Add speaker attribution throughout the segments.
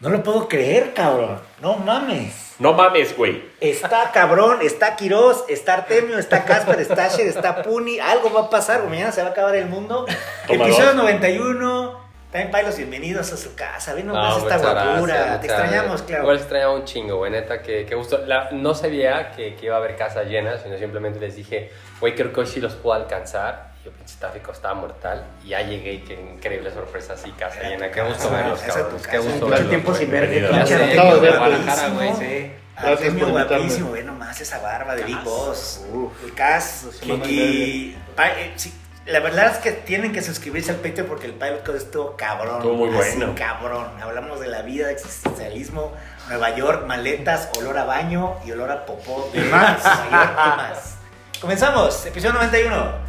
Speaker 1: No lo puedo creer, cabrón. No mames.
Speaker 2: No mames, güey.
Speaker 1: Está cabrón, está Quirós, está Artemio, está Casper, está Asher, está Puni. Algo va a pasar, güey. mañana se va a acabar el mundo.
Speaker 2: Toma
Speaker 1: Episodio
Speaker 2: dos.
Speaker 1: 91. También pailos, bienvenidos a su casa. Ven nomás pues, esta
Speaker 3: muchas gracias,
Speaker 1: guapura.
Speaker 3: muchas
Speaker 1: Te extrañamos,
Speaker 3: gracias.
Speaker 1: claro.
Speaker 3: Igual extrañaba un chingo, güey, neta, que, que gusto. La- no sabía que, que iba a haber casa llena, sino simplemente les dije, güey, creo que hoy sí los puedo alcanzar. Yo pinche tráfico estaba mortal. Y ya llegué y qué increíble sorpresa, sí, casa llena. Qué gusto
Speaker 1: casa,
Speaker 3: verlos,
Speaker 1: esa
Speaker 3: cabrones,
Speaker 1: tu
Speaker 3: qué
Speaker 1: casa.
Speaker 3: gusto
Speaker 1: Mucho
Speaker 3: verlos.
Speaker 4: tiempo
Speaker 3: güey.
Speaker 4: sin verte,
Speaker 3: Ya
Speaker 4: pinche
Speaker 3: sé,
Speaker 4: encantado de
Speaker 3: que
Speaker 4: verte.
Speaker 3: Guadalajara, güey, sí.
Speaker 4: Gracias
Speaker 1: Artemio
Speaker 4: por invitarme.
Speaker 1: guapísimo, güey. Nomás esa barba de Big
Speaker 4: Cas.
Speaker 1: Boss.
Speaker 4: Uf.
Speaker 1: El Cas. que-
Speaker 4: Manuel
Speaker 1: y- pa- eh, sí, La verdad es que tienen que suscribirse al Patreon porque el Pilot Code estuvo cabrón.
Speaker 2: Estuvo muy
Speaker 1: así,
Speaker 2: bueno.
Speaker 1: cabrón. Hablamos de la vida, existencialismo, Nueva York, maletas, olor a baño y olor a popó. de
Speaker 4: más.
Speaker 1: Nueva York, y más. Comenzamos, episodio 91.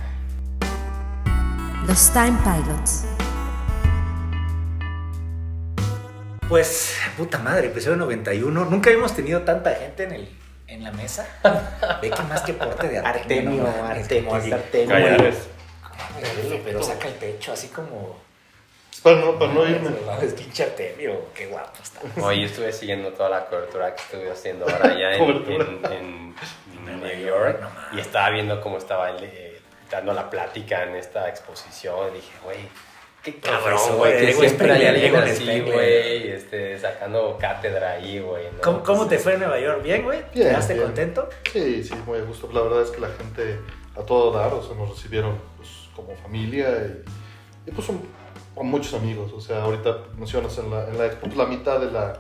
Speaker 5: The Stein Pilots.
Speaker 1: Pues, puta madre, episodio 91. Nunca habíamos tenido tanta gente en el en la mesa. Ve que más que porte de Artemio. no mames, como aquí.
Speaker 2: Cállales.
Speaker 1: Artemio, Pero saca el pecho, así como.
Speaker 4: Para no, para no irme.
Speaker 1: Es pinche Artemio, qué guapo está.
Speaker 3: Hoy estuve siguiendo toda la cobertura que estuve haciendo ahora allá en,
Speaker 4: Cobertura.
Speaker 3: en- en New York y estaba viendo cómo estaba el, eh, dando la plática en esta exposición. Dije, güey, qué cabrón,
Speaker 1: Profesor,
Speaker 3: güey, que
Speaker 1: es
Speaker 3: siempre hay
Speaker 1: Premier
Speaker 3: alguien
Speaker 1: League,
Speaker 3: así,
Speaker 1: Premier
Speaker 3: güey, este, sacando cátedra ahí, güey. ¿no?
Speaker 1: ¿Cómo, cómo te fue en Nueva York? ¿Bien, güey?
Speaker 4: Bien,
Speaker 1: ¿Quedaste
Speaker 4: bien.
Speaker 1: contento?
Speaker 4: Sí, sí, muy a gusto. La verdad es que la gente a todo dar, o sea, nos recibieron pues, como familia y, y, pues un- con muchos amigos. O sea, ahorita mencionas en la, en la expo, pues, la mitad de la,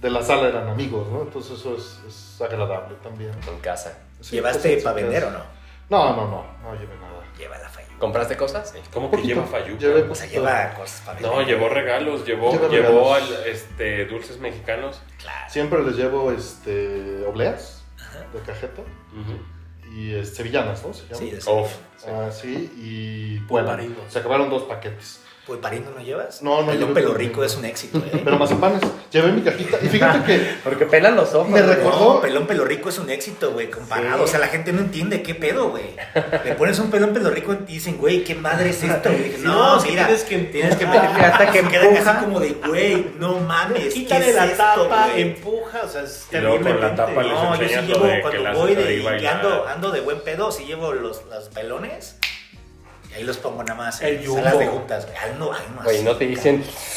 Speaker 4: de la sala eran amigos, ¿no? Entonces eso es, es agradable también.
Speaker 3: En casa.
Speaker 4: Sí,
Speaker 1: ¿Llevaste
Speaker 4: cosas
Speaker 1: para vender o
Speaker 4: chicas.
Speaker 1: no?
Speaker 4: No, no, no, no llevé nada.
Speaker 1: Lleva la falla.
Speaker 3: ¿Compraste cosas? Sí.
Speaker 2: ¿Cómo que
Speaker 4: Poquito.
Speaker 2: lleva Fayuca?
Speaker 4: Llevé
Speaker 1: O sea,
Speaker 4: poquito.
Speaker 1: lleva cosas para
Speaker 2: No,
Speaker 1: vender.
Speaker 2: llevó regalos, llevó,
Speaker 4: Lleva
Speaker 2: llevó
Speaker 4: regalos.
Speaker 2: al, este, dulces mexicanos.
Speaker 1: Claro.
Speaker 4: Siempre les llevo este, obleas de cajeta y eh, sevillanas, ¿no? Se llaman.
Speaker 1: Sí, de eso.
Speaker 2: Uf.
Speaker 4: Ah, sí, y bueno,
Speaker 2: Pulparindo.
Speaker 4: se acabaron dos paquetes.
Speaker 1: Pues pariendo no llevas.
Speaker 4: No, no
Speaker 1: Pelón
Speaker 4: llevé
Speaker 1: pelo
Speaker 4: pulparindo.
Speaker 1: rico es un éxito, ¿eh?
Speaker 4: Pero mazapanes, llevé mi cajita y fíjate que
Speaker 3: Porque pelan los ojos.
Speaker 4: me
Speaker 1: No,
Speaker 4: recordó,
Speaker 1: pelón pelo rico es un éxito, güey, comparado.
Speaker 4: Sí.
Speaker 1: O sea, la gente no entiende qué pedo, güey. Le pones un pelón pelo rico y dicen, güey, qué madre es esto. Y dije,
Speaker 6: Sí,
Speaker 1: no,
Speaker 6: no, sí
Speaker 1: mira,
Speaker 6: tienes que
Speaker 1: tienes que
Speaker 6: empujar.
Speaker 1: meterle
Speaker 6: Hasta que
Speaker 1: Se quedan así
Speaker 6: empuja.
Speaker 1: como de, güey, no mames.
Speaker 6: Quítale
Speaker 1: ¿qué es
Speaker 6: la
Speaker 1: esto,
Speaker 6: tapa,
Speaker 1: güey?"
Speaker 6: empuja, o sea, es
Speaker 2: Y luego con la
Speaker 6: terriblemente.
Speaker 2: tapa le-
Speaker 1: No,
Speaker 2: les
Speaker 1: yo sí
Speaker 2: enseñas lo
Speaker 1: llevo
Speaker 2: de que
Speaker 1: cuando
Speaker 2: las
Speaker 1: voy
Speaker 2: haces
Speaker 1: de,
Speaker 2: ahí
Speaker 1: y ando,
Speaker 2: bailar.
Speaker 1: ando de buen pedo, sí llevo los, los pelones y ahí los pongo nada más en
Speaker 6: El yumbo.
Speaker 1: salas de juntas, güey. Ay, no, ay, no,
Speaker 3: Güey,
Speaker 1: así,
Speaker 3: no te dicen
Speaker 1: cabrón.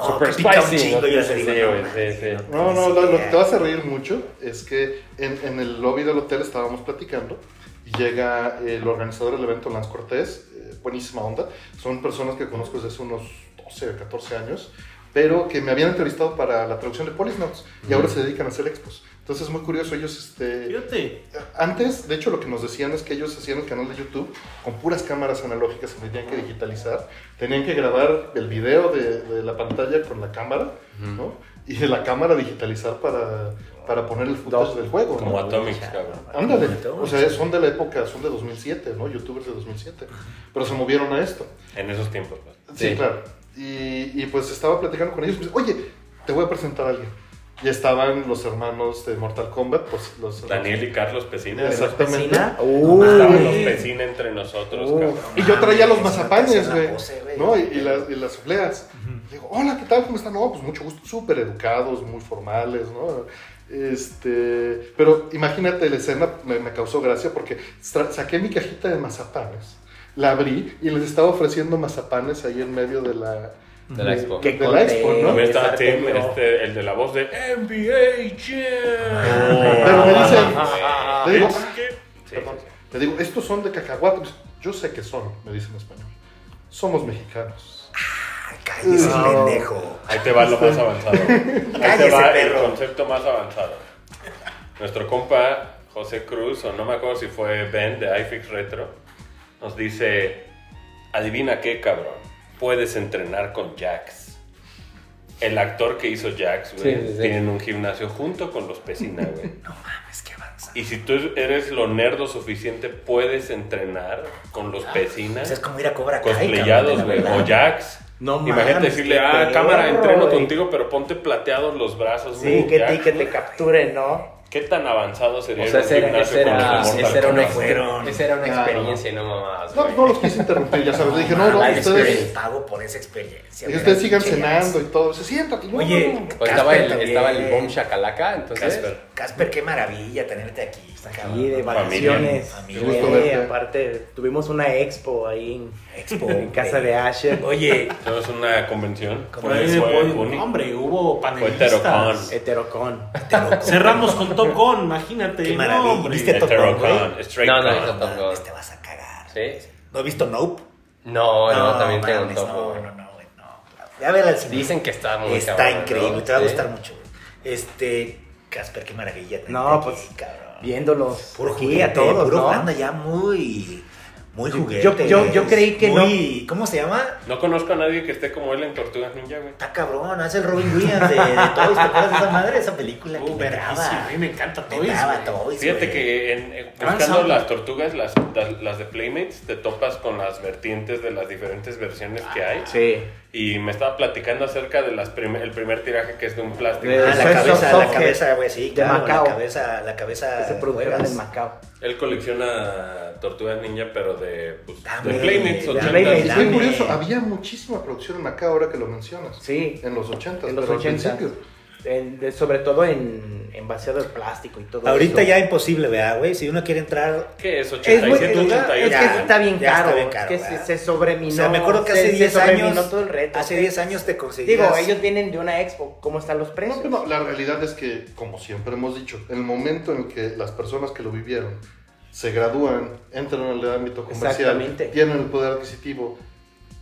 Speaker 1: no,
Speaker 3: super
Speaker 1: Oh, que pica un
Speaker 3: spicy.
Speaker 1: chingo,
Speaker 3: No te
Speaker 1: yo les
Speaker 3: dicen,
Speaker 1: digo,
Speaker 3: sí,
Speaker 1: no,
Speaker 3: güey,
Speaker 1: mames,
Speaker 3: sí, sí.
Speaker 1: no
Speaker 4: No, no,
Speaker 1: tienes
Speaker 4: lo, lo
Speaker 1: idea.
Speaker 4: que te vas a reír mucho es que en, en el lobby del hotel estábamos platicando y llega el organizador del evento, Lance Cortés, eh, buenísima onda. Son personas que conozco desde hace unos 12 o 14 años, pero que me habían entrevistado para la traducción de Polisnauts y ahora se dedican a hacer expos. Entonces es muy curioso, ellos este,
Speaker 6: Fíjate.
Speaker 4: antes, de hecho, lo que nos decían es que ellos hacían el canal de YouTube con puras cámaras analógicas que tenían que digitalizar. Tenían que grabar el video de, de la pantalla con la cámara, ¿no? Y de la cámara digitalizar para, para poner el footage del juego. ¿no?
Speaker 2: Como Atomics, cabrón.
Speaker 4: Ándale. O sea, son de la época, son de 2007, ¿no? Youtubers de 2007. Pero se movieron a esto.
Speaker 2: En esos tiempos, pues.
Speaker 4: Sí,
Speaker 3: Sí.
Speaker 4: claro. Y, y, pues estaba platicando con ellos. me dice, Oye, te voy a presentar a alguien. Y estaban los hermanos de Mortal Kombat, pues los hermanos-
Speaker 2: Daniel y Carlos Pesina.
Speaker 4: Exactamente.
Speaker 1: Vecina,
Speaker 2: Estaban los
Speaker 1: Uy.
Speaker 2: Pesina entre nosotros,
Speaker 4: Uh,
Speaker 2: cabrón.
Speaker 4: y yo traía los
Speaker 1: Mames, Ah, es
Speaker 4: mazapanes,
Speaker 1: una
Speaker 4: güey.
Speaker 1: pose, güey.
Speaker 4: ¿no? Y, y las, y las obleas. Digo, hola, ¿qué tal? ¿Cómo están? No, pues mucho gusto. Súper educados, muy formales, ¿no? Este, pero imagínate la escena, me, me causó gracia porque sa- saqué mi cajita de mazapanes, la abrí y les estaba ofreciendo mazapanes ahí en medio de la,
Speaker 3: De la expo.
Speaker 4: de la expo, ¿no?
Speaker 2: También estaba
Speaker 1: Exacto,
Speaker 2: Tim,
Speaker 1: yo.
Speaker 2: este, el de la voz de NBA Jam.
Speaker 4: Pero me dicen, le digo,
Speaker 2: Es que- Sí,
Speaker 4: Perdón.
Speaker 2: sí, sí.
Speaker 4: Le digo, estos son de cacahuate. Me dice, Yo sé que son, me dice en español. Somos mexicanos.
Speaker 1: Ay, cállese,
Speaker 4: No.
Speaker 1: pendejo.
Speaker 2: Ahí te va lo más avanzado. Ahí te
Speaker 1: Este. Cállese,
Speaker 2: va el
Speaker 1: perro.
Speaker 2: concepto más avanzado. Nuestro compa José Cruz, o no me acuerdo si fue Ben de iFix Retro, nos dice: Adivina qué, cabrón. Puedes entrenar con Jax. El actor que hizo Jax, güey,
Speaker 3: Sí, sí, sí.
Speaker 2: tienen un gimnasio junto con los Pesina, güey.
Speaker 1: No mames, qué avanza.
Speaker 2: Y si tú eres lo nerdo suficiente, puedes entrenar con
Speaker 3: Ah,
Speaker 2: los
Speaker 1: Pues es
Speaker 2: Pesinas
Speaker 1: como ir a Cobra Kai, cabrón,
Speaker 2: cosplayados,
Speaker 1: de
Speaker 2: güey,
Speaker 1: la
Speaker 2: o
Speaker 1: verdad.
Speaker 2: jacks.
Speaker 6: No
Speaker 2: Imagínate
Speaker 6: mames,
Speaker 2: decirle,
Speaker 6: qué
Speaker 2: ah,
Speaker 6: pedo,
Speaker 2: cámara, entreno
Speaker 6: güey".
Speaker 2: contigo, pero ponte plateados los brazos,
Speaker 6: Sí,
Speaker 3: Uh,
Speaker 2: güey,
Speaker 6: que
Speaker 2: jacks,
Speaker 6: te, que
Speaker 2: güey.
Speaker 6: te capturen, ¿no?
Speaker 2: ¿Qué tan avanzado sería
Speaker 3: O sea,
Speaker 2: un
Speaker 3: ese era,
Speaker 2: gimnasio
Speaker 3: ese
Speaker 2: con
Speaker 3: era,
Speaker 2: el Mortal
Speaker 3: ese era una,
Speaker 2: Kombat?
Speaker 1: fueron.
Speaker 3: exper- esa era una
Speaker 4: Claro.
Speaker 3: experiencia y no mamadas.
Speaker 4: No,
Speaker 3: güey.
Speaker 4: no los quise interrumpir, ya sabes. Le dije, no, no,
Speaker 6: Ah,
Speaker 1: mames,
Speaker 4: ustedes,
Speaker 1: pero pago por esa experiencia.
Speaker 4: dije,
Speaker 1: mira,
Speaker 4: ustedes sigan
Speaker 1: pinche
Speaker 4: cenando y todo. Dice, siéntate. no,
Speaker 1: Oye,
Speaker 4: no, no.
Speaker 3: Pues estaba,
Speaker 1: Casper
Speaker 3: el,
Speaker 1: también.
Speaker 3: estaba el Bomb Shakalaka, entonces.
Speaker 2: Casper.
Speaker 1: ¿Eh? Casper, qué maravilla tenerte aquí. Está cabrón.
Speaker 6: Aquí de vacaciones.
Speaker 1: Familia.
Speaker 4: Qué gusto
Speaker 6: Sí,
Speaker 4: verte.
Speaker 6: aparte, tuvimos una expo ahí en,
Speaker 1: Expo.
Speaker 6: en casa de Asher.
Speaker 1: Oye,
Speaker 2: Tenemos una convención.
Speaker 1: Como
Speaker 7: Por
Speaker 2: Fue-
Speaker 7: ahí
Speaker 2: fue
Speaker 7: fue-
Speaker 2: Uni.
Speaker 7: hombre, hubo
Speaker 2: Fue Terocon.
Speaker 7: panelistas.
Speaker 6: Eh, Heterocon.
Speaker 1: Terocon.
Speaker 7: Cerramos con Top Gun, imagínate.
Speaker 1: Qué
Speaker 7: no,
Speaker 1: maravilla.
Speaker 7: hombre.
Speaker 1: ¿Viste Top Gun, güey?
Speaker 2: Terocon. Straight
Speaker 3: No, no,
Speaker 2: Con.
Speaker 3: eso no.
Speaker 1: No, te vas a cagar.
Speaker 3: ¿Sí?
Speaker 1: ¿No has visto Nope?
Speaker 3: No, no, también tengo un
Speaker 1: mames,
Speaker 3: topo.
Speaker 1: No, no, no, güey, no. Ya ver al cine.
Speaker 3: Dicen que está muy
Speaker 1: Está
Speaker 3: cabrón,
Speaker 1: increíble,
Speaker 3: ¿no?
Speaker 1: te va a
Speaker 3: Sí.
Speaker 1: gustar mucho. güey. Este, Casper, qué maravilla. tenerte
Speaker 6: No,
Speaker 1: aquí,
Speaker 6: pues,
Speaker 1: cabrón.
Speaker 6: Viéndolos.
Speaker 1: Puro
Speaker 6: aquí
Speaker 1: juguete,
Speaker 6: a todos,
Speaker 1: puro
Speaker 6: ¿no?
Speaker 1: banda ya muy, muy
Speaker 6: Yo-
Speaker 1: juguete.
Speaker 6: yo- yo creí que
Speaker 1: muy, ¿Cómo se llama?
Speaker 2: No conozco a nadie que esté como él en Tortugas Ninja, güey.
Speaker 1: Está cabrón, hace el Robin Williams de, de Toys. ¿Te acuerdas de esa madre? Esa película que
Speaker 7: Uh,
Speaker 1: me
Speaker 7: verguísima, a
Speaker 1: traba.
Speaker 7: mí me encanta
Speaker 1: Me
Speaker 7: Toys.
Speaker 1: traba
Speaker 7: güey.
Speaker 1: Toys,
Speaker 2: Fíjate
Speaker 1: güey.
Speaker 2: que en, en-
Speaker 7: Gran
Speaker 2: buscando
Speaker 7: soundtrack.
Speaker 2: las tortugas, las, las- las de Playmates, te topas con las vertientes de las diferentes versiones que hay.
Speaker 6: Sí.
Speaker 2: Y me estaba platicando acerca del el primer tiraje que es de un plástico.
Speaker 4: Eh,
Speaker 1: Ah,
Speaker 6: De-
Speaker 1: la
Speaker 6: Soft-
Speaker 1: cabeza, la
Speaker 6: Soft-
Speaker 1: cabeza, güey, sí,
Speaker 6: de
Speaker 1: claro,
Speaker 6: Macao.
Speaker 1: la cabeza, la cabeza
Speaker 6: Ese productor
Speaker 1: Ah, juegas.
Speaker 6: de Macao.
Speaker 2: Él colecciona tortugas ninja, pero de, pues,
Speaker 1: Dame,
Speaker 2: de Playmates.
Speaker 1: dame,
Speaker 2: 80.
Speaker 6: Playmates.
Speaker 4: Es
Speaker 1: Dame.
Speaker 4: Ah, bien curioso, había muchísima producción en Macao ahora que lo mencionas.
Speaker 6: Sí.
Speaker 4: En los 80,
Speaker 6: En los
Speaker 4: pero al
Speaker 6: 80.
Speaker 4: principio.
Speaker 6: En- de- sobre todo en, en vaciado de plástico y todo
Speaker 1: Ahorita
Speaker 6: eso.
Speaker 1: ya imposible, ¿verdad, güey? Si uno quiere entrar
Speaker 2: ¿Qué es?
Speaker 6: Es, muy,
Speaker 2: 87,
Speaker 6: es, es
Speaker 2: 88.
Speaker 6: que sí está bien
Speaker 1: Ya está
Speaker 6: caro.
Speaker 1: bien caro,
Speaker 6: es que se,
Speaker 1: ¿verdad?
Speaker 6: se sobreminó.
Speaker 1: O sea, me acuerdo que
Speaker 6: se-
Speaker 1: hace
Speaker 6: se
Speaker 1: 10
Speaker 6: sobreminó
Speaker 1: años.
Speaker 6: todo el reto.
Speaker 1: Hace 10 años te conseguías.
Speaker 6: Digo, ellos vienen de una expo. ¿Cómo están los precios?
Speaker 4: No, pero no, la realidad es que, como siempre hemos dicho, el momento en el que las personas que lo vivieron se gradúan, entran al ámbito comercial,
Speaker 6: Exactamente.
Speaker 4: tienen el poder adquisitivo,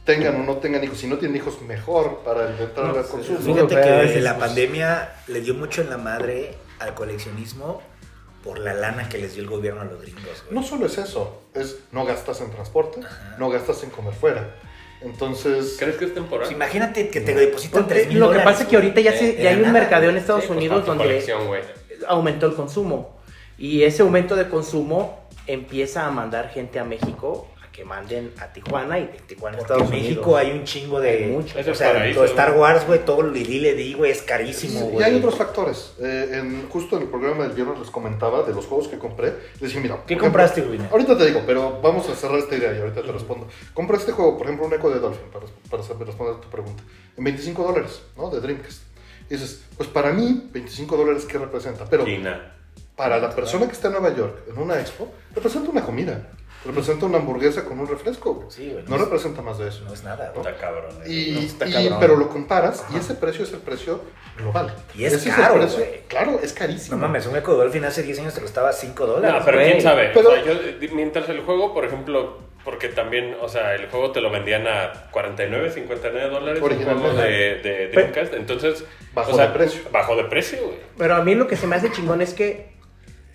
Speaker 4: tengan o no tengan hijos, si no tienen hijos, mejor para entrar
Speaker 6: No,
Speaker 4: al
Speaker 6: sí,
Speaker 4: consumo.
Speaker 1: Fíjate
Speaker 6: Pero a
Speaker 1: que
Speaker 6: veces,
Speaker 1: la
Speaker 6: pues-
Speaker 1: pandemia le dio mucho en la madre al coleccionismo por la lana que les dio el gobierno a los gringos. güey.
Speaker 4: No solo es eso, es no gastas en transporte, no gastas en comer fuera. Entonces,
Speaker 2: ¿Crees que es temporal?
Speaker 1: Pues imagínate que te depositan
Speaker 6: Porque
Speaker 1: 3 mil
Speaker 6: lo que pasa es que ahorita ya,
Speaker 3: Eh,
Speaker 6: se,
Speaker 1: de
Speaker 6: ya hay
Speaker 1: la
Speaker 6: un
Speaker 1: nada.
Speaker 6: mercadeo en Estados
Speaker 3: Sí, pues,
Speaker 6: Unidos
Speaker 3: con tu
Speaker 6: donde
Speaker 3: colección, güey.
Speaker 6: aumentó el consumo. Y ese aumento de consumo empieza a mandar gente a México a que manden a Tijuana y de Tijuana a
Speaker 1: Porque
Speaker 6: Estados
Speaker 1: en México
Speaker 6: Unidos.
Speaker 1: hay un chingo de...
Speaker 6: Hay mucho.
Speaker 2: Es
Speaker 1: O
Speaker 2: el
Speaker 1: sea,
Speaker 2: paraíso,
Speaker 1: todo Star
Speaker 2: güey.
Speaker 1: Wars, güey, todo Lili le di, güey, es
Speaker 4: Sí,
Speaker 1: carísimo,
Speaker 4: y
Speaker 1: güey.
Speaker 4: hay otros factores. Eh, en, justo en el programa del viernes les comentaba de los juegos que compré. Les dije, mira.
Speaker 1: ¿Qué
Speaker 4: por
Speaker 1: compraste, Rubina?
Speaker 4: ahorita te digo, pero vamos a cerrar esta idea y ahorita te respondo. Compré este juego, por ejemplo, un Echo de Dolphin, para, para saber- responder tu pregunta, en 25 dólares, ¿no? De Dreamcast. Y dices, pues para mí, 25 dólares, ¿qué representa? Pero
Speaker 2: China.
Speaker 4: para la persona que está en Nueva York, en una expo, representa una comida. Representa una hamburguesa con un refresco, güey.
Speaker 1: Sí, güey,
Speaker 4: No
Speaker 1: no es-
Speaker 4: representa más de eso.
Speaker 1: No es nada, güey.
Speaker 2: Está cabrón. eh. eso,
Speaker 4: Y,
Speaker 2: ¿no?
Speaker 1: está
Speaker 4: y-
Speaker 1: cabrón.
Speaker 4: pero lo comparas y ese precio es el precio global.
Speaker 1: Y es
Speaker 4: Ese
Speaker 1: caro,
Speaker 4: el precio-
Speaker 1: güey.
Speaker 4: claro, es carísimo.
Speaker 1: No mames, un Eco Dolphin hace 10 años te costaba 5 dólares.
Speaker 2: No, pero
Speaker 6: güey.
Speaker 2: quién sabe.
Speaker 4: Pero-
Speaker 2: O sea, yo, di- mientras el juego, por ejemplo, porque también, o sea, el juego te lo vendían a 49, 59 dólares. un
Speaker 4: Originalmente.
Speaker 2: juego de, de Dreamcast. Entonces,
Speaker 4: Bajó
Speaker 2: o sea,
Speaker 4: de precio.
Speaker 2: Bajó de precio, güey.
Speaker 6: Pero a mí lo que se me hace chingón es que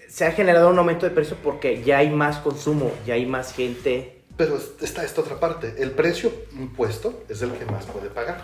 Speaker 6: se ha generado un aumento de precio porque ya hay más consumo, ya hay más gente.
Speaker 4: Pero es- está esta otra parte. El precio impuesto es el que más puede pagar.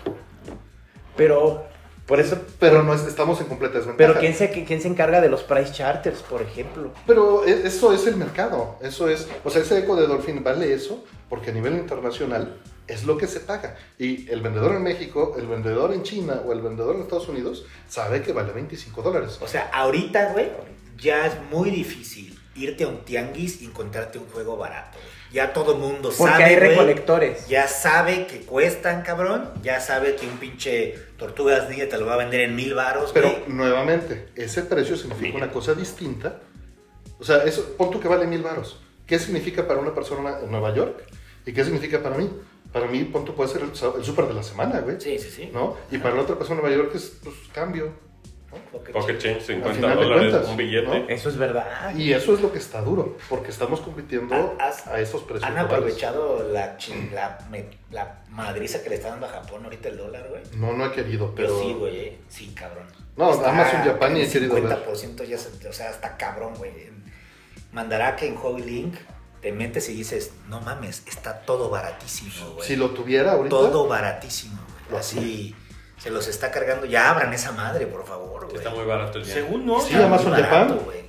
Speaker 6: Pero por eso
Speaker 4: Pero no es- estamos en completa desventaja.
Speaker 6: Pero ¿quién se, quién se encarga de los price charters, por ejemplo?
Speaker 4: Pero e- eso es el mercado. Eso es. O sea, ese eco de Dolphin vale eso porque a nivel internacional es lo que se paga. Y el vendedor en México, el vendedor en China o el vendedor en Estados Unidos sabe que vale 25 dólares.
Speaker 1: O sea, ahorita, güey, ya es muy difícil irte a un tianguis y encontrarte un juego barato. güey. Ya todo mundo
Speaker 6: Porque
Speaker 1: Pues, sabe,
Speaker 6: hay
Speaker 1: güey.
Speaker 6: recolectores.
Speaker 1: Ya sabe que cuestan, cabrón. Ya sabe que un pinche Tortugas Ninja te lo va a vender en mil varos,
Speaker 4: Pero
Speaker 1: güey.
Speaker 4: nuevamente, ese precio significa una cosa distinta. O sea, eso, pon tú que vale mil varos. ¿Qué significa para una persona en Nueva York? ¿Y qué significa para mí? Para mí, pon tú, puede ser el, sa- el súper de la semana, güey.
Speaker 1: Sí, sí, sí.
Speaker 4: ¿No? Y para la otra persona en Nueva York es, pues, cambio.
Speaker 1: Pocket
Speaker 2: Pocket
Speaker 1: change.
Speaker 2: Change,
Speaker 4: Al
Speaker 2: 50
Speaker 4: final de
Speaker 2: dólares,
Speaker 4: cuentas,
Speaker 2: un billete.
Speaker 4: ¿no?
Speaker 6: Eso es verdad.
Speaker 4: Y eso es lo que está duro, porque estamos compitiendo
Speaker 1: Has-
Speaker 4: a esos precios.
Speaker 1: Han
Speaker 4: globales.
Speaker 1: aprovechado la, chin- la, me- la madriza que le está dando a Japón ahorita el dólar, güey.
Speaker 4: No, no he querido, pero...
Speaker 1: Pero sí, güey, eh. sí, cabrón.
Speaker 4: No,
Speaker 1: Está
Speaker 4: Amazon Japan y he
Speaker 1: en
Speaker 4: querido ver.
Speaker 1: 50% ya, se- o sea, está cabrón, güey. Mandará que en Hobby Link te metes y dices, no mames, está todo baratísimo, güey.
Speaker 4: Si lo tuviera ahorita...
Speaker 1: todo baratísimo, güey.
Speaker 4: Lo-
Speaker 1: Así se los está cargando. Ya abran esa madre, por favor, güey.
Speaker 2: Está muy barato el yen.
Speaker 7: Según no,
Speaker 4: Sí,
Speaker 1: Está muy
Speaker 4: Amazon
Speaker 1: barato,
Speaker 4: Japan.
Speaker 1: güey.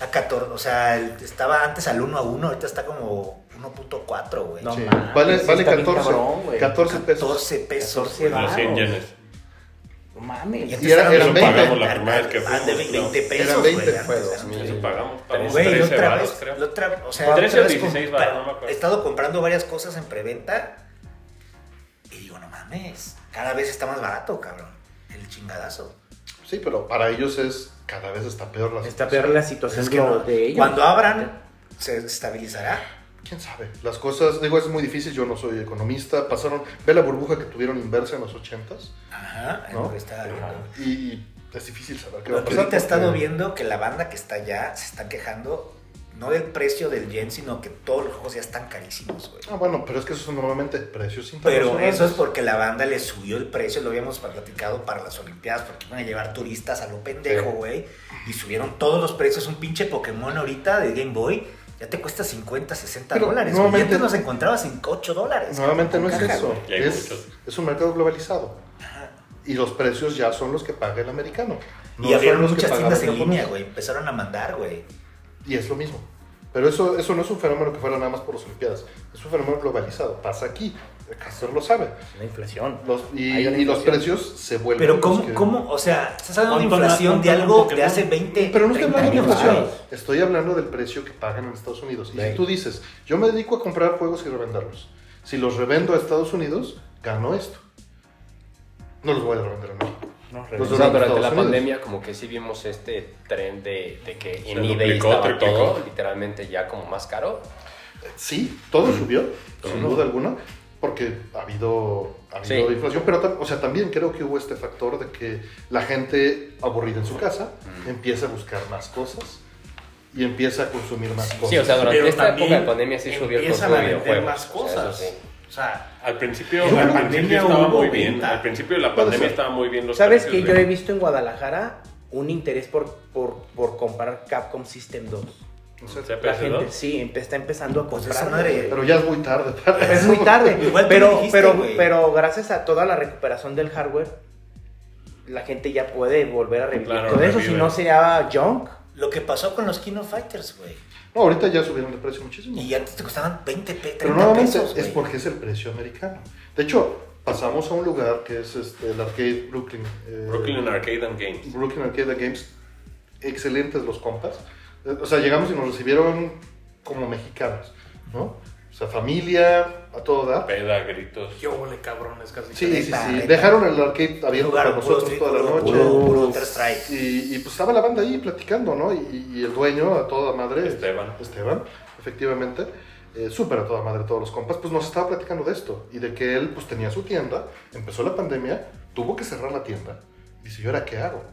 Speaker 1: A 14, o sea, el- estaba antes al 1 a 1, ahorita está como 1.4, güey.
Speaker 6: No
Speaker 4: Sí.
Speaker 6: mames,
Speaker 4: Vale,
Speaker 6: sí
Speaker 4: vale
Speaker 6: está bien
Speaker 4: 14,
Speaker 6: cabrón, güey.
Speaker 4: 14 pesos.
Speaker 1: 14 pesos.
Speaker 6: 14
Speaker 1: güey.
Speaker 2: Los 100
Speaker 6: Claro.
Speaker 2: yenes.
Speaker 1: No mames.
Speaker 4: Y era- eran
Speaker 2: Eso
Speaker 4: 20.
Speaker 2: pagamos la primera vez que
Speaker 1: Ah, de
Speaker 2: fuimos.
Speaker 1: 20, 20 pesos.
Speaker 4: Eran
Speaker 1: güey,
Speaker 4: 20
Speaker 1: antes
Speaker 3: fue
Speaker 1: eran
Speaker 3: 2000.
Speaker 2: Eso pagamos.
Speaker 3: Tres,
Speaker 2: Pagamos
Speaker 1: Güey, la
Speaker 2: 13
Speaker 1: otra
Speaker 2: varos,
Speaker 1: vez,
Speaker 2: creo.
Speaker 1: la otra- o sea,
Speaker 2: O
Speaker 1: la
Speaker 2: 13
Speaker 1: otra
Speaker 2: o
Speaker 1: vez
Speaker 2: 16
Speaker 1: compra-
Speaker 2: varos, no me acuerdo.
Speaker 1: He estado comprando varias cosas en preventa y digo, no mames, cada vez está más barato, cabrón. El chingadazo.
Speaker 4: Sí, pero para ellos es cada vez está peor la
Speaker 6: Está
Speaker 4: situación.
Speaker 6: peor la situación
Speaker 1: Es que
Speaker 6: Pues lo-
Speaker 1: no.
Speaker 6: de ellos.
Speaker 1: cuando abran, se estabilizará.
Speaker 4: ¿Quién sabe? Las cosas, digo, es muy difícil, yo no soy economista. Pasaron, ve la burbuja que tuvieron inversa en los 80s
Speaker 1: Ajá, es
Speaker 4: ¿No?
Speaker 1: lo que estaba viendo.
Speaker 4: y es difícil saber qué va
Speaker 1: Lo
Speaker 4: a
Speaker 1: que
Speaker 4: pasar.
Speaker 1: ahorita he estado
Speaker 4: porque-
Speaker 1: viendo que la banda que está allá se está quejando, no del precio del yen, sino que todos los juegos ya están carísimos, güey.
Speaker 4: Ah, bueno, pero es que esos son normalmente precios
Speaker 1: Pero
Speaker 4: internacionales.
Speaker 1: eso es porque la banda le subió el precio, lo habíamos platicado para las Olimpiadas, porque iban a llevar turistas a lo pendejo,
Speaker 3: Sí.
Speaker 1: güey. Y subieron todos los precios. Un pinche Pokémon ahorita de Game Boy ya te cuesta 50, 60
Speaker 4: Pero
Speaker 1: dólares. güey. Y
Speaker 4: nuevamente-
Speaker 1: antes nos encontrabas en 8 dólares.
Speaker 4: Nuevamente no
Speaker 1: cabrón,
Speaker 4: es
Speaker 1: con caja,
Speaker 4: eso.
Speaker 1: güey.
Speaker 2: Y hay
Speaker 4: Es,
Speaker 2: muchos.
Speaker 4: es un mercado globalizado. Y los precios ya son los que paga el americano. No
Speaker 1: y
Speaker 4: son
Speaker 1: abrieron
Speaker 4: los que
Speaker 1: muchas
Speaker 4: pagaba el
Speaker 1: tiendas en línea,
Speaker 4: japonés.
Speaker 1: güey. Empezaron a mandar, güey.
Speaker 4: Y es lo mismo. Pero eso, eso no es un fenómeno que fuera nada más por las Olimpiadas. Es un fenómeno globalizado. Pasa aquí. Castor lo sabe.
Speaker 6: La inflación.
Speaker 4: Los, y,
Speaker 6: Hay una
Speaker 4: y los
Speaker 6: inflación.
Speaker 4: precios se vuelven.
Speaker 1: Pero
Speaker 4: los
Speaker 1: ¿cómo,
Speaker 4: que-
Speaker 1: cómo? O sea, estás hablando de
Speaker 7: ¿Cuánto la-
Speaker 1: inflación de
Speaker 7: cuánto la
Speaker 1: algo de
Speaker 7: Pokémon?
Speaker 1: hace 20,
Speaker 4: Pero no estoy
Speaker 1: 30
Speaker 4: hablando de
Speaker 1: años.
Speaker 4: inflación.
Speaker 1: güey.
Speaker 4: Estoy hablando del precio que pagan en Estados Unidos. Y
Speaker 3: Ve.
Speaker 4: si tú dices, yo me dedico a comprar juegos y revenderlos. Si los revendo a Estados Unidos, gano esto. No los voy a revender a México.
Speaker 6: No,
Speaker 4: Los
Speaker 3: O
Speaker 4: de
Speaker 3: sea, durante
Speaker 4: Estados
Speaker 3: la
Speaker 4: Unidos.
Speaker 3: pandemia como que sí vimos este tren de, de que en
Speaker 2: Se
Speaker 3: eBay
Speaker 2: duplicó,
Speaker 3: estaba
Speaker 2: triplicó.
Speaker 3: todo literalmente ya como más caro.
Speaker 4: Sí, todo subió, sin
Speaker 3: Ujú.
Speaker 4: duda alguna, porque ha habido, ha habido
Speaker 3: Sí.
Speaker 4: inflación, pero tam- o sea, también creo que hubo este factor de que la gente aburrida en su casa empieza a buscar más cosas y empieza a consumir más cosas.
Speaker 3: Sí, o sea, durante
Speaker 7: Pero
Speaker 3: esta época
Speaker 7: también
Speaker 3: de pandemia sí subió el
Speaker 7: empiezan
Speaker 3: consumo
Speaker 7: a
Speaker 3: de
Speaker 7: vender
Speaker 3: videojuegos.
Speaker 7: más
Speaker 3: o sea, eso
Speaker 7: cosas.
Speaker 3: sí.
Speaker 7: O sea,
Speaker 2: Al principio,
Speaker 7: En la
Speaker 2: al
Speaker 7: pandemia
Speaker 2: principio estaba
Speaker 7: hubo
Speaker 2: muy bien.
Speaker 7: venta.
Speaker 2: Al principio de la
Speaker 4: Puede
Speaker 2: pandemia
Speaker 4: ser.
Speaker 2: estaba muy bien los
Speaker 6: ¿Sabes que
Speaker 2: precios
Speaker 6: yo
Speaker 2: de-
Speaker 6: he visto en Guadalajara un interés por, por, por comprar Capcom System 2?
Speaker 4: No sé,
Speaker 2: CPS2.
Speaker 6: La gente sí empe- está empezando a
Speaker 1: Pues
Speaker 6: comprar.
Speaker 1: esa madre-
Speaker 4: pero ya es muy tarde. para
Speaker 6: Es
Speaker 4: eso.
Speaker 6: muy tarde.
Speaker 1: Igual tú
Speaker 6: pero,
Speaker 1: me dijiste,
Speaker 6: pero,
Speaker 1: güey.
Speaker 6: pero gracias a toda la recuperación del hardware, la gente ya puede volver a revivir
Speaker 2: Claro,
Speaker 6: todo eso. Si
Speaker 2: revive.
Speaker 6: no sería junk.
Speaker 1: Lo que pasó con los Kino Fighters, güey.
Speaker 4: No, ahorita ya subieron de precio muchísimo.
Speaker 1: Y antes te costaban 20, pe- 30
Speaker 4: Pero nuevamente
Speaker 1: pesos,
Speaker 4: es
Speaker 1: güey.
Speaker 4: porque es el precio americano. De hecho, pasamos a un lugar que es este, el Arcade Brooklyn. eh,
Speaker 2: Brooklyn Arcade and Games.
Speaker 4: Brooklyn Arcade Games, excelentes los compas. Eh, O sea, llegamos y nos recibieron como mexicanos, ¿no? O sea, familia, a todo dar.
Speaker 2: Peda, gritos.
Speaker 7: yo huele cabrones casi.
Speaker 4: Sí, sí,
Speaker 1: neta,
Speaker 4: sí.
Speaker 1: neta.
Speaker 4: Dejaron el arcade
Speaker 1: Un
Speaker 4: abierto
Speaker 1: lugar
Speaker 4: para
Speaker 1: puro,
Speaker 4: nosotros
Speaker 1: street,
Speaker 4: toda la
Speaker 1: puro,
Speaker 4: noche.
Speaker 1: puro, puro Counter-Strike.
Speaker 4: Y, y, pues estaba la banda ahí platicando, ¿no? Y, y el dueño, a toda madre.
Speaker 2: Esteban.
Speaker 4: Esteban, efectivamente. eh, Súper a toda madre todos los compas. Pues nos estaba platicando de esto. Y de que él, pues tenía su tienda. Empezó la pandemia. Tuvo que cerrar la tienda. Dice, ¿y ahora qué hago?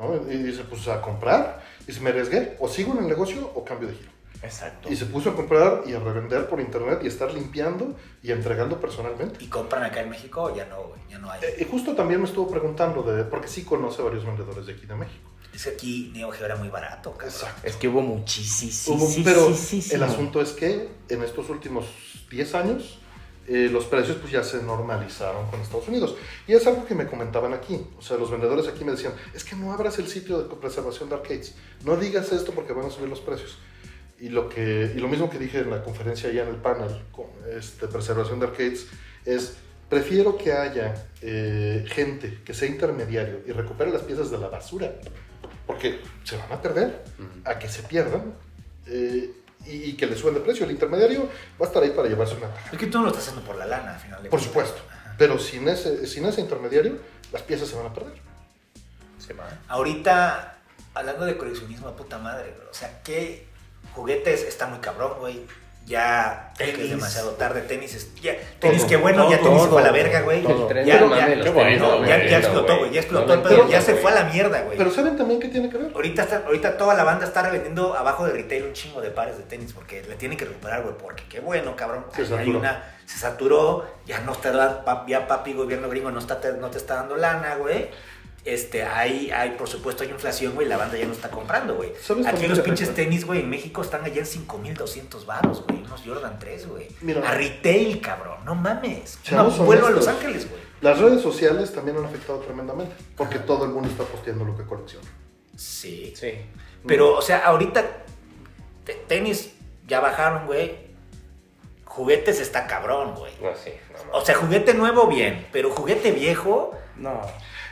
Speaker 4: ¿No? Y dice, pues a comprar. Dice, me arriesgué. O sigo en el negocio o cambio de giro.
Speaker 6: Exacto.
Speaker 4: Y se puso a comprar y a revender por internet y estar limpiando y entregando personalmente.
Speaker 1: Y compran acá en México, ya no, güey, ya no hay.
Speaker 4: Eh, Y justo también me estuvo preguntando, de, porque sí conoce varios vendedores de aquí de México.
Speaker 1: Es que aquí Neo Geo era muy barato, cabrón.
Speaker 6: Es que hubo muchísimo.
Speaker 4: Hubo- pero el asunto es que en estos últimos 10 años eh, los precios pues ya se normalizaron con Estados Unidos. Y es algo que me comentaban aquí. O sea, los vendedores aquí me decían, es que no abras el sitio de preservación de arcades. No digas esto porque van a subir los precios. Y lo, que, y lo mismo que dije en la conferencia ya en el panel con este, preservación de arcades es, prefiero que haya eh, gente que sea intermediario y recupere las piezas de la basura. Porque se van a perder, a que se pierdan eh, y, y que le suban de precio. El intermediario va a estar ahí para llevarse una tajada.
Speaker 1: Es que tú no lo estás haciendo por la lana, al final de
Speaker 4: Por
Speaker 1: cuentas.
Speaker 4: supuesto. Pero sin ese, sin ese intermediario, las piezas se van a perder.
Speaker 1: Ahorita, hablando de coleccionismo, a puta madre, bro. O sea, ¿qué juguetes está muy cabrón, güey? Ya creo que es
Speaker 7: Tenis.
Speaker 1: demasiado tarde, tenis, es- ya,
Speaker 4: Todo,
Speaker 1: tenis que bueno, ya
Speaker 6: todo,
Speaker 1: tenis se fue a la
Speaker 6: todo,
Speaker 1: verga, güey.
Speaker 6: todo.
Speaker 3: El tren
Speaker 1: Ya,
Speaker 3: del
Speaker 1: ya,
Speaker 3: mame de
Speaker 2: qué
Speaker 3: los
Speaker 2: bueno,
Speaker 3: tenis,
Speaker 1: Ya,
Speaker 2: güey.
Speaker 1: ya
Speaker 2: Bueno,
Speaker 1: explotó, güey, ya explotó el
Speaker 3: No,
Speaker 1: pedo,
Speaker 3: pero-
Speaker 1: ya se
Speaker 3: güey.
Speaker 1: fue a la mierda, güey.
Speaker 4: Pero ¿saben también qué tiene que ver?
Speaker 1: Ahorita, está- ahorita toda la banda está revendiendo abajo de retail un chingo de pares de tenis porque le tienen que recuperar, güey, porque qué bueno, cabrón.
Speaker 4: Se
Speaker 1: Ahí hay
Speaker 4: saturó.
Speaker 1: una- se saturó, ya no está da- pa- ya papi gobierno gringo no está te, no te está dando lana, güey. Este, hay, hay, por supuesto, hay inflación, güey, la banda ya no está comprando, güey.
Speaker 4: ¿Sabes
Speaker 1: Aquí
Speaker 4: también
Speaker 1: los
Speaker 4: qué
Speaker 1: pinches
Speaker 4: afecta?
Speaker 1: tenis, güey, en México están allá en 5200 varos, güey, unos Jordan 3, güey.
Speaker 4: Mira.
Speaker 1: A retail, cabrón, no mames. No,
Speaker 4: Seamos
Speaker 1: vuelvo a Los
Speaker 4: honestos.
Speaker 1: Ángeles, güey.
Speaker 4: Las redes sociales también han afectado tremendamente, porque todo el mundo está posteando lo que colecciona.
Speaker 1: Sí.
Speaker 6: Sí.
Speaker 4: Mm.
Speaker 1: Pero, o sea, ahorita te- tenis ya bajaron, güey. Juguetes está cabrón, güey.
Speaker 3: No, sí, no, no.
Speaker 1: O sea, juguete nuevo bien, pero juguete viejo
Speaker 6: No.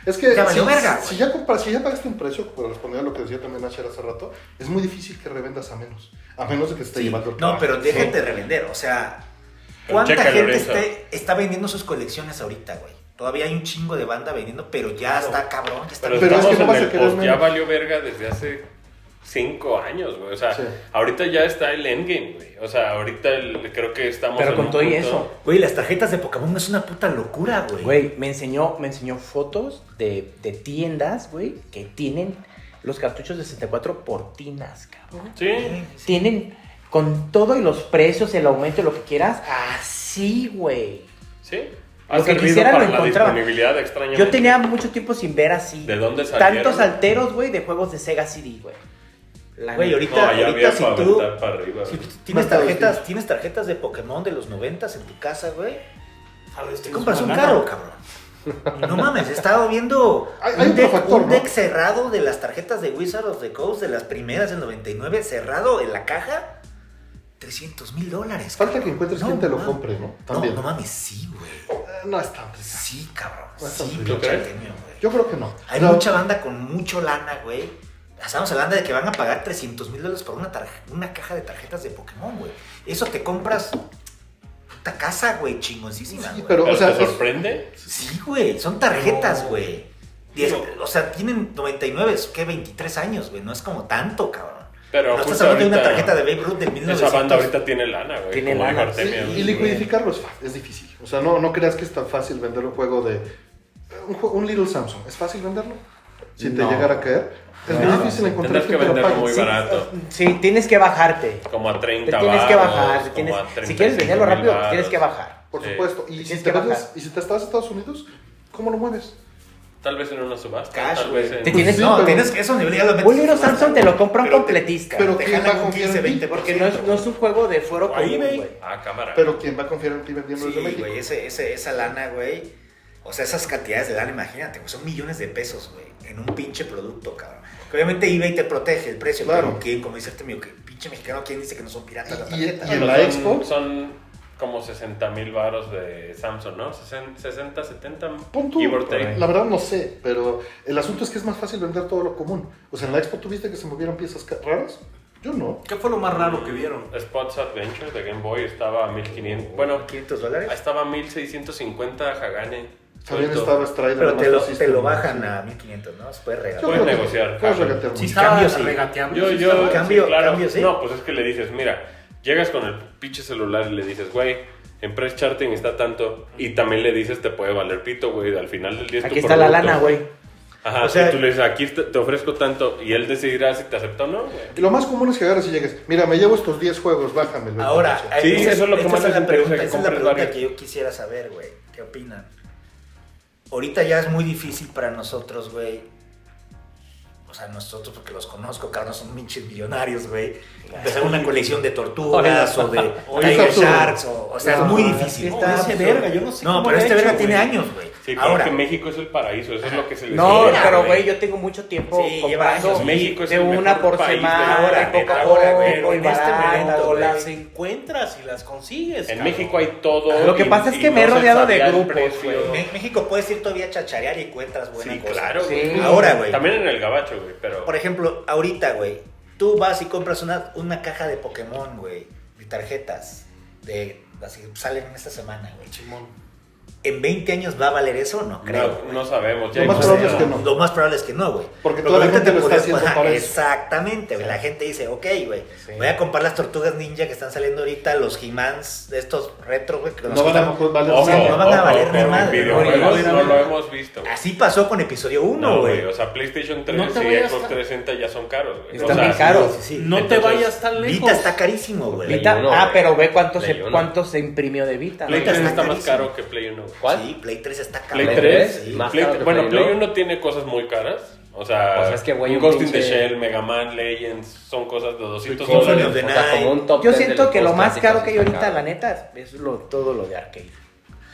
Speaker 4: Es que
Speaker 1: Ya
Speaker 4: si,
Speaker 1: valió verga,
Speaker 4: si ya compras- si ya pagaste un precio, correspondiendo a lo que decía también Asher hace rato, es muy difícil que revendas a menos. A menos de que esté
Speaker 1: Sí,
Speaker 4: llevando el
Speaker 1: No,
Speaker 4: trabajo.
Speaker 1: pero
Speaker 4: Sí.
Speaker 1: déjate revender. O sea,
Speaker 2: Pero
Speaker 1: ¿cuánta
Speaker 2: chécalo,
Speaker 1: gente
Speaker 2: Lorenzo.
Speaker 1: esté- está vendiendo sus colecciones ahorita, güey? Todavía hay un chingo de banda vendiendo, pero ya está cabrón. Ya está
Speaker 2: Pero,
Speaker 4: Pero es
Speaker 2: estamos
Speaker 4: que no vas
Speaker 2: en
Speaker 4: a
Speaker 2: el
Speaker 4: querer
Speaker 2: post, ya
Speaker 4: menos.
Speaker 2: valió verga desde hace cinco años, güey. O sea,
Speaker 4: Sí.
Speaker 2: ahorita ya está el endgame, güey. O sea, ahorita el- creo que estamos.
Speaker 6: Pero
Speaker 2: en
Speaker 6: con
Speaker 2: un
Speaker 6: todo y
Speaker 2: punto-
Speaker 6: eso.
Speaker 1: Güey, las tarjetas de Pokémon es una puta locura, güey.
Speaker 6: Güey, me enseñó, me enseñó fotos de, de tiendas, güey, que tienen los cartuchos de 64 por tinas, cabrón.
Speaker 2: Sí.
Speaker 6: Tienen con todo y los precios, el aumento, lo que quieras, así, güey.
Speaker 2: Sí.
Speaker 6: Lo que quisiera lo
Speaker 2: la
Speaker 6: encontraba.
Speaker 2: disponibilidad extraña.
Speaker 6: Yo tenía mucho tiempo sin ver así.
Speaker 2: ¿De dónde salieron?
Speaker 6: Tantos alteros, güey, de juegos de Sega CD, güey. La
Speaker 1: Güey,
Speaker 6: neta.
Speaker 2: No,
Speaker 1: ahorita,
Speaker 2: ya
Speaker 1: ahorita
Speaker 2: había
Speaker 1: si
Speaker 2: para
Speaker 1: tú...
Speaker 2: aventar para arriba.
Speaker 1: si
Speaker 2: güey.
Speaker 1: tú tienes
Speaker 4: Más
Speaker 1: tarjetas,
Speaker 4: tarde.
Speaker 1: tienes tarjetas de Pokémon de los noventas en tu casa, güey.
Speaker 7: ¿Sabes?
Speaker 1: Te
Speaker 7: Tienes
Speaker 1: compras un
Speaker 7: una
Speaker 1: caro,
Speaker 7: lana.
Speaker 1: cabrón. No mames, he estado viendo
Speaker 4: Hay-
Speaker 1: un,
Speaker 4: hay otro
Speaker 1: deck,
Speaker 4: factor,
Speaker 1: un
Speaker 4: ¿no?
Speaker 1: deck cerrado de las tarjetas de Wizard of the Coast de las primeras del 99, cerrado en la caja. 300 mil dólares.
Speaker 4: Falta
Speaker 1: cabrón.
Speaker 4: que encuentres quien te lo
Speaker 1: mames.
Speaker 4: compre, ¿no?
Speaker 1: No,
Speaker 4: También.
Speaker 1: no mames, sí, güey.
Speaker 4: Eh, no es tan triste.
Speaker 1: Sí, cabrón.
Speaker 4: No es
Speaker 1: Sí,
Speaker 4: tan
Speaker 1: pinche
Speaker 2: crees?
Speaker 1: genio, güey.
Speaker 4: Yo creo que no.
Speaker 1: Hay
Speaker 4: No,
Speaker 1: mucha banda con mucho lana, güey. Estamos hablando de que van a pagar 300 mil dólares por una, tarje- una caja de tarjetas de Pokémon, güey. Eso te compras puta casa, güey, chingoncísima,
Speaker 4: sí,
Speaker 1: güey.
Speaker 4: pero, o sea,
Speaker 2: ¿Te
Speaker 4: es-
Speaker 2: sorprende?
Speaker 1: Sí, güey, son tarjetas,
Speaker 7: No.
Speaker 1: güey. Diez-
Speaker 7: No.
Speaker 1: O sea, tienen 99, es que 23 años, güey. No es como tanto, cabrón.
Speaker 2: Pero
Speaker 1: no estás
Speaker 2: justo
Speaker 1: hablando de una
Speaker 2: ahorita-
Speaker 1: tarjeta de Babe Ruth del 1900.
Speaker 2: Esa banda ahorita tiene lana, güey.
Speaker 6: Tiene
Speaker 2: como dijo
Speaker 6: lana,
Speaker 4: sí,
Speaker 2: Artemio.
Speaker 4: y liquidificarlo es, fa- es difícil. O sea, no, no creas que es tan fácil vender un juego de. Un, jue- un Little Samsung. ¿Es fácil venderlo? Si te
Speaker 6: No.
Speaker 4: llegara a caer. Es muy difícil
Speaker 2: Tendrás
Speaker 4: encontrar
Speaker 2: que
Speaker 4: quien te lo
Speaker 2: venderlo
Speaker 4: pague.
Speaker 2: muy
Speaker 4: Sí,
Speaker 2: barato.
Speaker 6: Sí, tienes que bajarte.
Speaker 2: Como a
Speaker 6: Te
Speaker 2: 30
Speaker 6: tienes que
Speaker 2: varos,
Speaker 6: bajar. te
Speaker 2: como
Speaker 6: tienes-
Speaker 2: a
Speaker 6: si quieres
Speaker 2: 35
Speaker 6: venderlo
Speaker 2: mil
Speaker 6: rápido,
Speaker 2: varos.
Speaker 6: tienes que bajar.
Speaker 4: Por
Speaker 2: Sí.
Speaker 4: supuesto.
Speaker 6: Te
Speaker 4: Y si
Speaker 6: tienes
Speaker 4: te,
Speaker 6: que
Speaker 4: vendes-
Speaker 6: bajar.
Speaker 4: y si te estás a Estados Unidos, ¿cómo lo mueves?
Speaker 2: Tal vez en una subasta.
Speaker 1: Cash,
Speaker 2: tal
Speaker 1: güey.
Speaker 2: vez en...
Speaker 6: Te tienes-
Speaker 4: Sí,
Speaker 1: no,
Speaker 4: pero-
Speaker 1: tienes que eso, nivel ya lo metes
Speaker 6: Un
Speaker 1: en
Speaker 6: libro
Speaker 1: su banda,
Speaker 6: Samsung te lo compra un
Speaker 2: Pero te-
Speaker 6: completista.
Speaker 4: pero
Speaker 1: Te
Speaker 4: ¿quién
Speaker 1: jalan
Speaker 4: va a
Speaker 1: un
Speaker 4: confiar en
Speaker 1: 15,
Speaker 4: ti?
Speaker 1: 20%.
Speaker 6: Este, porque no es, no es un juego de fuero
Speaker 2: Ahí,
Speaker 6: común,
Speaker 2: güey.
Speaker 6: güey.
Speaker 2: Ah, cámara.
Speaker 4: Pero ¿quién va a confiar en ti vendiendo desde
Speaker 1: Sí,
Speaker 4: México?
Speaker 1: güey, ese- ese- esa lana, güey. O sea, esas cantidades de lana, imagínate, güey, son millones de pesos, güey, en un pinche producto, cabrón. Que obviamente eBay te protege el precio,
Speaker 4: Claro.
Speaker 1: pero ¿quién? Como dice Artemio, que pinche mexicano, ¿quién dice que no son piratas las
Speaker 4: Y- y-
Speaker 1: tarjetas?
Speaker 4: y- en
Speaker 2: Pero
Speaker 4: la
Speaker 2: son-
Speaker 4: Expo.
Speaker 2: Son como 60 mil varos de Samsung, ¿no? Sesen- 60, 70.
Speaker 4: Pon tú,
Speaker 2: give or take.
Speaker 4: la verdad no sé, pero el asunto es que es más fácil vender todo lo común. O sea, en la expo tuviste que se movieran piezas ca- raras. Yo no.
Speaker 7: ¿Qué fue lo más raro que vieron?
Speaker 2: Spots Adventure de Game Boy estaba a 1500. Bueno,
Speaker 1: 500 dólares.
Speaker 2: estaba a 1650 Hagane.
Speaker 4: También
Speaker 2: Suelto.
Speaker 4: estaba Strider.
Speaker 1: Pero te
Speaker 4: Master
Speaker 1: lo, te
Speaker 4: System.
Speaker 1: lo bajan a 1500, ¿no? Se puede regalar.
Speaker 4: Yo
Speaker 2: Puedes
Speaker 4: creo que
Speaker 2: negociar,
Speaker 4: Puedes
Speaker 2: cabrón.
Speaker 4: regatear mucho.
Speaker 1: Sí, cambio, sí.
Speaker 7: regateando.
Speaker 2: Yo,
Speaker 7: Sí,
Speaker 2: yo,
Speaker 7: estaba-
Speaker 1: Cambio,
Speaker 2: sí, claro.
Speaker 1: cambio, sí.
Speaker 2: No, pues es que le dices, mira, llegas con el pinche celular y le dices, güey, en Press Charting está tanto. Y también le dices, te puede valer pito, güey. Al final del día es tu
Speaker 6: Aquí está la
Speaker 2: producto.
Speaker 6: lana, güey.
Speaker 2: Ajá,
Speaker 1: O sea-
Speaker 2: y tú le dices, aquí te te ofrezco tanto. Y él decidirá si te acepta o no, güey.
Speaker 4: Y lo más común es que agarres y llegues. Mira, me llevo estos 10 juegos, bájame. el
Speaker 1: Ahora,
Speaker 4: 20%".
Speaker 2: Sí,
Speaker 1: esa
Speaker 2: eso es lo que
Speaker 1: esta
Speaker 2: más
Speaker 1: es
Speaker 2: les
Speaker 1: la
Speaker 2: interesa,
Speaker 1: pregunta,
Speaker 2: que
Speaker 1: esa es la
Speaker 2: compres
Speaker 1: pregunta
Speaker 2: varios.
Speaker 1: que yo quisiera saber, güey. ¿Qué opinan? Ahorita ya es muy difícil para nosotros, güey. O sea, nosotros, porque los conozco, cabrón, son pinches millonarios, güey. Empezar una colección de tortugas o de
Speaker 4: Oye,
Speaker 1: Tiger
Speaker 4: es absurdo.
Speaker 1: Sharks. O, o sea, es
Speaker 4: No,
Speaker 1: muy
Speaker 4: es que
Speaker 1: difícil.
Speaker 7: está Oye, ese absurdo. verga, yo no sé
Speaker 1: No,
Speaker 7: cómo
Speaker 1: pero
Speaker 7: lo ha
Speaker 1: este
Speaker 7: hecho,
Speaker 1: verga tiene
Speaker 7: güey.
Speaker 1: años, güey.
Speaker 2: Sí, pero
Speaker 1: Ahora,
Speaker 2: que México es el paraíso, eso es lo que se les
Speaker 6: No,
Speaker 2: olvida,
Speaker 6: pero güey, yo tengo mucho tiempo
Speaker 1: Sí, lleva
Speaker 6: comprando
Speaker 1: años.
Speaker 2: México es
Speaker 6: de
Speaker 2: el mejor
Speaker 6: una por
Speaker 2: país de
Speaker 6: semana,
Speaker 2: ahora,
Speaker 6: de poco a
Speaker 2: ahora,
Speaker 6: poco,
Speaker 2: güey,
Speaker 6: y
Speaker 7: Pero en este
Speaker 6: baratas,
Speaker 7: momento,
Speaker 6: o
Speaker 7: güey,
Speaker 6: las-
Speaker 7: las encuentras y las consigues.
Speaker 2: En
Speaker 7: cabrón.
Speaker 2: México hay todo.
Speaker 6: Lo que
Speaker 2: y-
Speaker 6: pasa es
Speaker 2: y
Speaker 6: que me he
Speaker 2: se
Speaker 6: rodeado
Speaker 2: sabía
Speaker 6: de
Speaker 2: el
Speaker 6: grupos,
Speaker 2: precio.
Speaker 1: en México puedes ir todavía a chacharear y encuentras buena
Speaker 2: Sí,
Speaker 1: cosa.
Speaker 2: claro,
Speaker 6: Sí.
Speaker 2: güey.
Speaker 1: Ahora, güey.
Speaker 2: También en el gabacho, güey, pero...
Speaker 1: Por ejemplo, ahorita, güey, tú vas y compras una, una caja de Pokémon, güey, de tarjetas, de las que salen esta semana, güey.
Speaker 7: Simón.
Speaker 1: ¿En 20 años va a valer eso? No creo.
Speaker 2: no, no sabemos. ya
Speaker 4: Lo
Speaker 2: hay
Speaker 4: más probable es
Speaker 2: mucha-
Speaker 4: que no.
Speaker 1: Lo más probable es que no, güey.
Speaker 4: Porque
Speaker 1: Pero
Speaker 4: toda la
Speaker 1: ahorita
Speaker 4: gente
Speaker 1: te
Speaker 4: lo está
Speaker 1: podrías-
Speaker 4: haciendo
Speaker 1: ajá,
Speaker 4: para eso.
Speaker 1: Exactamente, güey. La gente dice, ok, güey, voy a comprar las tortugas ninja que están saliendo ahorita, los He-Mans, estos retro, güey, que nos
Speaker 4: No van a
Speaker 1: costan-
Speaker 4: valer
Speaker 2: Ojo,
Speaker 1: sea, no
Speaker 4: nada.
Speaker 1: van a
Speaker 2: ojo,
Speaker 1: valer ni
Speaker 2: con
Speaker 1: madre,
Speaker 2: videojuegos
Speaker 7: güey.
Speaker 2: no lo hemos visto. güey.
Speaker 1: Así pasó con episodio 1,
Speaker 2: No, güey.
Speaker 1: Ah, güey.
Speaker 2: O sea, PlayStation 3
Speaker 7: No
Speaker 2: y
Speaker 7: te vayas
Speaker 2: Xbox
Speaker 7: tan-
Speaker 2: 360 ya son caros, güey.
Speaker 6: Están
Speaker 2: o sea,
Speaker 6: bien caros.
Speaker 7: No
Speaker 2: Entonces,
Speaker 7: te vayas tan lejos.
Speaker 1: Vita está carísimo, güey.
Speaker 6: Vita-
Speaker 3: Play uno,
Speaker 6: ah,
Speaker 3: güey.
Speaker 6: pero ve cuánto
Speaker 3: Play
Speaker 6: se,
Speaker 3: uno.
Speaker 6: cuánto se imprimió de Vita.
Speaker 2: Play
Speaker 1: Ahorita
Speaker 2: 3
Speaker 1: está
Speaker 2: está más
Speaker 1: carísimo.
Speaker 2: caro que Play 1. güey.
Speaker 3: ¿Cuál?
Speaker 1: Sí, Play 3 está cabrón.
Speaker 2: Play
Speaker 3: ¿Play
Speaker 2: 3,
Speaker 3: tres?
Speaker 1: sí.
Speaker 3: Más
Speaker 2: Play-
Speaker 3: caro que
Speaker 2: bueno,
Speaker 3: Play
Speaker 2: Play
Speaker 3: uno.
Speaker 2: 1 tiene cosas muy caras. O sea,
Speaker 3: O sea, es que, güey,
Speaker 2: un
Speaker 3: un
Speaker 2: Ghost in the
Speaker 3: pinche-
Speaker 2: Shell, Mega Man, Legends, son cosas de 200
Speaker 1: Symphony
Speaker 2: dólares.
Speaker 1: of the
Speaker 3: O sea, como un top
Speaker 6: Yo
Speaker 3: 10 de
Speaker 6: siento
Speaker 3: los
Speaker 6: que lo
Speaker 3: juegos
Speaker 6: más
Speaker 3: clásicos
Speaker 6: caro que hay
Speaker 3: está
Speaker 6: ahorita,
Speaker 3: caro.
Speaker 6: la neta, es lo, todo lo de arcade.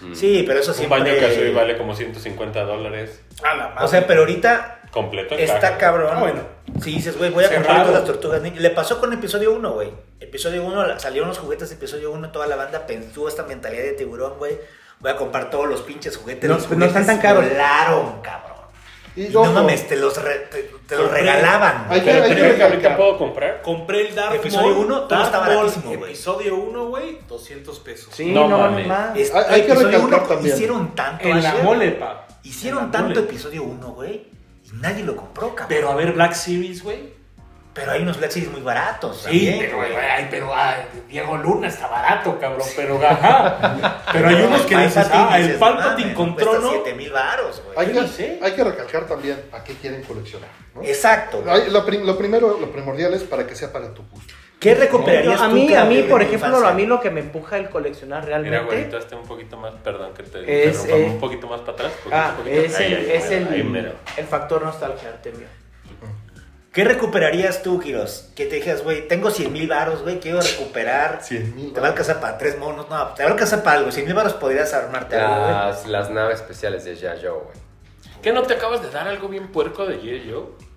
Speaker 3: Mm.
Speaker 1: Sí, pero eso
Speaker 2: Un
Speaker 1: siempre...
Speaker 2: baño que hoy vale como 150 dólares
Speaker 7: A la madre.
Speaker 1: O sea, pero ahorita
Speaker 2: completo. en caja.
Speaker 1: está cabrón.
Speaker 7: Ah, bueno.
Speaker 1: Si dices, güey, voy a comprar
Speaker 7: Cerrado.
Speaker 1: todas las tortugas ninja. Le pasó con episodio 1, güey. Episodio 1, salieron los juguetes de episodio 1, toda la banda pensó esta mentalidad de tiburón, güey. Voy a comprar todos los pinches juguetes.
Speaker 6: No,
Speaker 1: los
Speaker 6: no
Speaker 1: juguetes
Speaker 6: están tan caros.
Speaker 1: Volaron, cabrón.
Speaker 4: Y,
Speaker 1: Y no
Speaker 4: ojo,
Speaker 1: mames, te los, re- te, te los
Speaker 7: Compré.
Speaker 1: regalaban. güey.
Speaker 4: Hay que,
Speaker 2: Pero
Speaker 4: hay que
Speaker 2: creo que ahorita
Speaker 4: recalcar.
Speaker 2: puedo comprar.
Speaker 7: Compré el Dark
Speaker 1: Episodio
Speaker 7: Maul,
Speaker 1: uno, todo
Speaker 7: Dark
Speaker 1: está
Speaker 7: Maul,
Speaker 1: baratísimo, güey.
Speaker 7: Episodio 1, güey, 200 pesos.
Speaker 6: Sí,
Speaker 2: No
Speaker 6: no, no
Speaker 2: mames.
Speaker 6: más.
Speaker 1: Es-
Speaker 4: hay- hay que
Speaker 1: Este, episodio
Speaker 4: recalcar
Speaker 1: uno,
Speaker 4: también.
Speaker 1: Hicieron tanto,
Speaker 7: En la
Speaker 1: Asher.
Speaker 7: mole, pa.
Speaker 1: Hicieron
Speaker 7: En la
Speaker 1: tanto
Speaker 7: mole.
Speaker 1: episodio 1, güey. Y nadie lo compró, cabrón.
Speaker 7: Pero a ver, Black Series, güey.
Speaker 1: Pero hay unos Black Series muy baratos.
Speaker 7: Sí,
Speaker 1: también,
Speaker 7: pero,
Speaker 1: güey.
Speaker 7: ay, pero ay, Diego Luna está barato, cabrón. Pero ajá. Pero hay unos que
Speaker 1: El
Speaker 7: dices, ah, el
Speaker 1: dices,
Speaker 7: Palpatine
Speaker 1: mames,
Speaker 7: con
Speaker 1: cuesta
Speaker 7: trono.
Speaker 1: 7 mil varos, güey.
Speaker 4: Hay
Speaker 7: Yo ni sé.
Speaker 4: que, hay que recalcar también a qué quieren coleccionar. ¿no?
Speaker 1: Exacto. güey.
Speaker 4: Ay, Lo, prim- lo primero, lo primordial es para que sea para tu gusto.
Speaker 1: ¿Qué
Speaker 6: Pero
Speaker 1: recuperarías
Speaker 6: a
Speaker 1: tú
Speaker 6: mí,
Speaker 1: que
Speaker 6: a
Speaker 1: la
Speaker 6: mí,
Speaker 1: vieron
Speaker 6: por
Speaker 1: en tu
Speaker 6: ejemplo,
Speaker 1: infancia?
Speaker 6: a mí lo que me empuja el coleccionar
Speaker 2: Mira,
Speaker 6: realmente
Speaker 2: güerito, este un poquito más, perdón que te
Speaker 6: Es,
Speaker 2: interrumpa,
Speaker 6: eh,
Speaker 2: un poquito más para atrás. poquito,
Speaker 6: ah,
Speaker 2: poquito.
Speaker 6: es
Speaker 2: Ahí,
Speaker 6: el,
Speaker 2: ahí,
Speaker 6: es
Speaker 2: mero, ahí
Speaker 6: el,
Speaker 2: mero.
Speaker 6: el factor nostalgia, Artemio.
Speaker 1: ¿Qué recuperarías tú, Kiros? Que te dijeras, güey, tengo 100 mil varos, güey, quiero recuperar.
Speaker 4: 100 mil.
Speaker 1: Te va a alcanzar para tres monos, no, te va a alcanzar para algo. 100 mil varos podrías armarte algo, güey.
Speaker 3: Las, las naves especiales de Yayo, güey.
Speaker 2: ¿Qué no te acabas de dar algo bien puerco de G.I.O.?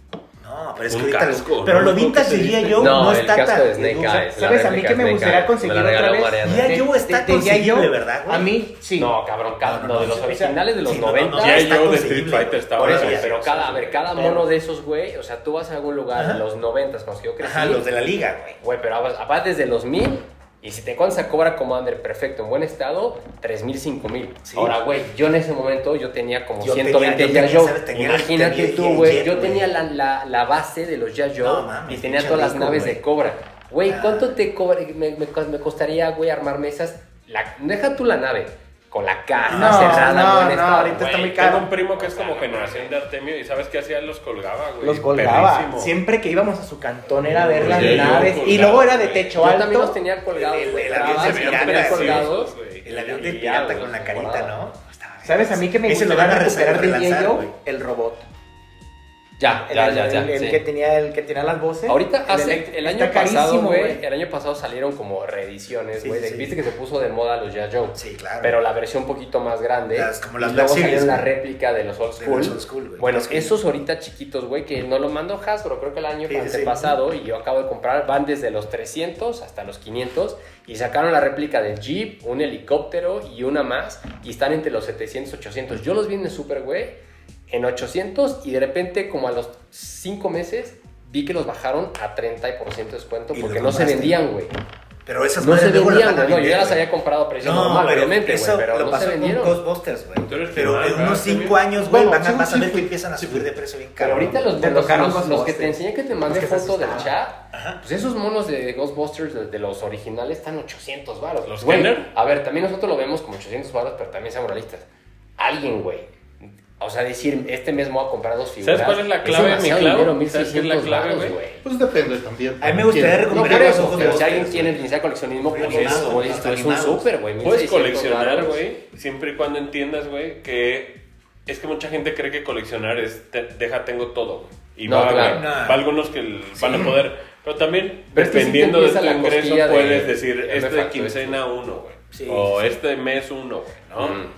Speaker 1: No, pero es que
Speaker 2: Un
Speaker 1: ahorita.
Speaker 2: casco,
Speaker 1: los- pero
Speaker 2: ¿no?
Speaker 1: lo
Speaker 2: ¿Qué
Speaker 1: vintage
Speaker 2: te
Speaker 1: diría
Speaker 2: diste?
Speaker 1: yo no,
Speaker 3: el
Speaker 1: está
Speaker 3: casco
Speaker 1: tan.
Speaker 3: de Snake
Speaker 1: o sea,
Speaker 3: Eyes. la
Speaker 6: ¿Sabes a mí
Speaker 3: réplica
Speaker 6: que me
Speaker 3: Snake
Speaker 6: gustaría
Speaker 3: Eyes,
Speaker 6: conseguir
Speaker 3: me la
Speaker 6: otra
Speaker 3: regaló
Speaker 6: vez?
Speaker 3: Mariana.
Speaker 1: Ya yo está
Speaker 6: De- de
Speaker 1: conseguible,
Speaker 6: G.I. Joe,
Speaker 1: ¿verdad, güey?
Speaker 6: A mí, sí.
Speaker 3: No, cabrón, cada,
Speaker 1: No, no,
Speaker 3: no, de
Speaker 1: no,
Speaker 3: los
Speaker 1: sí,
Speaker 3: originales de los
Speaker 1: sí, no, no,
Speaker 3: 90.
Speaker 1: no, ya
Speaker 2: G.I.
Speaker 1: está
Speaker 2: Joe de
Speaker 1: conseguible,
Speaker 2: Street Fighter
Speaker 1: güey.
Speaker 2: está
Speaker 1: Por
Speaker 3: Por
Speaker 1: eso
Speaker 3: eso,
Speaker 1: ya.
Speaker 2: barato.
Speaker 3: pero cada, a ver, cada
Speaker 1: Pero-
Speaker 3: mono de esos, güey, o sea, tú vas a algún lugar
Speaker 1: Ajá.
Speaker 3: en los 90 cuando yo crecí.
Speaker 1: Ajá, los de la liga, güey.
Speaker 3: Güey, pero abas- aparte desde los 1000 y si te consta Cobra Commander perfecto, en buen estado, 3000, 5000.
Speaker 1: Sí.
Speaker 3: Ahora, güey, yo en ese momento yo tenía como
Speaker 1: Yo tenía-
Speaker 3: 120
Speaker 1: yo tenía,
Speaker 3: ya yo.
Speaker 1: ¿sabes? Tenía-
Speaker 3: Imagínate
Speaker 1: tenía
Speaker 3: tú,
Speaker 1: Jet,
Speaker 3: güey, yo
Speaker 1: güey.
Speaker 3: tenía la, la, la base de los ya yo
Speaker 1: No, mames,
Speaker 3: y tenía
Speaker 1: pinche
Speaker 3: todas las
Speaker 1: rico,
Speaker 3: naves
Speaker 1: güey.
Speaker 3: de Cobra. Güey,
Speaker 1: Ah.
Speaker 3: ¿cuánto te cobra, me, me cos- me costaría, güey, armarme esas? La, deja tú la nave. Con la caja
Speaker 6: No,
Speaker 3: cerrada, en
Speaker 6: no,
Speaker 3: buen
Speaker 6: no,
Speaker 3: estado.
Speaker 6: ahorita
Speaker 3: güey.
Speaker 6: está muy
Speaker 2: Tengo
Speaker 6: caro.
Speaker 2: un primo que es como generación de Artemio y ¿sabes qué hacía? Los colgaba, güey.
Speaker 6: Los colgaba.
Speaker 2: Perrísimo.
Speaker 6: Siempre que íbamos a su cantón era ver las
Speaker 2: G.I. Joe
Speaker 6: naves. Y
Speaker 2: colgado,
Speaker 6: luego era de
Speaker 2: güey.
Speaker 6: techo
Speaker 3: Yo
Speaker 6: alto.
Speaker 3: también los tenía colgados.
Speaker 1: El- el-
Speaker 3: güey,
Speaker 1: el avión
Speaker 3: grababa,
Speaker 1: se
Speaker 3: los
Speaker 1: veía
Speaker 3: tenía
Speaker 1: gracioso,
Speaker 3: colgados.
Speaker 2: güey.
Speaker 1: El avión del
Speaker 3: Y ya,
Speaker 1: pirata
Speaker 3: güey,
Speaker 1: con la
Speaker 3: los
Speaker 1: carita,
Speaker 3: colgaba.
Speaker 1: ¿no? Estaba bien.
Speaker 6: ¿Sabes a mí que me
Speaker 1: Ese lo
Speaker 6: gustaría
Speaker 1: van a
Speaker 6: recuperar de
Speaker 1: relanzar,
Speaker 6: G.I. Joe?
Speaker 1: güey.
Speaker 6: El robot.
Speaker 3: Ya,
Speaker 6: El,
Speaker 3: ya,
Speaker 6: el-
Speaker 3: ya, ya.
Speaker 6: el- el
Speaker 3: sí.
Speaker 6: que tenía el que tenía las voces.
Speaker 3: Ahorita
Speaker 6: ¿eh? El
Speaker 3: hace,
Speaker 6: elect-
Speaker 3: el
Speaker 6: está
Speaker 3: año pasado,
Speaker 6: carísimo,
Speaker 3: güey, el año pasado salieron como reediciones,
Speaker 1: Sí,
Speaker 3: güey. de-
Speaker 1: sí.
Speaker 3: Viste que se puso de moda los Ya Joe.
Speaker 1: Sí, claro.
Speaker 3: Pero la versión un poquito más grande.
Speaker 1: Las- como las
Speaker 3: y luego
Speaker 1: Black Series,
Speaker 3: salieron la
Speaker 1: güey.
Speaker 3: réplica de los Old
Speaker 1: De los
Speaker 3: School.
Speaker 1: old school, güey.
Speaker 3: bueno,
Speaker 1: Las que-
Speaker 3: esos ahorita chiquitos, güey, que no lo mandó Hasbro, creo que el año
Speaker 1: Sí, sí, sí.
Speaker 3: antepasado, y yo acabo de comprar, van desde los 300 hasta los 500, y sacaron la réplica del Jeep, un helicóptero y una más, y están entre los 700, 800. Yo los vi en el Super, güey, en 800 y de repente como a los 5 meses vi que los bajaron a 30% de descuento
Speaker 1: Y
Speaker 3: porque
Speaker 1: los
Speaker 3: no se
Speaker 1: compraste.
Speaker 3: vendían, güey.
Speaker 1: Pero esas
Speaker 3: No se
Speaker 1: madres luego las
Speaker 3: vendían,
Speaker 1: van a
Speaker 3: güey. No, yo ya
Speaker 1: vender,
Speaker 3: las
Speaker 1: güey.
Speaker 3: había comprado a precio
Speaker 1: No,
Speaker 3: normal,
Speaker 1: pero
Speaker 3: obviamente,
Speaker 1: eso
Speaker 3: güey, pero
Speaker 1: lo
Speaker 3: no se
Speaker 1: pasó con
Speaker 3: vendieron.
Speaker 1: Ghostbusters,
Speaker 2: Tú
Speaker 1: güey.
Speaker 2: eres
Speaker 1: Pero
Speaker 2: que
Speaker 1: en
Speaker 2: mal,
Speaker 1: unos
Speaker 2: ¿verdad?
Speaker 1: 5 años, güey,
Speaker 4: Bueno,
Speaker 1: van a-
Speaker 4: sí,
Speaker 1: vas a
Speaker 4: sí,
Speaker 1: ver que
Speaker 4: sí.
Speaker 1: empiezan a subir de precio bien
Speaker 3: Pero
Speaker 1: caro.
Speaker 3: ahorita los,
Speaker 6: Te
Speaker 3: los-
Speaker 6: tocaron
Speaker 3: los- los que
Speaker 6: Ghostbusters.
Speaker 3: te enseñé que te
Speaker 6: Los
Speaker 3: mandé
Speaker 6: que se
Speaker 3: foto del
Speaker 6: asustaban.
Speaker 3: chat, pues esos monos de Ghostbusters, de, de los originales, están 800 varos.
Speaker 2: ¿Los
Speaker 3: Güey,
Speaker 2: Kenner?
Speaker 3: A ver, también nosotros lo vemos como 800 varos, pero también seamos realistas. Alguien, güey. O sea, decir, este mes me voy a comprar dos figuras.
Speaker 2: ¿Sabes cuál es la clave, mi
Speaker 3: demasiado
Speaker 2: Clau?
Speaker 3: dinero,
Speaker 2: ¿Sabes qué es la
Speaker 3: 1600
Speaker 2: clave,
Speaker 3: varos,
Speaker 2: güey?
Speaker 3: güey.
Speaker 4: Pues depende también.
Speaker 1: A mí me gustaría
Speaker 4: ¿Quién?
Speaker 3: No por
Speaker 1: recuperar los
Speaker 3: eso,
Speaker 1: ojos de
Speaker 3: pero si
Speaker 1: Ghostbusters,
Speaker 3: alguien quiere
Speaker 1: güey.
Speaker 3: iniciar coleccionismo, pues
Speaker 1: Animados,
Speaker 3: es, como dices tú, es un
Speaker 1: animados.
Speaker 3: súper, güey.
Speaker 2: Puedes
Speaker 3: 1600
Speaker 2: coleccionar,
Speaker 3: dólares.
Speaker 2: güey, siempre y cuando entiendas, güey, que es que mucha gente cree que coleccionar es te- deja, tengo todo, güey. Y
Speaker 3: No,
Speaker 2: va,
Speaker 3: claro.
Speaker 2: güey,
Speaker 1: No.
Speaker 2: va algunos que l- van a poder. Pero también,
Speaker 3: Pero es que sí te
Speaker 2: dependiendo de
Speaker 3: empieza
Speaker 2: tu
Speaker 3: la
Speaker 2: ingreso,
Speaker 3: cosquilla de-
Speaker 2: puedes decir,
Speaker 3: ya me
Speaker 2: este de
Speaker 3: faltó
Speaker 2: quincena uno, güey.
Speaker 1: Sí,
Speaker 2: o este mes uno, güey, ¿no?
Speaker 3: Ujú.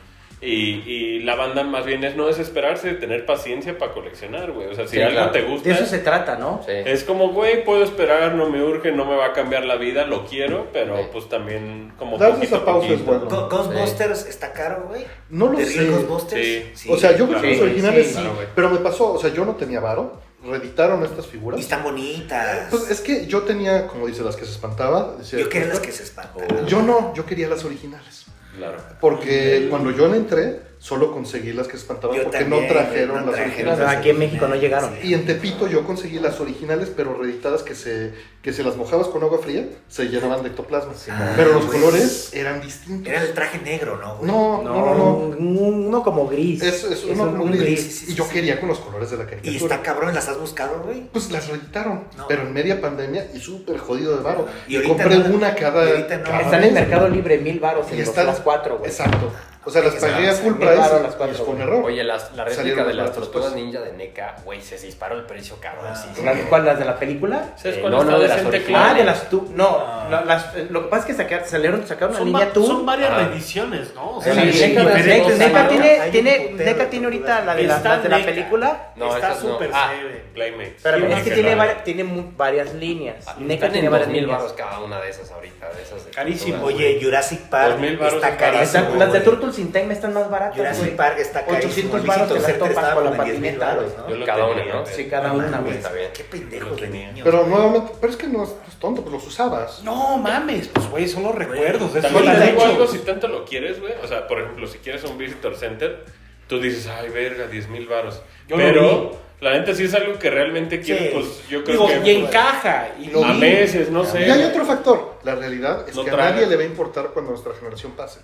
Speaker 2: Y, y la banda más bien es no desesperarse, tener paciencia para coleccionar, güey. O sea, si
Speaker 3: Sí,
Speaker 2: algo
Speaker 3: claro.
Speaker 2: te gusta...
Speaker 6: De eso se trata, ¿no?
Speaker 3: Sí.
Speaker 2: Es como, güey, puedo esperar, no me urge, no me va a cambiar la vida, lo quiero, pero
Speaker 3: Sí.
Speaker 2: pues también como
Speaker 4: Darles
Speaker 2: poquito a
Speaker 4: esa pausa es
Speaker 2: poquito.
Speaker 1: Go-
Speaker 4: bueno.
Speaker 1: Ghostbusters está caro, güey.
Speaker 4: No lo
Speaker 1: ¿Te ríes
Speaker 4: sé.
Speaker 1: Ghostbusters?
Speaker 2: Sí.
Speaker 4: O sea, yo creo
Speaker 2: claro.
Speaker 4: que los
Speaker 6: Sí,
Speaker 4: originales
Speaker 6: sí.
Speaker 4: sí,
Speaker 2: Claro, güey.
Speaker 4: pero me pasó, o sea, yo no tenía varo, reeditaron estas
Speaker 1: Y
Speaker 4: figuras.
Speaker 1: están bonitas.
Speaker 4: Pues es que yo tenía, como dice, las que se espantaba. decía-
Speaker 1: yo quería las que se espantan.
Speaker 4: Yo no, yo quería las originales.
Speaker 2: Claro.
Speaker 4: Porque cuando yo le entré, solo conseguí las que se espantaban
Speaker 1: Yo
Speaker 4: porque
Speaker 1: también,
Speaker 4: no trajeron
Speaker 1: no
Speaker 4: las
Speaker 1: trajeron.
Speaker 4: originales.
Speaker 1: Las
Speaker 6: Aquí en México no llegaron.
Speaker 4: Y en Tepito yo conseguí las originales, pero reeditadas que se, que se las mojabas con agua fría, se llenaban de ectoplasma.
Speaker 1: Ah,
Speaker 4: pero los
Speaker 1: pues.
Speaker 4: colores eran distintos.
Speaker 1: Era el traje negro, ¿no, güey?
Speaker 4: No, no, no, no.
Speaker 6: un- un- uno como gris.
Speaker 4: Es, es uno
Speaker 6: un-
Speaker 4: como
Speaker 6: un
Speaker 4: gris.
Speaker 1: sí, sí,
Speaker 4: Y yo
Speaker 1: sí.
Speaker 4: quería con los colores de la
Speaker 1: Y
Speaker 4: caricatura.
Speaker 1: está cabrón, ¿las has buscado, güey?
Speaker 4: Pues las reeditaron,
Speaker 1: No.
Speaker 4: pero en media pandemia y súper jodido de varo.
Speaker 1: Y
Speaker 4: Y,
Speaker 1: ahorita
Speaker 4: compré
Speaker 1: no,
Speaker 4: una cada.
Speaker 1: y ahorita no.
Speaker 4: cada
Speaker 6: Están
Speaker 4: mes.
Speaker 6: en Mercado Libre mil baros
Speaker 4: Y
Speaker 6: en los-
Speaker 4: están-
Speaker 6: las cuatro, güey.
Speaker 4: Exacto. O sea, las
Speaker 1: Exacto.
Speaker 4: pagué a full
Speaker 6: Mil varos
Speaker 4: price.
Speaker 6: las
Speaker 4: y
Speaker 6: cuatro,
Speaker 4: fue un
Speaker 6: güey.
Speaker 4: error.
Speaker 3: Oye, las- la réplica
Speaker 4: Salieron
Speaker 3: de las
Speaker 4: baratos,
Speaker 3: tortugas
Speaker 4: pues.
Speaker 3: ninja de NECA, güey, se disparó el precio, cabrón.
Speaker 1: Ah.
Speaker 3: sí.
Speaker 6: ¿Las, cuál, las de la película?
Speaker 2: ¿Sabes
Speaker 3: Eh,
Speaker 2: cuál
Speaker 3: no,
Speaker 2: está
Speaker 3: no, de las
Speaker 2: decente,
Speaker 3: originales.
Speaker 6: Ah,
Speaker 2: Clau?
Speaker 6: de las tú. No, la- las- eh, lo que pasa es que saca- salieron, sacaron una
Speaker 7: Son,
Speaker 6: línea
Speaker 7: va-
Speaker 6: tú.
Speaker 7: son varias
Speaker 3: Ajá.
Speaker 7: reediciones, ¿no? O
Speaker 1: Sí,
Speaker 7: sea,
Speaker 6: Neca-
Speaker 1: sí,
Speaker 7: diferentes
Speaker 1: pero
Speaker 6: Neca-
Speaker 1: Neca-
Speaker 7: cosas,
Speaker 6: Neca
Speaker 1: Neca-
Speaker 7: ¿no?
Speaker 1: Hay
Speaker 6: tiene,
Speaker 1: un
Speaker 6: tiene,
Speaker 1: putero de
Speaker 6: Neca tiene ahorita la de, la,
Speaker 7: Está
Speaker 6: las de la
Speaker 7: Neca.
Speaker 6: película.
Speaker 3: No,
Speaker 7: está
Speaker 3: esas no.
Speaker 7: súper
Speaker 3: Ah,
Speaker 7: chévere.
Speaker 2: Playmates.
Speaker 6: Pero es
Speaker 2: Sí,
Speaker 6: que
Speaker 2: claro.
Speaker 6: tiene, varias, tiene mu- varias líneas. Neca
Speaker 3: ah, Están en
Speaker 6: tiene varias
Speaker 3: 2000
Speaker 6: líneas.
Speaker 3: baros cada una de esas ahorita, de esas. de
Speaker 7: Carísimo.
Speaker 3: tortugas, güey.
Speaker 1: Oye, Jurassic Park
Speaker 2: Ah, Dos mil varos
Speaker 1: está
Speaker 2: es barato,
Speaker 6: Están-
Speaker 1: carísimo.
Speaker 6: las de
Speaker 1: güey.
Speaker 6: Turtles tus Intec me están más baratas,
Speaker 1: Jurassic
Speaker 6: güey.
Speaker 1: Park está carísimo.
Speaker 6: 800 baros te la
Speaker 1: Center
Speaker 6: topas
Speaker 1: estaba
Speaker 6: con la
Speaker 1: como en 10,000
Speaker 6: patineta,
Speaker 1: varos,
Speaker 6: güey.
Speaker 1: ¿no?
Speaker 2: Yo lo
Speaker 3: Cada
Speaker 2: tenía,
Speaker 3: uno, ¿no?
Speaker 2: güey.
Speaker 6: Sí, cada
Speaker 1: No
Speaker 6: una,
Speaker 1: mames,
Speaker 6: güey.
Speaker 3: está bien.
Speaker 1: Qué pendejos de niños.
Speaker 4: Pero
Speaker 1: güey.
Speaker 4: nuevamente, pero es que no es es tonto, pues los usabas.
Speaker 7: No mames, pues güey, son los recuerdos. Eso
Speaker 2: También
Speaker 1: la
Speaker 7: es
Speaker 2: te
Speaker 1: de
Speaker 2: digo
Speaker 1: hecho.
Speaker 2: algo si tanto lo quieres, güey. O sea, por ejemplo, si quieres un visitor center, tú dices, ay, verga, 10 mil varos.
Speaker 7: Yo lo
Speaker 2: Pero la neta sí es algo que realmente
Speaker 1: Sí.
Speaker 2: quieres, pues yo creo
Speaker 7: Digo,
Speaker 2: que
Speaker 7: y encaja. Y lo
Speaker 2: a
Speaker 7: vi.
Speaker 2: meses, no sé.
Speaker 4: Y hay otro factor. La realidad es
Speaker 2: No
Speaker 4: que a
Speaker 2: traga.
Speaker 4: nadie le va a importar cuando nuestra generación pase.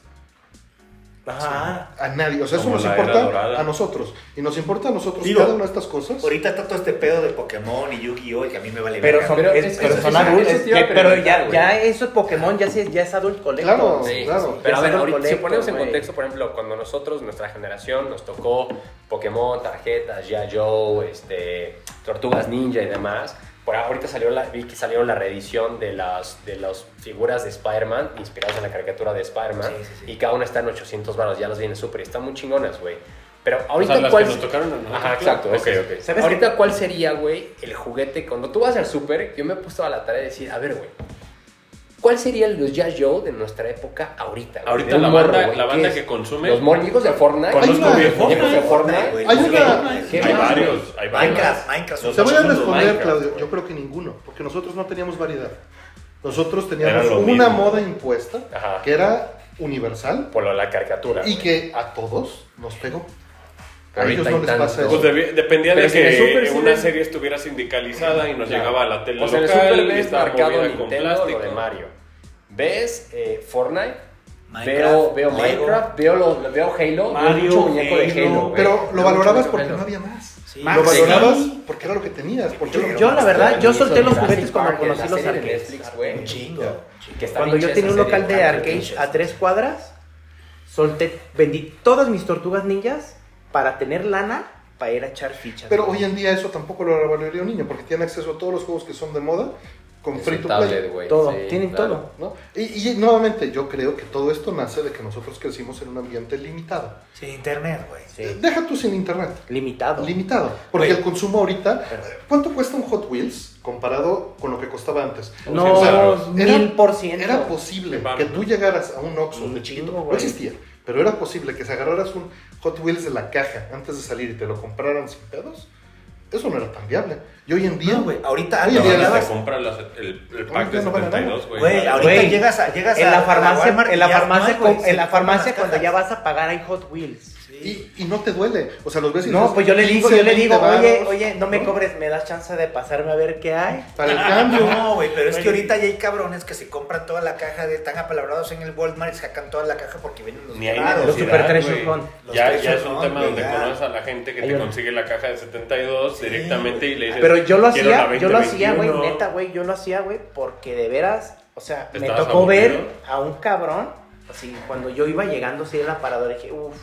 Speaker 6: Ajá.
Speaker 4: A nadie. O sea, eso
Speaker 2: Como
Speaker 4: nos
Speaker 2: la era
Speaker 4: importa
Speaker 2: dorada.
Speaker 4: a nosotros. Y nos importa a nosotros
Speaker 1: Digo,
Speaker 4: cada una de estas cosas.
Speaker 1: Ahorita está todo este pedo de Pokémon y Yu-Gi-Oh! que a mí me vale
Speaker 6: Pero
Speaker 1: verga,
Speaker 6: son,
Speaker 3: Pero
Speaker 6: es-
Speaker 3: es-
Speaker 6: pero
Speaker 3: eso-
Speaker 6: son
Speaker 3: eso- eso
Speaker 6: adultos.
Speaker 3: te iba a
Speaker 6: que- pero ya,
Speaker 3: preguntar,
Speaker 6: ya
Speaker 3: güey.
Speaker 6: esos Pokémon ya, se- ya es adult collector.
Speaker 4: Claro.
Speaker 6: Sí.
Speaker 3: Sí,
Speaker 4: claro.
Speaker 3: Pero a
Speaker 6: Ya
Speaker 3: ver,
Speaker 6: son
Speaker 3: ahorita, si
Speaker 6: colectos,
Speaker 3: ponemos en
Speaker 6: güey.
Speaker 3: contexto, por ejemplo, cuando nosotros, nuestra generación, nos tocó Pokémon, tarjetas, ya Joe, este, Tortugas Ninja y demás. Por ahorita salió la, vi que salió la reedición de las, de las figuras de Spider-Man, inspiradas en la caricatura de Spider-Man.
Speaker 1: Sí, sí, sí.
Speaker 3: Y cada una está en 800 baros, ya las vienen súper, y están muy chingonas, güey. Pero
Speaker 2: O
Speaker 3: ahorita,
Speaker 2: sea, las
Speaker 3: ¿cuál
Speaker 2: que
Speaker 3: es-
Speaker 2: nos tocaron a nosotros.
Speaker 3: Ajá, exacto.
Speaker 2: Ok,
Speaker 3: ese es.
Speaker 2: ok.
Speaker 6: ¿Sabes
Speaker 3: Ahorita, ¿cuál sería, güey, el juguete? Cuando tú vas al súper, yo me he puesto a la tarea de decir, a ver, güey, ¿cuál sería los Jazz Joe de nuestra época ahorita? güey?
Speaker 2: Ahorita
Speaker 3: De un
Speaker 2: la banda-
Speaker 3: güey,
Speaker 2: la banda
Speaker 3: es-
Speaker 2: que consume-
Speaker 3: Los morñicos de Fortnite.
Speaker 2: Conozco
Speaker 3: Hay una-
Speaker 2: viejos.
Speaker 3: viejos de Fortnite.
Speaker 1: pues, güey.
Speaker 4: Hay
Speaker 1: Sí,
Speaker 4: una-
Speaker 1: güey.
Speaker 3: ¿Qué
Speaker 2: Hay
Speaker 3: más,
Speaker 2: varios, hay varios.
Speaker 1: Minecraft, Minecraft.
Speaker 2: Nos
Speaker 4: Te voy a
Speaker 2: Nosotros
Speaker 4: responder,
Speaker 2: Minecraft,
Speaker 4: Claudio.
Speaker 2: güey.
Speaker 4: Yo creo que ninguno, porque nosotros no teníamos variedad. Nosotros
Speaker 2: Era
Speaker 4: teníamos
Speaker 2: lo
Speaker 4: una
Speaker 2: mismo.
Speaker 4: moda impuesta
Speaker 3: Ajá.
Speaker 4: que era universal
Speaker 3: Por lo de la caricatura.
Speaker 4: y
Speaker 3: güey.
Speaker 4: que a todos nos pegó. A
Speaker 3: Ahorita
Speaker 4: ellos
Speaker 3: hay
Speaker 4: no les
Speaker 3: tantos.
Speaker 4: pasa
Speaker 2: Pues
Speaker 4: eso.
Speaker 2: debi- dependía
Speaker 3: Pero
Speaker 2: de
Speaker 3: si en el súper
Speaker 2: que
Speaker 3: sí
Speaker 2: una
Speaker 3: ven-
Speaker 2: serie estuviera sindicalizada y nos
Speaker 3: Claro.
Speaker 2: llegaba a la tele
Speaker 3: O sea, en el
Speaker 2: local
Speaker 3: súper
Speaker 2: y
Speaker 3: ves
Speaker 2: estaba
Speaker 3: marcado
Speaker 2: movida con
Speaker 3: Nintendo lo
Speaker 2: plástico.
Speaker 3: de Mario. ¿Ves eh, Fortnite?
Speaker 1: Minecraft,
Speaker 3: Veo, veo
Speaker 1: Lego.
Speaker 3: Minecraft, veo, lo- lo- veo Halo,
Speaker 7: Mario,
Speaker 3: veo mucho muñeco de
Speaker 7: Halo.
Speaker 3: Halo. güey. Veo
Speaker 4: Pero
Speaker 3: mucho
Speaker 4: lo valorabas
Speaker 3: muñeco
Speaker 4: porque
Speaker 3: Halo.
Speaker 4: no había más.
Speaker 1: Sí.
Speaker 4: Lo
Speaker 6: Max,
Speaker 4: valorabas
Speaker 6: sí.
Speaker 4: porque era lo que tenías. Porque era lo que
Speaker 6: Yo, la
Speaker 4: más
Speaker 6: verdad,
Speaker 4: te-
Speaker 6: yo solté los
Speaker 3: Jurassic
Speaker 6: juguetes cuando
Speaker 3: Park,
Speaker 6: conocí
Speaker 3: la
Speaker 6: los
Speaker 3: serie de
Speaker 6: arcades.
Speaker 3: Netflix, güey.
Speaker 1: Un chingo. un chingo.
Speaker 3: Que está
Speaker 6: Cuando
Speaker 3: bien
Speaker 6: yo
Speaker 3: chida
Speaker 6: tenía un
Speaker 3: esa serie,
Speaker 6: local de
Speaker 3: güey.
Speaker 6: arcade a tres cuadras, solté, vendí todas mis tortugas ninjas para tener lana para ir a echar fichas.
Speaker 4: Pero
Speaker 6: güey.
Speaker 4: hoy en día eso tampoco lo valoraría un niño porque tiene acceso a todos los juegos que son de moda con
Speaker 3: Es
Speaker 4: free
Speaker 3: un
Speaker 4: to play.
Speaker 3: tablet, güey.
Speaker 6: todo,
Speaker 3: Sí,
Speaker 6: tienen
Speaker 3: claro.
Speaker 6: todo.
Speaker 4: ¿no? Y, y nuevamente, yo creo que todo esto nace de que nosotros crecimos en un ambiente limitado.
Speaker 1: Sin internet, güey.
Speaker 4: Deja tú sin internet.
Speaker 6: Limitado.
Speaker 4: Limitado. Porque
Speaker 1: Oye.
Speaker 4: el consumo ahorita. ¿Cuánto cuesta un Hot Wheels comparado con lo que costaba antes?
Speaker 6: no,
Speaker 2: O sea,
Speaker 4: era-
Speaker 6: mil por ciento.
Speaker 4: Era posible
Speaker 2: Vamos.
Speaker 4: que tú llegaras a un Oxxo
Speaker 6: Un
Speaker 4: de chiquito.
Speaker 6: chingo,
Speaker 4: No
Speaker 6: güey.
Speaker 4: existía. Pero era posible que se agarraras un Hot Wheels de la caja antes de salir y te lo compraran sin pedos. Eso no era tan viable. Y hoy en día,
Speaker 1: No, güey. Ahorita
Speaker 4: Oye,
Speaker 1: antes
Speaker 4: Diana,
Speaker 2: Ahora
Speaker 1: hablabas-
Speaker 2: te compran las- el, el
Speaker 4: Ahora
Speaker 2: pack
Speaker 4: ya
Speaker 2: de
Speaker 4: no van a nada.
Speaker 2: 72, güey.
Speaker 1: Güey, ahorita
Speaker 6: Güey,
Speaker 1: llegas a, llegas
Speaker 6: en
Speaker 1: a-
Speaker 6: la
Speaker 1: a
Speaker 6: farmacia,
Speaker 1: Walmart
Speaker 6: en
Speaker 1: y
Speaker 6: la
Speaker 1: ya no
Speaker 6: farmacia,
Speaker 1: hay, güey,
Speaker 6: con-
Speaker 1: se
Speaker 6: en la
Speaker 1: te compran
Speaker 6: farmacia
Speaker 1: las
Speaker 6: cuando ya
Speaker 1: cajas.
Speaker 6: vas a pagar hay Hot Wheels.
Speaker 4: y, y no te duele. O sea, los ves y
Speaker 6: No,
Speaker 4: dices,
Speaker 6: pues yo le digo,
Speaker 4: 15,
Speaker 6: yo le digo,
Speaker 4: 20
Speaker 6: oye,
Speaker 4: varos,
Speaker 6: oye, no me cobres, me das chance de pasarme a ver qué hay.
Speaker 4: Para el cambio.
Speaker 1: No, güey, pero es que ahorita ya hay cabrones que se compran toda la caja de están apalabrados en el Walmart y sacan toda la caja porque vienen los
Speaker 2: Ni hay
Speaker 1: caros,
Speaker 6: Los
Speaker 2: necesidad,
Speaker 6: Super Treasure
Speaker 2: güey.
Speaker 6: Hunt.
Speaker 1: Los
Speaker 2: Ya,
Speaker 1: Treasure
Speaker 2: ya es un
Speaker 1: Hunt,
Speaker 2: tema
Speaker 1: güey,
Speaker 2: donde
Speaker 1: ya.
Speaker 2: conoces a la gente que
Speaker 6: Hay
Speaker 2: te
Speaker 6: una-
Speaker 2: consigue la caja de 72
Speaker 1: Sí,
Speaker 2: directamente
Speaker 1: güey.
Speaker 2: y le dices.
Speaker 6: Pero yo lo
Speaker 2: "Quiero
Speaker 6: hacía,
Speaker 2: la
Speaker 6: yo lo hacía, güey,
Speaker 2: 20,
Speaker 6: neta, güey, yo lo hacía, güey, porque de veras, o sea, me
Speaker 2: ¿Estabas
Speaker 6: tocó ver
Speaker 2: aburrido?
Speaker 6: a un cabrón, así, cuando yo iba llegando así de la paradora, dije, uff,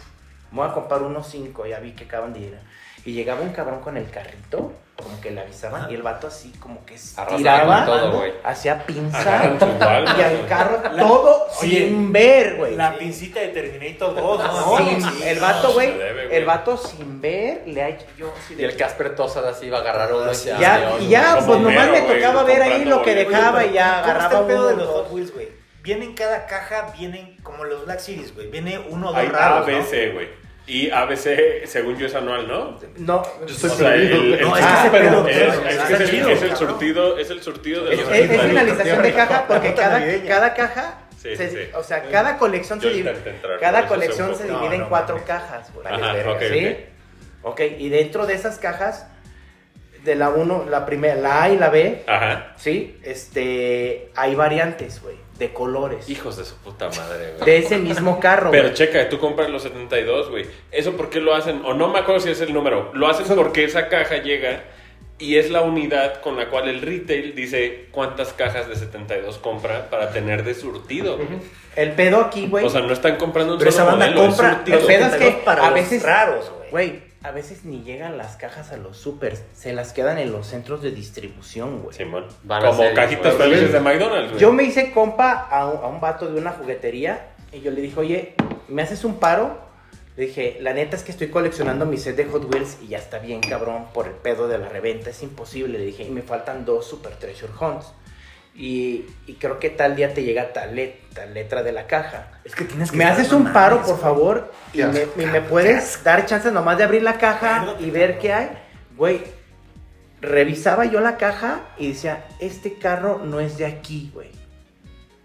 Speaker 6: me voy a comprar unos cinco, ya vi que acaban de ir. Y llegaba un cabrón con el carrito, como que le avisaban, y el vato así como que
Speaker 3: Arrasaba
Speaker 6: tiraba,
Speaker 3: con todo, güey.
Speaker 6: hacía pinza,
Speaker 2: Agarran su Walmart,
Speaker 6: y al
Speaker 2: güey.
Speaker 6: carro todo
Speaker 7: Oye,
Speaker 6: sin ver, güey.
Speaker 7: La pincita de Terminator 2,
Speaker 1: No,
Speaker 7: ¿no?
Speaker 6: Sin-
Speaker 1: sí,
Speaker 6: el vato,
Speaker 2: no,
Speaker 6: güey,
Speaker 2: se debe, güey.
Speaker 6: el vato sin ver le ha hecho yo así
Speaker 3: Y
Speaker 6: de-
Speaker 3: el Casper Tosas así va a agarrar uno.
Speaker 1: Sí.
Speaker 3: y
Speaker 6: Ah, ya,
Speaker 3: Dios,
Speaker 6: y ya,
Speaker 3: güey,
Speaker 6: pues
Speaker 2: como
Speaker 6: nomás me
Speaker 2: mero, güey,
Speaker 6: tocaba ver ahí lo que
Speaker 2: comprando,
Speaker 1: Oye,
Speaker 6: dejaba
Speaker 1: pero
Speaker 6: y ya
Speaker 1: ¿cómo está
Speaker 6: agarraba
Speaker 1: el pedo
Speaker 6: uno.
Speaker 1: de los
Speaker 6: dos.
Speaker 1: Hot Wheels, güey? Viene en cada caja, vienen como los Black Series, güey. Viene uno o dos
Speaker 2: Hay
Speaker 1: raros, ¿no?
Speaker 2: ABC, güey. Y ABC, según yo, es anual, ¿no?
Speaker 6: No,
Speaker 4: Yo
Speaker 2: O
Speaker 4: estoy
Speaker 2: sea, el,
Speaker 4: perdido.
Speaker 2: el-
Speaker 1: No, es
Speaker 6: que
Speaker 2: ah,
Speaker 6: ese
Speaker 2: pero
Speaker 6: pedo,
Speaker 2: es,
Speaker 1: pero
Speaker 2: es
Speaker 1: está
Speaker 2: que es el,
Speaker 1: chido,
Speaker 2: es el
Speaker 1: cabrón.
Speaker 2: surtido, es el surtido de
Speaker 6: es,
Speaker 2: los
Speaker 6: es- es
Speaker 2: artistas.
Speaker 6: finalización de caja porque
Speaker 1: Nota
Speaker 6: cada,
Speaker 1: navideña.
Speaker 6: cada caja,
Speaker 2: Sí,
Speaker 6: se-
Speaker 2: sí.
Speaker 6: o sea, cada colección se
Speaker 2: Yo
Speaker 6: divide,
Speaker 2: intenté entrar, pero
Speaker 6: cada
Speaker 2: eso se
Speaker 6: colección se
Speaker 2: enfocó.
Speaker 1: No,
Speaker 6: divide en
Speaker 1: no
Speaker 6: cuatro
Speaker 1: mames.
Speaker 6: cajas, güey.
Speaker 2: Ajá,
Speaker 6: Vale,
Speaker 2: ok,
Speaker 6: ¿sí? ok, y dentro de esas cajas, de la 1, la primera, la A y la B,
Speaker 2: Ajá.
Speaker 6: sí, este, hay variantes, güey, de colores.
Speaker 2: Hijos de su puta madre, güey.
Speaker 6: De ese mismo carro,
Speaker 2: Pero
Speaker 6: güey.
Speaker 2: checa, tú compras los 72, güey. ¿Eso por qué lo hacen? O no me acuerdo si es el número. Lo hacen porque esa caja llega y es la unidad con la cual el retail dice cuántas cajas de 72 compra para tener de surtido. güey.
Speaker 6: El pedo aquí, güey.
Speaker 2: O sea, no están comprando un
Speaker 1: Pero esa
Speaker 2: solo
Speaker 1: banda
Speaker 2: modelo, es
Speaker 1: compra
Speaker 2: surtido.
Speaker 6: Lo pedo es que
Speaker 1: para
Speaker 6: a
Speaker 1: los
Speaker 6: veces
Speaker 1: raros, güey.
Speaker 6: Güey, a veces ni llegan las cajas a los supers, se las quedan en los centros de distribución, güey.
Speaker 2: Simón.
Speaker 3: Van a
Speaker 2: Como
Speaker 3: ser,
Speaker 2: cajitas
Speaker 3: güey.
Speaker 2: felices de McDonald's, güey.
Speaker 6: Yo me hice compa a un, a un vato de una juguetería y yo le dije, oye, ¿me haces un paro? Le dije, la neta es que estoy coleccionando mi set de Hot Wheels y ya está bien, cabrón, por el pedo de la reventa, es imposible. Le dije, y me faltan dos Super Treasure Hunts. Y, y creo que tal día te llega tal, le- tal letra de la caja.
Speaker 1: Es que tienes que.
Speaker 6: Me haces un paro, por favor, y
Speaker 4: Qué
Speaker 6: me,
Speaker 4: asco,
Speaker 6: y me puedes dar chance nomás de abrir la caja y ver qué hay. Güey, revisaba yo la caja y decía, este carro no es de aquí, güey.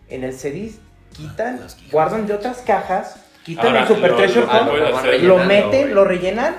Speaker 6: En el CDIS quitan,
Speaker 1: Las quijas.
Speaker 6: guardan de otras cajas, quitan
Speaker 2: Ahora,
Speaker 6: el Super
Speaker 2: lo-
Speaker 6: Treasure
Speaker 2: lo
Speaker 6: Hunt,
Speaker 2: pueden
Speaker 6: lo,
Speaker 2: hacer
Speaker 3: rellenando,
Speaker 6: meten,
Speaker 3: güey.
Speaker 6: lo rellenan,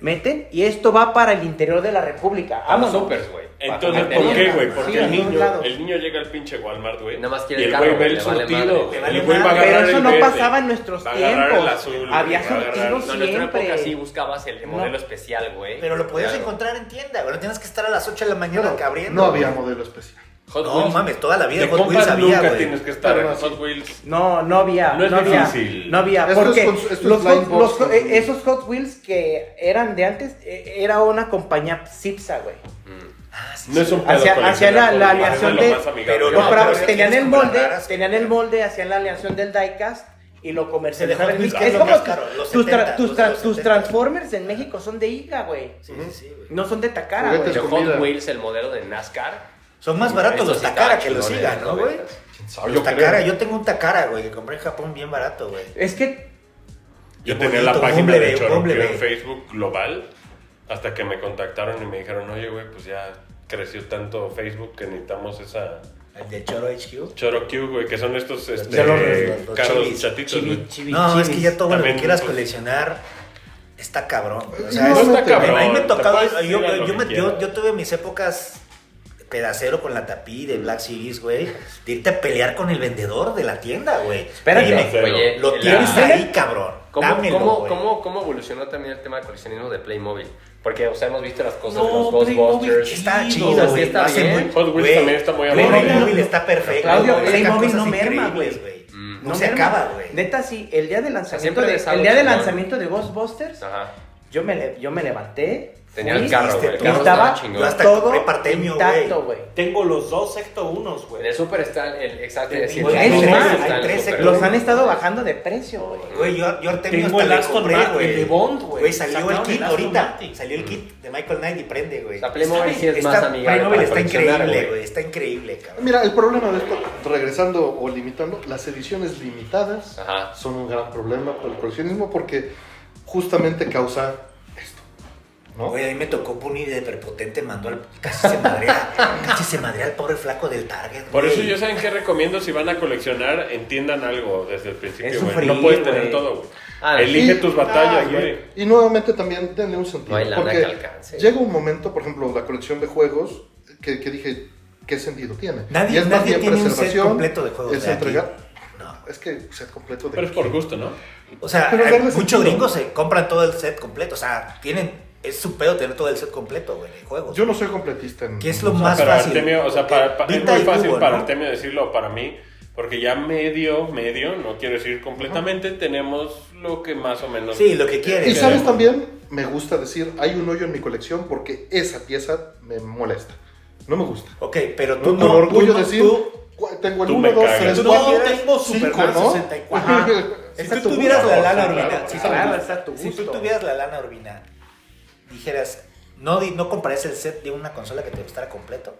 Speaker 6: meten, y esto va para el interior de la República.
Speaker 3: Vamos,
Speaker 6: Vámonos.
Speaker 3: supers, güey.
Speaker 2: Entonces,
Speaker 3: Para
Speaker 2: ¿por
Speaker 3: comer
Speaker 2: qué,
Speaker 3: mierda,
Speaker 2: güey? Porque
Speaker 6: Sí,
Speaker 2: el,
Speaker 6: a todos
Speaker 2: niño,
Speaker 6: lados.
Speaker 2: el niño llega al pinche Walmart, güey.
Speaker 3: Nada más quiere
Speaker 2: y
Speaker 3: el
Speaker 2: el
Speaker 3: carro,
Speaker 2: güey ve
Speaker 3: güey,
Speaker 2: el
Speaker 3: le vale
Speaker 2: surtido.
Speaker 3: madre.
Speaker 2: El güey va a
Speaker 6: Pero
Speaker 2: agarrar
Speaker 6: eso
Speaker 2: el
Speaker 6: no
Speaker 2: verde,
Speaker 6: pasaba en nuestros
Speaker 2: va a agarrar el
Speaker 6: tiempos.
Speaker 2: azul,
Speaker 6: Había
Speaker 2: güey, va a agarrar-
Speaker 6: surtidos.
Speaker 3: No, en otra
Speaker 6: Siempre.
Speaker 3: época sí buscabas el modelo especial, güey.
Speaker 1: Pero lo podías
Speaker 3: Claro.
Speaker 1: encontrar en tienda, güey. No tienes que estar a las 8 de la mañana que abriendo.
Speaker 4: No había
Speaker 1: güey.
Speaker 4: modelo especial.
Speaker 3: Hot
Speaker 1: No,
Speaker 3: Wheels.
Speaker 1: mames, toda la vida
Speaker 2: De
Speaker 1: Hot Wheels
Speaker 2: compas
Speaker 1: había,
Speaker 2: nunca
Speaker 1: güey.
Speaker 2: tienes que estar
Speaker 4: Pero
Speaker 2: en
Speaker 4: no,
Speaker 2: Hot Wheels.
Speaker 6: No, no había.
Speaker 2: No
Speaker 6: No,
Speaker 2: es
Speaker 6: había.
Speaker 2: difícil.
Speaker 6: No había.
Speaker 4: Esto es
Speaker 6: porque
Speaker 4: con- esto es
Speaker 6: los
Speaker 4: blind
Speaker 6: Hot- los
Speaker 4: box,
Speaker 6: Hot- eh, esos Hot Wheels que eran de antes eh, era una compañía Zipsa, güey.
Speaker 1: Ah, sí,
Speaker 2: No es
Speaker 1: sí.
Speaker 2: un pedo
Speaker 6: Hacia-
Speaker 2: coleccionar
Speaker 6: hacia
Speaker 2: Hot
Speaker 6: la- la
Speaker 2: Wheels,
Speaker 6: aleación
Speaker 2: eso es lo
Speaker 6: de-
Speaker 2: más amigable.
Speaker 1: pero
Speaker 2: Yo
Speaker 1: no,
Speaker 6: No, pero
Speaker 1: pero ya
Speaker 6: tenían
Speaker 1: tienes
Speaker 6: el
Speaker 1: como
Speaker 6: molde,
Speaker 1: raras,
Speaker 6: tenían el molde, hacían la aleación del diecast y lo
Speaker 1: Se dejó
Speaker 6: comercializaban. en
Speaker 1: buscar
Speaker 6: México. Es
Speaker 1: lo
Speaker 6: como
Speaker 1: más
Speaker 6: tus-
Speaker 1: caro, los
Speaker 6: tus, tra-
Speaker 1: 70,
Speaker 6: tus
Speaker 1: los
Speaker 6: tra-
Speaker 1: de los
Speaker 6: tus
Speaker 1: 70.
Speaker 6: Transformers en México son de IGA, güey.
Speaker 1: Sí, sí, sí, güey.
Speaker 6: No son de Takara,
Speaker 4: Juguetes
Speaker 6: güey.
Speaker 3: De Hot
Speaker 4: comida.
Speaker 3: Wheels, el modelo de NASCAR.
Speaker 1: Son más baratos
Speaker 3: Estos
Speaker 1: los
Speaker 3: sí
Speaker 1: Takara
Speaker 3: estaban
Speaker 1: que los
Speaker 3: chingones,
Speaker 1: Siga, ¿no, güey?
Speaker 3: noventas.
Speaker 1: Los Takara, yo tengo un Takara, güey, que compré en Japón bien barato, güey.
Speaker 6: Es que
Speaker 2: Yo
Speaker 1: Qué
Speaker 2: tenía la
Speaker 1: bonito,
Speaker 2: página
Speaker 1: Bumblebee,
Speaker 2: de Choroqueo
Speaker 1: Bumblebee.
Speaker 2: en Facebook global hasta que me contactaron y me dijeron, oye, güey, pues ya creció tanto Facebook que necesitamos esa
Speaker 1: El de Choro HQ.
Speaker 2: Choroqueo, güey, que son estos este,
Speaker 1: los- los- los
Speaker 2: carros
Speaker 1: chivis,
Speaker 2: chatitos,
Speaker 6: chibi-
Speaker 2: güey.
Speaker 6: chibi-
Speaker 1: No, es que
Speaker 6: chibis.
Speaker 1: ya todo lo que
Speaker 2: También,
Speaker 1: quieras
Speaker 2: pues,
Speaker 1: coleccionar está cabrón. güey. O sea,
Speaker 4: No,
Speaker 1: es-
Speaker 4: no está
Speaker 2: cabrón,
Speaker 1: A mí me
Speaker 2: te
Speaker 1: tocaba,
Speaker 2: puedes
Speaker 1: yo,
Speaker 2: ir a lo
Speaker 1: yo, yo
Speaker 2: que
Speaker 1: me- yo-
Speaker 2: quieras.
Speaker 1: yo tuve mis épocas de pedacero con la tapí de Black Series, güey, de irte a pelear con el vendedor de la tienda, güey.
Speaker 6: Espérate.
Speaker 1: Dime,
Speaker 3: Oye,
Speaker 1: lo
Speaker 3: la-
Speaker 1: tienes ahí, cabrón.
Speaker 3: ¿Cómo,
Speaker 1: Dámelo,
Speaker 3: cómo-
Speaker 1: güey.
Speaker 3: cómo- cómo evolucionó también el tema de coleccionismo de Playmobil? Porque, o sea, hemos visto las cosas de
Speaker 7: No,
Speaker 3: los
Speaker 7: Playmobil,
Speaker 3: Ghostbusters.
Speaker 1: Está
Speaker 7: Sí,
Speaker 1: chido,
Speaker 3: está
Speaker 1: güey. lo hace
Speaker 3: bien.
Speaker 1: muy-
Speaker 2: Hot Wheels
Speaker 1: güey,
Speaker 2: también está muy
Speaker 1: Playmobil
Speaker 2: aburrido.
Speaker 1: está perfecto.
Speaker 6: Claudio,
Speaker 1: güey, sacan
Speaker 6: Playmobil
Speaker 1: cosas
Speaker 6: no merma,
Speaker 1: increíbles,
Speaker 6: güey.
Speaker 3: Mm.
Speaker 1: No,
Speaker 6: no
Speaker 1: se
Speaker 6: merma.
Speaker 1: acaba, güey.
Speaker 6: Neta, sí, el día de lanzamiento,
Speaker 3: siempre
Speaker 6: de,
Speaker 3: les hago
Speaker 6: el día de,
Speaker 3: chingón.
Speaker 6: lanzamiento de Ghostbusters,
Speaker 3: Ajá.
Speaker 6: yo me, le- yo me levanté.
Speaker 3: Tenía
Speaker 6: fui,
Speaker 3: el carro, güey. El
Speaker 1: tú
Speaker 3: carro
Speaker 6: estaba-
Speaker 3: estaba chingón.
Speaker 1: yo hasta
Speaker 6: todo
Speaker 1: compré parteño,
Speaker 6: intacto,
Speaker 1: güey.
Speaker 6: güey.
Speaker 7: Tengo los dos secto unos,
Speaker 3: En
Speaker 7: güey.
Speaker 3: el Super está el exacto.
Speaker 7: Oye,
Speaker 3: sí,
Speaker 7: hay
Speaker 3: el Super
Speaker 1: tres,
Speaker 3: está
Speaker 1: hay
Speaker 3: el
Speaker 1: tres,
Speaker 3: Super.
Speaker 1: Pero-
Speaker 6: Los han estado bajando de precio, güey.
Speaker 1: Güey, yo, yo Artemio
Speaker 7: Tengo
Speaker 1: hasta
Speaker 7: el
Speaker 1: le
Speaker 7: Aston
Speaker 1: compré,
Speaker 7: Martin
Speaker 1: güey.
Speaker 7: de Bond, güey.
Speaker 1: Güey, salió el
Speaker 7: Sacaron
Speaker 1: kit
Speaker 7: el Aston
Speaker 1: ahorita.
Speaker 7: Martin.
Speaker 1: Salió el kit de Michael Knight y prende, güey.
Speaker 3: O sea, Playmobil sí es
Speaker 1: Está-
Speaker 3: más amigable.
Speaker 1: Playmobil
Speaker 3: para
Speaker 1: está
Speaker 3: coleccionar,
Speaker 1: increíble, güey. Está increíble, cabrón.
Speaker 4: Mira, el problema de esto, regresando o limitando, las ediciones limitadas
Speaker 3: Ajá.
Speaker 4: son un gran problema para el coleccionismo porque justamente causa esto. ¿no?
Speaker 1: Güey, a mí me tocó Puni de perpotente, mandó al. Casi se madrea. casi se madrea al pobre flaco del Target.
Speaker 2: Por eso
Speaker 1: güey.
Speaker 2: yo saben qué recomiendo si van a coleccionar, entiendan algo desde el principio,
Speaker 6: Es
Speaker 2: güey.
Speaker 6: sufrir,
Speaker 2: no puedes tener
Speaker 6: güey.
Speaker 2: todo, güey.
Speaker 3: Ah,
Speaker 2: Elige
Speaker 4: Y-
Speaker 2: tus batallas,
Speaker 4: ah,
Speaker 2: güey.
Speaker 4: Y nuevamente también denle un sentido.
Speaker 3: No hay lana
Speaker 4: porque
Speaker 3: que alcance.
Speaker 4: llega un momento, por ejemplo, la colección de juegos, que, que dije, ¿qué sentido tiene?
Speaker 1: Nadie-
Speaker 4: Y es más
Speaker 1: nadie
Speaker 4: bien
Speaker 1: tiene un set
Speaker 4: preservación,
Speaker 1: completo de juegos
Speaker 4: Es
Speaker 1: de aquí.
Speaker 4: entregar.
Speaker 1: No.
Speaker 4: Es que set completo de
Speaker 2: Pero es por gusto, ¿no?
Speaker 1: O sea,
Speaker 4: Pero darle
Speaker 1: muchos
Speaker 4: sentido.
Speaker 1: gringos se compran todo el set completo. O sea, tienen. Es su pedo tener todo el set completo, güey, de juegos.
Speaker 4: Yo no soy completista en
Speaker 1: Que es lo más
Speaker 2: Pero
Speaker 1: fácil.
Speaker 2: Artemio, o sea, para- para- es
Speaker 1: Vita
Speaker 2: muy
Speaker 1: y
Speaker 2: fácil
Speaker 1: Hugo,
Speaker 2: para
Speaker 1: ¿no?
Speaker 2: Artemio decirlo, para mí, porque ya medio, medio, no quiero decir completamente, tenemos lo que más o menos.
Speaker 1: Sí, lo que quieres.
Speaker 4: Y
Speaker 1: Sí.
Speaker 4: sabes también, me gusta decir, hay un hoyo en mi colección porque esa pieza me molesta. No me gusta.
Speaker 1: Ok, pero tú
Speaker 4: No,
Speaker 1: no.
Speaker 4: con orgullo
Speaker 1: tú no-
Speaker 4: decir,
Speaker 1: tú-
Speaker 4: "Cu- tengo el
Speaker 2: tú
Speaker 4: 1,
Speaker 2: me
Speaker 4: 2,
Speaker 2: cagas".
Speaker 4: 3,
Speaker 1: Tú
Speaker 4: 4,
Speaker 1: no, tengo
Speaker 4: 5,
Speaker 1: Superman
Speaker 4: ¿no?
Speaker 1: 64.
Speaker 4: Ajá.
Speaker 1: Si
Speaker 4: Esa es
Speaker 1: tú
Speaker 4: tu-
Speaker 1: tuvieras la
Speaker 2: gusto,
Speaker 1: lana
Speaker 2: claro,
Speaker 1: urbina, si tú-
Speaker 6: Claro, está a tu
Speaker 1: si tú
Speaker 6: gusto.
Speaker 1: tuvieras la lana urbina, dijeras, no, di- no comprarías el set de una consola que te gustara completo.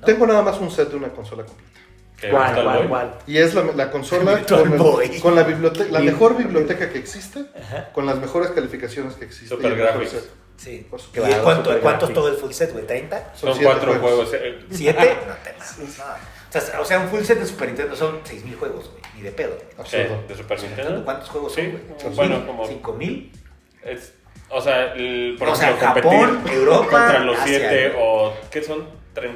Speaker 1: ¿no?
Speaker 4: Tengo nada más un set de una consola completa.
Speaker 2: Que
Speaker 6: ¿Cuál,
Speaker 2: gusta el
Speaker 6: cuál,
Speaker 2: boy.
Speaker 6: cuál?
Speaker 4: Y es la, la consola
Speaker 1: Virtual
Speaker 4: con, el-
Speaker 1: Boy.
Speaker 4: con la, biblioteca, la mejor biblioteca que existe, con las mejores calificaciones que existe. y el mejor
Speaker 2: Supergraphics.
Speaker 4: set.
Speaker 1: Sí.
Speaker 4: Por
Speaker 1: ¿Y
Speaker 4: supuesto.
Speaker 1: cuánto,
Speaker 6: Super
Speaker 1: cuánto es
Speaker 6: gráfico.
Speaker 1: todo el full set, güey? ¿30?
Speaker 2: Son
Speaker 4: siete
Speaker 2: cuatro juegos. eh,
Speaker 1: ¿Siete? No te mames, no. O sea, o sea, un full set de Super Nintendo son 6.000 juegos, güey. Ni de pedo.
Speaker 4: Absurdo.
Speaker 2: eh, de Super Nintendo.
Speaker 1: ¿Cuántos juegos
Speaker 2: Sí,
Speaker 1: son, güey?
Speaker 2: bueno, como-
Speaker 1: ¿5.000?
Speaker 2: Es- o sea, el, por
Speaker 1: O sea,
Speaker 2: ejemplo,
Speaker 1: Japón,
Speaker 2: competir
Speaker 1: Europa,
Speaker 2: contra los
Speaker 1: Asia,
Speaker 2: 7
Speaker 1: güey.
Speaker 2: o ¿qué son?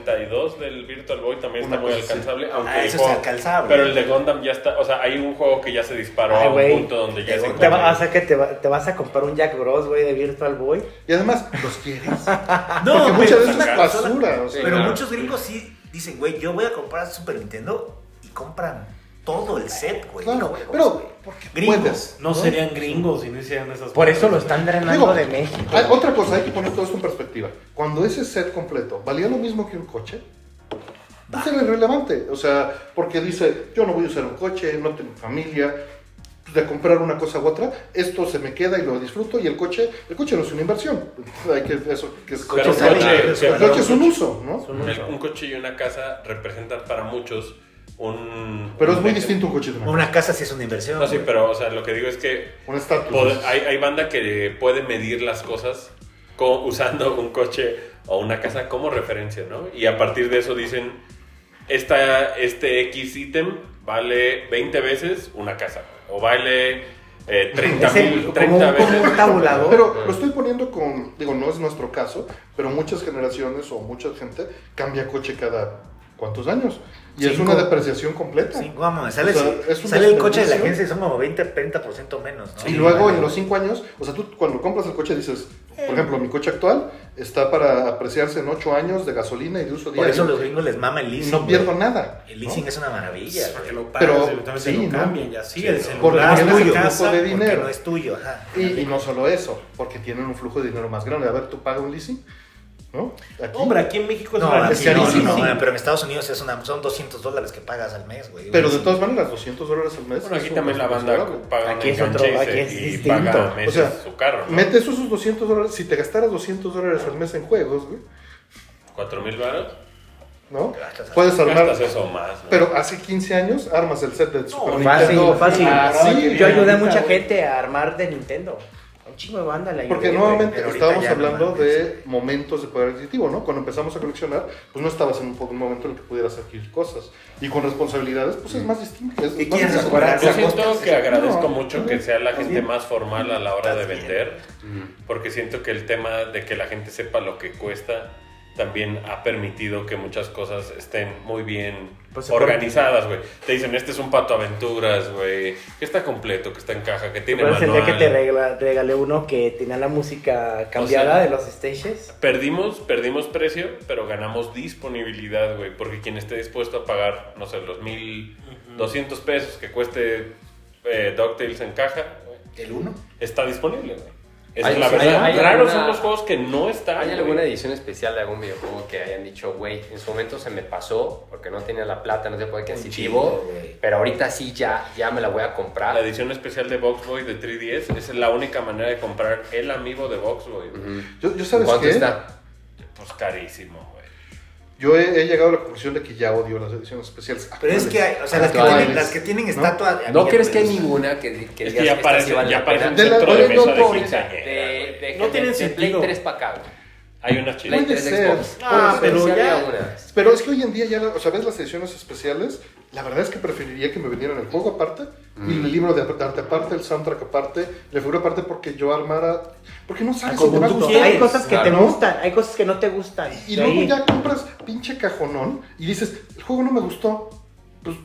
Speaker 2: 32 del Virtual Boy también
Speaker 4: Una
Speaker 2: está muy
Speaker 4: cosa así.
Speaker 2: alcanzable.
Speaker 1: Ah,
Speaker 2: Aunque el
Speaker 1: eso es
Speaker 2: juego-
Speaker 1: alcanzable.
Speaker 2: Pero el de Gundam ya está. O sea, hay un juego que ya se disparó
Speaker 6: Ay,
Speaker 2: a un
Speaker 6: güey.
Speaker 2: punto donde ya
Speaker 1: Te
Speaker 2: se
Speaker 1: va-
Speaker 6: Te
Speaker 2: encuentra.
Speaker 6: va- o sea que te, va- te vas a comprar un Jack Bros, güey, de Virtual Boy.
Speaker 4: Y además, los quieres.
Speaker 1: No,
Speaker 4: Ah, Porque muchas veces es
Speaker 1: sacar-
Speaker 4: basura. o sea,
Speaker 1: Pero
Speaker 3: claro.
Speaker 1: muchos gringos sí dicen, güey, yo voy a comprar Super Nintendo y compran todo el set, güey.
Speaker 4: claro,
Speaker 1: Juegos, güey.
Speaker 4: pero porque
Speaker 1: Gringos.
Speaker 4: puedes.
Speaker 7: No serían gringos si no hicieran esas
Speaker 6: Por eso lo
Speaker 7: cosas.
Speaker 6: están drenando
Speaker 4: Digo,
Speaker 6: de México.
Speaker 4: hay- otra cosa, hay que poner todo esto en perspectiva. Cuando ese set completo valía lo mismo que un coche, pues era irrelevante. O sea, porque dice, yo no voy a usar un coche, no tengo familia. Pues de comprar una cosa u otra, esto se me queda y lo disfruto y el coche, el coche no es una inversión. Hay que eso que es
Speaker 2: Pero un
Speaker 4: sale.
Speaker 2: coche-
Speaker 4: El coche es un uso, ¿no?
Speaker 6: Son
Speaker 2: El-
Speaker 6: mucho.
Speaker 2: un coche y una casa representan para muchos un...
Speaker 4: Pero es
Speaker 2: un-
Speaker 4: muy distinto un coche de una
Speaker 1: Una casa sí es una inversión.
Speaker 2: No, sí,
Speaker 1: güey.
Speaker 2: pero o sea, lo que digo es que
Speaker 4: un estatus.
Speaker 2: pod- hay, hay banda que puede medir las cosas co- usando un coche o una casa como referencia, ¿no? Y a partir de eso dicen, esta, este X ítem vale 20 veces una casa, o vale eh, 30
Speaker 6: Es el-
Speaker 2: mil,
Speaker 6: como
Speaker 2: 30
Speaker 6: un- como
Speaker 2: veces.
Speaker 6: un tabulador.
Speaker 4: Pero lo estoy poniendo con, digo, no es nuestro caso, pero muchas generaciones o mucha gente cambia coche cada cuántos años. Y es
Speaker 1: Cinco.
Speaker 4: una depreciación completa.
Speaker 1: Sí, vamos, sale,
Speaker 4: O sea, es un
Speaker 1: sale el coche de la
Speaker 4: desperdicio.
Speaker 1: agencia y son como 20, 30% menos, ¿no?
Speaker 4: y luego en los cinco años, o sea, tú cuando compras el coche dices,
Speaker 1: Eh.
Speaker 4: por ejemplo, mi coche actual está para apreciarse en ocho años de gasolina y de uso
Speaker 1: Por
Speaker 4: diario.
Speaker 1: eso los gringos les mama el
Speaker 4: y
Speaker 1: leasing.
Speaker 4: no pierdo
Speaker 1: güey.
Speaker 4: nada.
Speaker 1: El leasing
Speaker 4: ¿no?
Speaker 1: es una maravilla,
Speaker 7: Para que
Speaker 1: güey.
Speaker 7: lo pagues,
Speaker 4: Pero,
Speaker 7: eventualmente
Speaker 4: sí,
Speaker 7: lo
Speaker 4: ¿no?
Speaker 7: cambian y así.
Speaker 2: Sí,
Speaker 7: el
Speaker 2: ¿no?
Speaker 1: Ah,
Speaker 4: porque
Speaker 7: celular,
Speaker 1: es
Speaker 4: tienes
Speaker 1: tuyo,
Speaker 4: el
Speaker 1: no
Speaker 4: flujo de
Speaker 1: porque
Speaker 4: dinero.
Speaker 1: no es tuyo, ajá.
Speaker 4: Y, y no solo eso, porque tienen un flujo de dinero más grande. A ver, tú pagas un leasing, ¿no? Aquí.
Speaker 7: Hombre, aquí en México es
Speaker 1: No,
Speaker 7: una
Speaker 1: aquí
Speaker 4: es
Speaker 1: no,
Speaker 4: carísimo.
Speaker 1: no, no, pero en Estados Unidos es una, son 200 dólares que pagas al mes, güey.
Speaker 4: pero de
Speaker 1: Sí.
Speaker 4: todas maneras, 200 dólares al mes.
Speaker 2: Bueno,
Speaker 4: es
Speaker 2: aquí
Speaker 4: un
Speaker 2: también la
Speaker 4: costo
Speaker 2: banda
Speaker 4: considerable.
Speaker 2: paga
Speaker 6: Aquí
Speaker 2: un
Speaker 6: es otro-
Speaker 2: enganche y
Speaker 6: aquí
Speaker 2: se-
Speaker 6: es
Speaker 2: y
Speaker 6: distinto.
Speaker 2: paga meses
Speaker 4: O sea,
Speaker 2: su carro, ¿no?
Speaker 4: Metes esos 200 dólares, si te gastaras 200 dólares al mes en juegos, güey,
Speaker 2: ¿Cuatro mil baros?
Speaker 4: ¿no?
Speaker 1: Gastas así.
Speaker 4: Puedes armar.
Speaker 2: Gastas eso o más, ¿no?
Speaker 4: Pero hace 15 años armas el set de Super
Speaker 6: Fácil,
Speaker 4: Nintendo.
Speaker 6: fácil.
Speaker 4: Ah, sí,
Speaker 6: Yo ayudé a
Speaker 4: güey.
Speaker 6: mucha gente a armar de Nintendo. Un chingo de banda le ayudé.
Speaker 4: Porque
Speaker 6: güey.
Speaker 4: nuevamente
Speaker 1: pero ahorita
Speaker 4: estábamos
Speaker 1: ya no
Speaker 4: hablando
Speaker 1: mames.
Speaker 4: de momentos de poder adquisitivo, ¿no? Cuando empezamos a coleccionar, pues no estabas en un po- un momento en el que pudieras adquirir cosas. Y con responsabilidades, pues es más distinto. Es
Speaker 1: ¿Y
Speaker 4: más
Speaker 1: quieres
Speaker 4: difícil.
Speaker 1: mejorar?
Speaker 2: Yo siento que agradezco
Speaker 4: No,
Speaker 2: mucho que sea la gente
Speaker 4: bien.
Speaker 2: más formal a la hora de
Speaker 1: Estás bien.
Speaker 2: vender, porque siento que el tema de que la gente sepa lo que cuesta también ha permitido que muchas cosas estén muy bien
Speaker 6: Pues se
Speaker 2: organizadas, güey. Te dicen, este es un pato aventuras, güey, que está completo, que está en caja, que tiene
Speaker 6: ¿Recuerdas el día
Speaker 2: manual.
Speaker 6: que te regla- regalé uno que tenía la música cambiada
Speaker 2: O sea,
Speaker 6: de los stages?
Speaker 2: Perdimos, perdimos precio, pero ganamos disponibilidad, güey. Porque quien esté dispuesto a pagar, no sé, los 1200 pesos que cueste eh, DuckTales en caja, güey,
Speaker 1: ¿El 1?
Speaker 2: está disponible, güey. Esa
Speaker 3: Hay-
Speaker 2: es la
Speaker 3: hay-
Speaker 2: verdad.
Speaker 3: hay
Speaker 2: Raros
Speaker 3: alguna-
Speaker 2: son los juegos que no están.
Speaker 3: ¿Hay
Speaker 2: güey.
Speaker 3: alguna edición especial de algún videojuego que hayan dicho, güey, en su momento se me pasó porque no tenía la plata, no tenía poder adquisitivo,
Speaker 1: chingo, güey.
Speaker 3: pero ahorita sí ya, ya me la voy a comprar?
Speaker 2: La edición especial de Box Boy de 3DS es la única manera de comprar el amigo de Box Boy. güey.
Speaker 3: Ujú.
Speaker 4: Yo, yo sabes
Speaker 3: ¿Cuánto
Speaker 4: qué?
Speaker 3: está?
Speaker 2: Pues carísimo, güey.
Speaker 4: Yo he, he llegado a la conclusión de que ya odio las ediciones especiales.
Speaker 1: Pero es
Speaker 4: actuales.
Speaker 1: que hay, o sea, las que,
Speaker 3: Actuales,
Speaker 1: tienen, las que tienen
Speaker 4: ¿no?
Speaker 1: estatua. a
Speaker 3: ¿No
Speaker 1: mí,
Speaker 3: crees que hay
Speaker 1: pues,
Speaker 3: ninguna que, que
Speaker 2: Es
Speaker 3: digas
Speaker 2: que ya
Speaker 3: esta
Speaker 2: parece,
Speaker 3: sí vale
Speaker 2: ya
Speaker 3: la
Speaker 2: parece un
Speaker 3: pena?
Speaker 4: De la-
Speaker 2: centro de
Speaker 4: Oye,
Speaker 2: mesa
Speaker 3: no,
Speaker 2: de
Speaker 3: ahorita, de,
Speaker 2: quinceañera, güey.
Speaker 3: de-
Speaker 7: No
Speaker 3: de-
Speaker 7: tiene
Speaker 3: de Play
Speaker 7: sentido.
Speaker 3: 3 para acá, güey.
Speaker 2: Hay unas chidas.
Speaker 3: Play
Speaker 4: Puede
Speaker 3: 3
Speaker 4: ser.
Speaker 3: Xbox.
Speaker 6: Ah, pero
Speaker 3: Sí había
Speaker 6: ya-
Speaker 3: una.
Speaker 4: Pero es que hoy en día ya, la- o sea, ves las ediciones especiales, la verdad es que preferiría que me vendieran el juego aparte, y el libro de arte aparte, el soundtrack aparte, la figura aparte porque yo armara, porque no sabes si te va a
Speaker 7: tú
Speaker 4: gustar.
Speaker 7: quieres.
Speaker 6: Hay cosas que te
Speaker 4: Claro.
Speaker 7: Ah,
Speaker 6: gustan, hay cosas que no te gustan.
Speaker 4: Y
Speaker 6: De
Speaker 4: luego
Speaker 6: ahí.
Speaker 4: ya compras pinche cajonón y dices, el juego no me gustó. Pues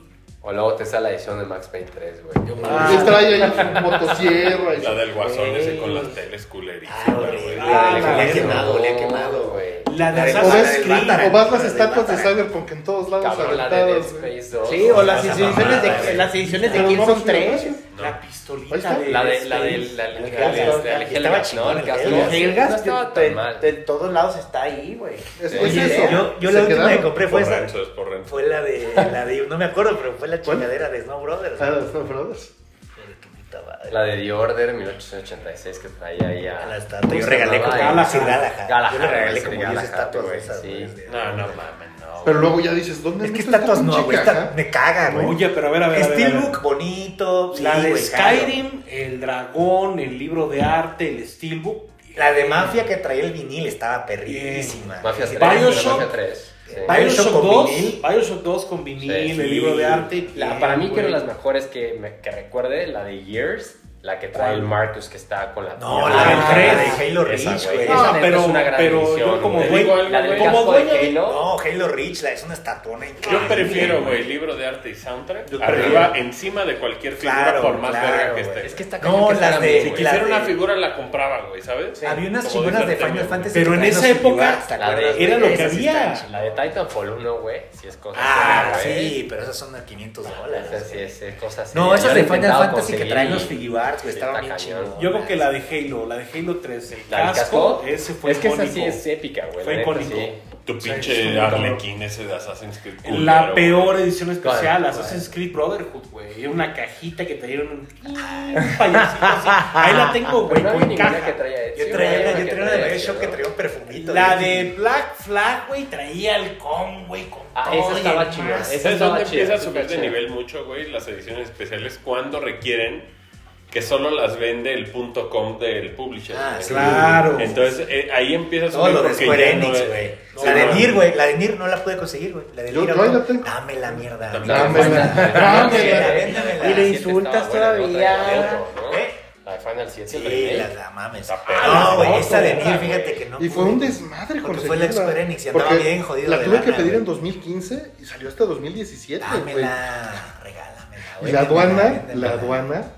Speaker 3: O luego te sale la edición de Max Payne 3, güey.
Speaker 6: Ah.
Speaker 4: les pues, trae ahí su motosierra y
Speaker 2: La del guasón
Speaker 6: Güey.
Speaker 2: ese con las teles culerísimas,
Speaker 1: Ah,
Speaker 2: güey.
Speaker 1: horrible.
Speaker 7: Ah, la
Speaker 1: le
Speaker 7: de-
Speaker 1: ha quemado, le ha
Speaker 3: no,
Speaker 1: quemado, güey.
Speaker 3: güey.
Speaker 7: La de
Speaker 4: O
Speaker 7: Assassin's
Speaker 4: ves,
Speaker 1: del
Speaker 7: Creed.
Speaker 1: Bátara.
Speaker 4: o vas las
Speaker 1: Del
Speaker 4: estatuas de
Speaker 1: Bátara.
Speaker 4: Cyberpunk en todos lados
Speaker 3: Cabrón, la de Dead
Speaker 4: aventadas. güey.
Speaker 3: Space 2.
Speaker 6: Sí, o las
Speaker 1: Esa
Speaker 6: ediciones
Speaker 1: mamada,
Speaker 6: de
Speaker 1: güey.
Speaker 6: las ediciones de
Speaker 4: Pero
Speaker 6: Kill
Speaker 4: no
Speaker 6: son
Speaker 4: me refiero a
Speaker 6: tres.
Speaker 4: eso.
Speaker 7: La
Speaker 4: Ahí
Speaker 7: pistolita
Speaker 4: está.
Speaker 7: de.
Speaker 3: La de
Speaker 6: este,
Speaker 3: la de
Speaker 7: Space.
Speaker 3: la
Speaker 1: El
Speaker 3: del
Speaker 1: Helgas,
Speaker 3: Helgas,
Speaker 1: estaba
Speaker 3: el Helgas,
Speaker 1: chingón
Speaker 3: ¿no? El
Speaker 1: el
Speaker 3: Helgas.
Speaker 1: Helgas.
Speaker 3: No
Speaker 6: Helgas
Speaker 3: estaba
Speaker 6: de,
Speaker 3: tan mal.
Speaker 6: de todos lados está ahí, güey.
Speaker 4: Es, es
Speaker 1: Oye,
Speaker 4: eso.
Speaker 1: yo, yo
Speaker 4: Se
Speaker 1: la última
Speaker 4: quedaron.
Speaker 1: que compré fue
Speaker 2: Por
Speaker 1: esa.
Speaker 2: Renzo, es por Renzo.
Speaker 1: Fue la de, la de. No me acuerdo, pero fue la
Speaker 4: ¿Cuál?
Speaker 1: chingadera de Snow Brothers.
Speaker 4: Ah,
Speaker 1: güey.
Speaker 4: los Snow Brothers.
Speaker 1: Hijo de tu puta madre.
Speaker 3: La de The Order 1886 que traía ahí a...
Speaker 1: A la estatua.
Speaker 3: ¿Cómo
Speaker 1: Yo
Speaker 3: se
Speaker 1: regalé
Speaker 3: llamaba
Speaker 1: como
Speaker 3: ahí?
Speaker 7: Galahad.
Speaker 1: Sí, Galahad. Yo le
Speaker 3: Galahad,
Speaker 1: regalé
Speaker 3: sí,
Speaker 1: como 10
Speaker 3: Galahad,
Speaker 1: estatuas de
Speaker 3: güey,
Speaker 1: esas.
Speaker 3: sí.
Speaker 1: güey, de-
Speaker 2: No, no mames, no.
Speaker 4: Pero luego ya dices, ¿dónde
Speaker 1: Es que
Speaker 4: meto esta
Speaker 1: estatuas no,
Speaker 4: pinche
Speaker 1: güey.
Speaker 4: caja?
Speaker 1: esta- Me caga, güey.
Speaker 7: Oye, pero a ver, a ver. a ver, a ver.
Speaker 1: Steelbook bonito. sí,
Speaker 7: La de
Speaker 1: güey, jalo.
Speaker 7: Skyrim, el dragón, el libro de arte, el Steelbook.
Speaker 1: La de Mafia que traía el vinil estaba perrísima.
Speaker 3: Mafia 3.
Speaker 7: Bioshock.
Speaker 3: Mafia 3. sí.
Speaker 7: Bioshock
Speaker 1: Bioshock con
Speaker 7: 2,
Speaker 1: vinil.
Speaker 7: Bioshock 2 con vinil,
Speaker 3: Sí.
Speaker 7: el libro de arte.
Speaker 3: La-
Speaker 7: bien,
Speaker 3: para mí que
Speaker 7: güey.
Speaker 3: eran las mejores que, me- que recuerde, la de Years, la que trae el Marcus que está con la...
Speaker 1: No,
Speaker 7: la del
Speaker 3: Ah,
Speaker 7: tres.
Speaker 1: de Halo
Speaker 3: esa,
Speaker 1: Reach,
Speaker 3: güey.
Speaker 1: güey.
Speaker 3: Esa
Speaker 7: No,
Speaker 3: neta
Speaker 7: pero-
Speaker 3: es una gran
Speaker 7: pero yo
Speaker 3: edición,
Speaker 7: como
Speaker 3: güey.
Speaker 7: dueño-
Speaker 3: la del
Speaker 7: como
Speaker 3: casco de
Speaker 7: dueño de-
Speaker 3: Halo,
Speaker 1: No, Halo Reach, la, es una estatuona increíble.
Speaker 2: Yo prefiero, güey, libro de arte y soundtrack
Speaker 1: Ah, Yo
Speaker 2: arriba,
Speaker 1: prefiero.
Speaker 2: encima de cualquier figura,
Speaker 1: Claro,
Speaker 2: por más
Speaker 1: claro,
Speaker 2: verga
Speaker 1: güey.
Speaker 2: que esté.
Speaker 3: Es que está
Speaker 1: No,
Speaker 3: cañón que
Speaker 1: las
Speaker 3: sea
Speaker 1: de-
Speaker 3: mix,
Speaker 2: si
Speaker 3: güey.
Speaker 1: la
Speaker 2: quisiera una
Speaker 1: de-
Speaker 2: figura, la compraba, güey, ¿sabes?
Speaker 1: Había unas
Speaker 2: Como
Speaker 1: chingonas de
Speaker 2: divertirme,
Speaker 1: Final
Speaker 2: güey.
Speaker 1: Fantasy.
Speaker 7: Pero
Speaker 1: que
Speaker 7: en
Speaker 1: traían
Speaker 7: esa
Speaker 1: los
Speaker 7: época,
Speaker 1: figurats, ¿te
Speaker 3: La de-
Speaker 1: acuerdas?
Speaker 7: Era lo que
Speaker 1: Esas sí
Speaker 7: había.
Speaker 1: están
Speaker 3: La de Titanfall 1, güey, si es cosa
Speaker 1: Ah,
Speaker 3: seria, güey.
Speaker 1: sí, pero esas son a 500 dólares.
Speaker 3: Esa sí es eh, cosa seria.
Speaker 1: No, esas
Speaker 3: Yo
Speaker 1: de
Speaker 3: lo he
Speaker 1: Final
Speaker 3: intentado
Speaker 1: Fantasy que
Speaker 3: conseguir
Speaker 1: traen
Speaker 3: y-
Speaker 1: los figuarts, güey,
Speaker 3: sí,
Speaker 1: estaban bien
Speaker 3: está cañón.
Speaker 1: chingones.
Speaker 7: Yo creo que la de Halo, la de Halo 3, el
Speaker 3: La del
Speaker 7: casco, ese fue
Speaker 3: es que esa
Speaker 7: icónico.
Speaker 3: sí es épica, güey.
Speaker 7: Fue
Speaker 3: la neta,
Speaker 7: icónico.
Speaker 3: sí.
Speaker 2: Tu
Speaker 7: Sí,
Speaker 2: pinche
Speaker 7: sí, cabrón.
Speaker 2: Arlequín ese de Assassin's Creed.
Speaker 7: La
Speaker 2: culero,
Speaker 7: peor
Speaker 2: güey.
Speaker 7: edición especial,
Speaker 3: ¿Cuál?
Speaker 7: Assassin's Creed Brotherhood, güey. Era una cajita que te dieron un, un payasito así. Ahí la tengo, güey,
Speaker 3: Pero no había
Speaker 7: con
Speaker 3: ninguna
Speaker 7: caja.
Speaker 3: que traía Ezio,
Speaker 1: Yo
Speaker 3: no
Speaker 1: traía
Speaker 3: había
Speaker 1: una,
Speaker 3: una
Speaker 1: yo
Speaker 3: que
Speaker 1: traía una de
Speaker 3: traía
Speaker 1: Bioshock
Speaker 3: Ezio,
Speaker 1: que
Speaker 3: ¿no?
Speaker 1: traía un perfumito.
Speaker 7: La
Speaker 1: güey.
Speaker 7: de Black Flag, güey, traía el con, güey, con
Speaker 3: Ah,
Speaker 7: todo
Speaker 3: esa
Speaker 7: y
Speaker 3: estaba
Speaker 7: el
Speaker 3: chida,
Speaker 7: más.
Speaker 3: esa
Speaker 2: ¿Sabes
Speaker 3: estaba
Speaker 2: dónde
Speaker 3: chida,
Speaker 2: empieza a
Speaker 3: sí,
Speaker 2: subir de
Speaker 3: chida.
Speaker 2: nivel mucho, güey? Las ediciones especiales cuando requieren que solo las vende el punto .com del publisher.
Speaker 1: Ah,
Speaker 2: güey.
Speaker 1: sí.
Speaker 7: Claro.
Speaker 2: Entonces eh, ahí empieza a
Speaker 1: Todo
Speaker 2: subir
Speaker 1: lo de
Speaker 2: porque
Speaker 1: Square
Speaker 2: ya no
Speaker 1: Enix,
Speaker 2: es-
Speaker 1: güey.
Speaker 2: no,
Speaker 1: la de
Speaker 2: no,
Speaker 1: Nir, güey. La de Nir no la pude conseguir, güey. La de
Speaker 4: Yo-
Speaker 1: Nir.
Speaker 4: yo ahí la
Speaker 1: no.
Speaker 4: tengo.
Speaker 1: Dame la mierda.
Speaker 2: Dame
Speaker 1: amigo.
Speaker 2: la
Speaker 4: mierda.
Speaker 1: Dámela,
Speaker 4: Dámela.
Speaker 1: véndamela.
Speaker 6: Y lo
Speaker 3: siete
Speaker 6: insultas
Speaker 3: estaba buena,
Speaker 6: todavía.
Speaker 3: la otra, ¿no?
Speaker 1: ¿Eh?
Speaker 3: La de Final 7 el
Speaker 1: Sí,
Speaker 3: remake.
Speaker 1: la, la mames.
Speaker 2: Está
Speaker 1: no,
Speaker 2: perra,
Speaker 1: güey.
Speaker 2: güey.
Speaker 1: Esta de Nir,
Speaker 3: Güey.
Speaker 1: fíjate que no.
Speaker 4: Y fue
Speaker 1: pude.
Speaker 4: un desmadre
Speaker 1: Porque fue
Speaker 4: conseguirla.
Speaker 1: la Square Enix y andaba bien jodido
Speaker 4: La
Speaker 1: de
Speaker 4: tuve
Speaker 1: lana,
Speaker 4: que pedir
Speaker 1: güey.
Speaker 4: en 2015 y salió hasta 2017, güey.
Speaker 1: Dámela. Regálamela,
Speaker 4: Y
Speaker 1: güey. Ah,
Speaker 4: la aduana,
Speaker 1: véndemela,
Speaker 4: la
Speaker 1: véndemela.
Speaker 4: aduana.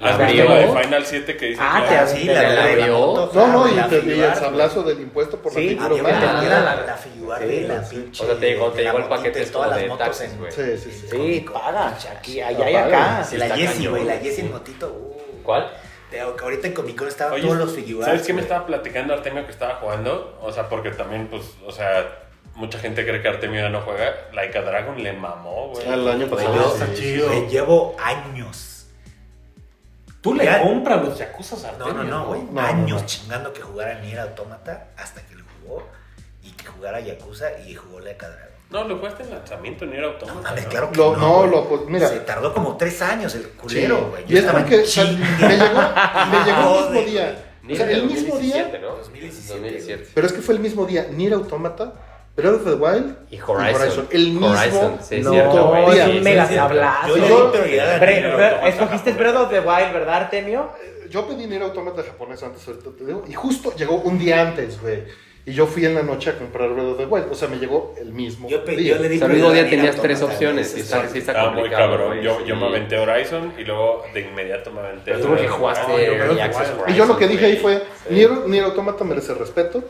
Speaker 2: ¿Has
Speaker 3: La
Speaker 2: visto la
Speaker 3: abrió.
Speaker 2: de Final 7 que dice
Speaker 6: Ah,
Speaker 2: que
Speaker 6: te
Speaker 2: la-
Speaker 1: Ah, sí,
Speaker 6: te
Speaker 1: la,
Speaker 6: la
Speaker 1: de la
Speaker 3: abrió.
Speaker 1: moto,
Speaker 4: No, no,
Speaker 1: la
Speaker 4: y,
Speaker 1: la Ah,
Speaker 4: te- y el
Speaker 1: figurar,
Speaker 4: sablazo del impuesto por la
Speaker 6: Sí,
Speaker 1: Había una
Speaker 4: figura humana.
Speaker 3: Ah,
Speaker 1: vendida, la,
Speaker 3: la-
Speaker 1: la figura
Speaker 6: sí,
Speaker 1: de la
Speaker 6: sí.
Speaker 1: pinche.
Speaker 3: O sea, te llegó- te
Speaker 1: de la
Speaker 3: llegó el
Speaker 1: motita
Speaker 3: paquete
Speaker 1: y
Speaker 3: es
Speaker 1: todas
Speaker 3: como
Speaker 1: las
Speaker 3: de
Speaker 1: motos
Speaker 3: taxis,
Speaker 1: en-
Speaker 3: güey.
Speaker 4: Sí, sí, sí.
Speaker 6: Sí, pagas. Aquí, allá y
Speaker 4: Está
Speaker 6: acá.
Speaker 1: Sí, la
Speaker 3: está
Speaker 1: Jessie,
Speaker 3: cañón,
Speaker 1: güey, la
Speaker 3: güey.
Speaker 1: Jessie en motito. uh.
Speaker 3: ¿Cuál?
Speaker 1: Te- ahorita en Comic Con estaban
Speaker 2: Oye,
Speaker 1: todos los figuras.
Speaker 2: ¿Sabes qué me
Speaker 1: güey.
Speaker 2: estaba platicando Artemio que estaba jugando? O sea, porque también, pues, o sea, mucha gente cree que Artemio ya no juega. Laika Dragon le mamó, güey.
Speaker 3: Ah,
Speaker 4: Al año
Speaker 1: Güey,
Speaker 4: pasado.
Speaker 1: yo-
Speaker 4: sí.
Speaker 7: está chido.
Speaker 1: güey, llevo años.
Speaker 7: Tú le
Speaker 1: Ya.
Speaker 7: compras los yacuzas a
Speaker 1: No, no, no, güey.
Speaker 4: No, no,
Speaker 1: años
Speaker 4: no.
Speaker 1: chingando que jugara Nier Automata hasta que lo jugó y que jugara Yakuza y jugó la Dragon.
Speaker 2: No, lo jugaste en lanzamiento, ni era
Speaker 1: No
Speaker 2: autómata.
Speaker 3: Ah,
Speaker 1: mames,
Speaker 2: ¿no?
Speaker 1: claro que
Speaker 4: Lo-
Speaker 1: no.
Speaker 4: no,
Speaker 1: güey.
Speaker 4: lo- pues, mira.
Speaker 1: Se tardó como tres años el
Speaker 4: Sí.
Speaker 1: culero, güey.
Speaker 4: Y es porque o sea,
Speaker 1: chingue.
Speaker 4: me llegó, me llegó el mismo
Speaker 1: Joder,
Speaker 4: día. O
Speaker 3: Ni
Speaker 4: sea,
Speaker 3: de
Speaker 4: el mismo
Speaker 3: 2017,
Speaker 4: día.
Speaker 3: ¿no?
Speaker 1: 2017,
Speaker 3: 2017.
Speaker 4: Pero es que fue el mismo día. Nier Automata, Breath of the Wild
Speaker 3: Y Horizon.
Speaker 4: El mismo
Speaker 3: Horizon, sí, es
Speaker 6: No,
Speaker 3: cierto, güey.
Speaker 6: es
Speaker 4: Sí,
Speaker 6: un
Speaker 4: sí,
Speaker 6: mega
Speaker 1: sí.
Speaker 6: tablazo.
Speaker 1: Yo le
Speaker 4: di
Speaker 1: prioridad a
Speaker 6: Bre-
Speaker 1: Nier
Speaker 6: bre-
Speaker 2: Automata
Speaker 6: Escogiste
Speaker 2: japonés.
Speaker 6: Breath of the Wild, ¿verdad, Artemio?
Speaker 4: Yo pedí Nier Automata japonés antes, ahorita te digo. Y justo llegó un día antes, güey. Y yo fui en la noche a comprar Breath of the Wild. O sea, me llegó el mismo
Speaker 1: Yo, pe-
Speaker 4: día.
Speaker 1: yo le di
Speaker 3: O sea, al mismo
Speaker 1: prioridad a
Speaker 3: día
Speaker 1: Nier
Speaker 3: tenías tres
Speaker 1: Automata,
Speaker 3: opciones.
Speaker 1: güey,
Speaker 3: Sí, está, sí está
Speaker 2: Estaba muy
Speaker 3: complicado,
Speaker 2: cabrón.
Speaker 3: güey,
Speaker 2: Yo, yo
Speaker 3: sí.
Speaker 2: me aventé Horizon y luego de inmediato me aventé.
Speaker 3: Pero tú porque
Speaker 2: Breath of the
Speaker 3: jugaste
Speaker 2: Wild.
Speaker 3: Early Access
Speaker 4: Y yo lo
Speaker 3: Horizon,
Speaker 4: que dije ahí
Speaker 3: güey.
Speaker 4: fue, Nier, Nier Automata merece respeto.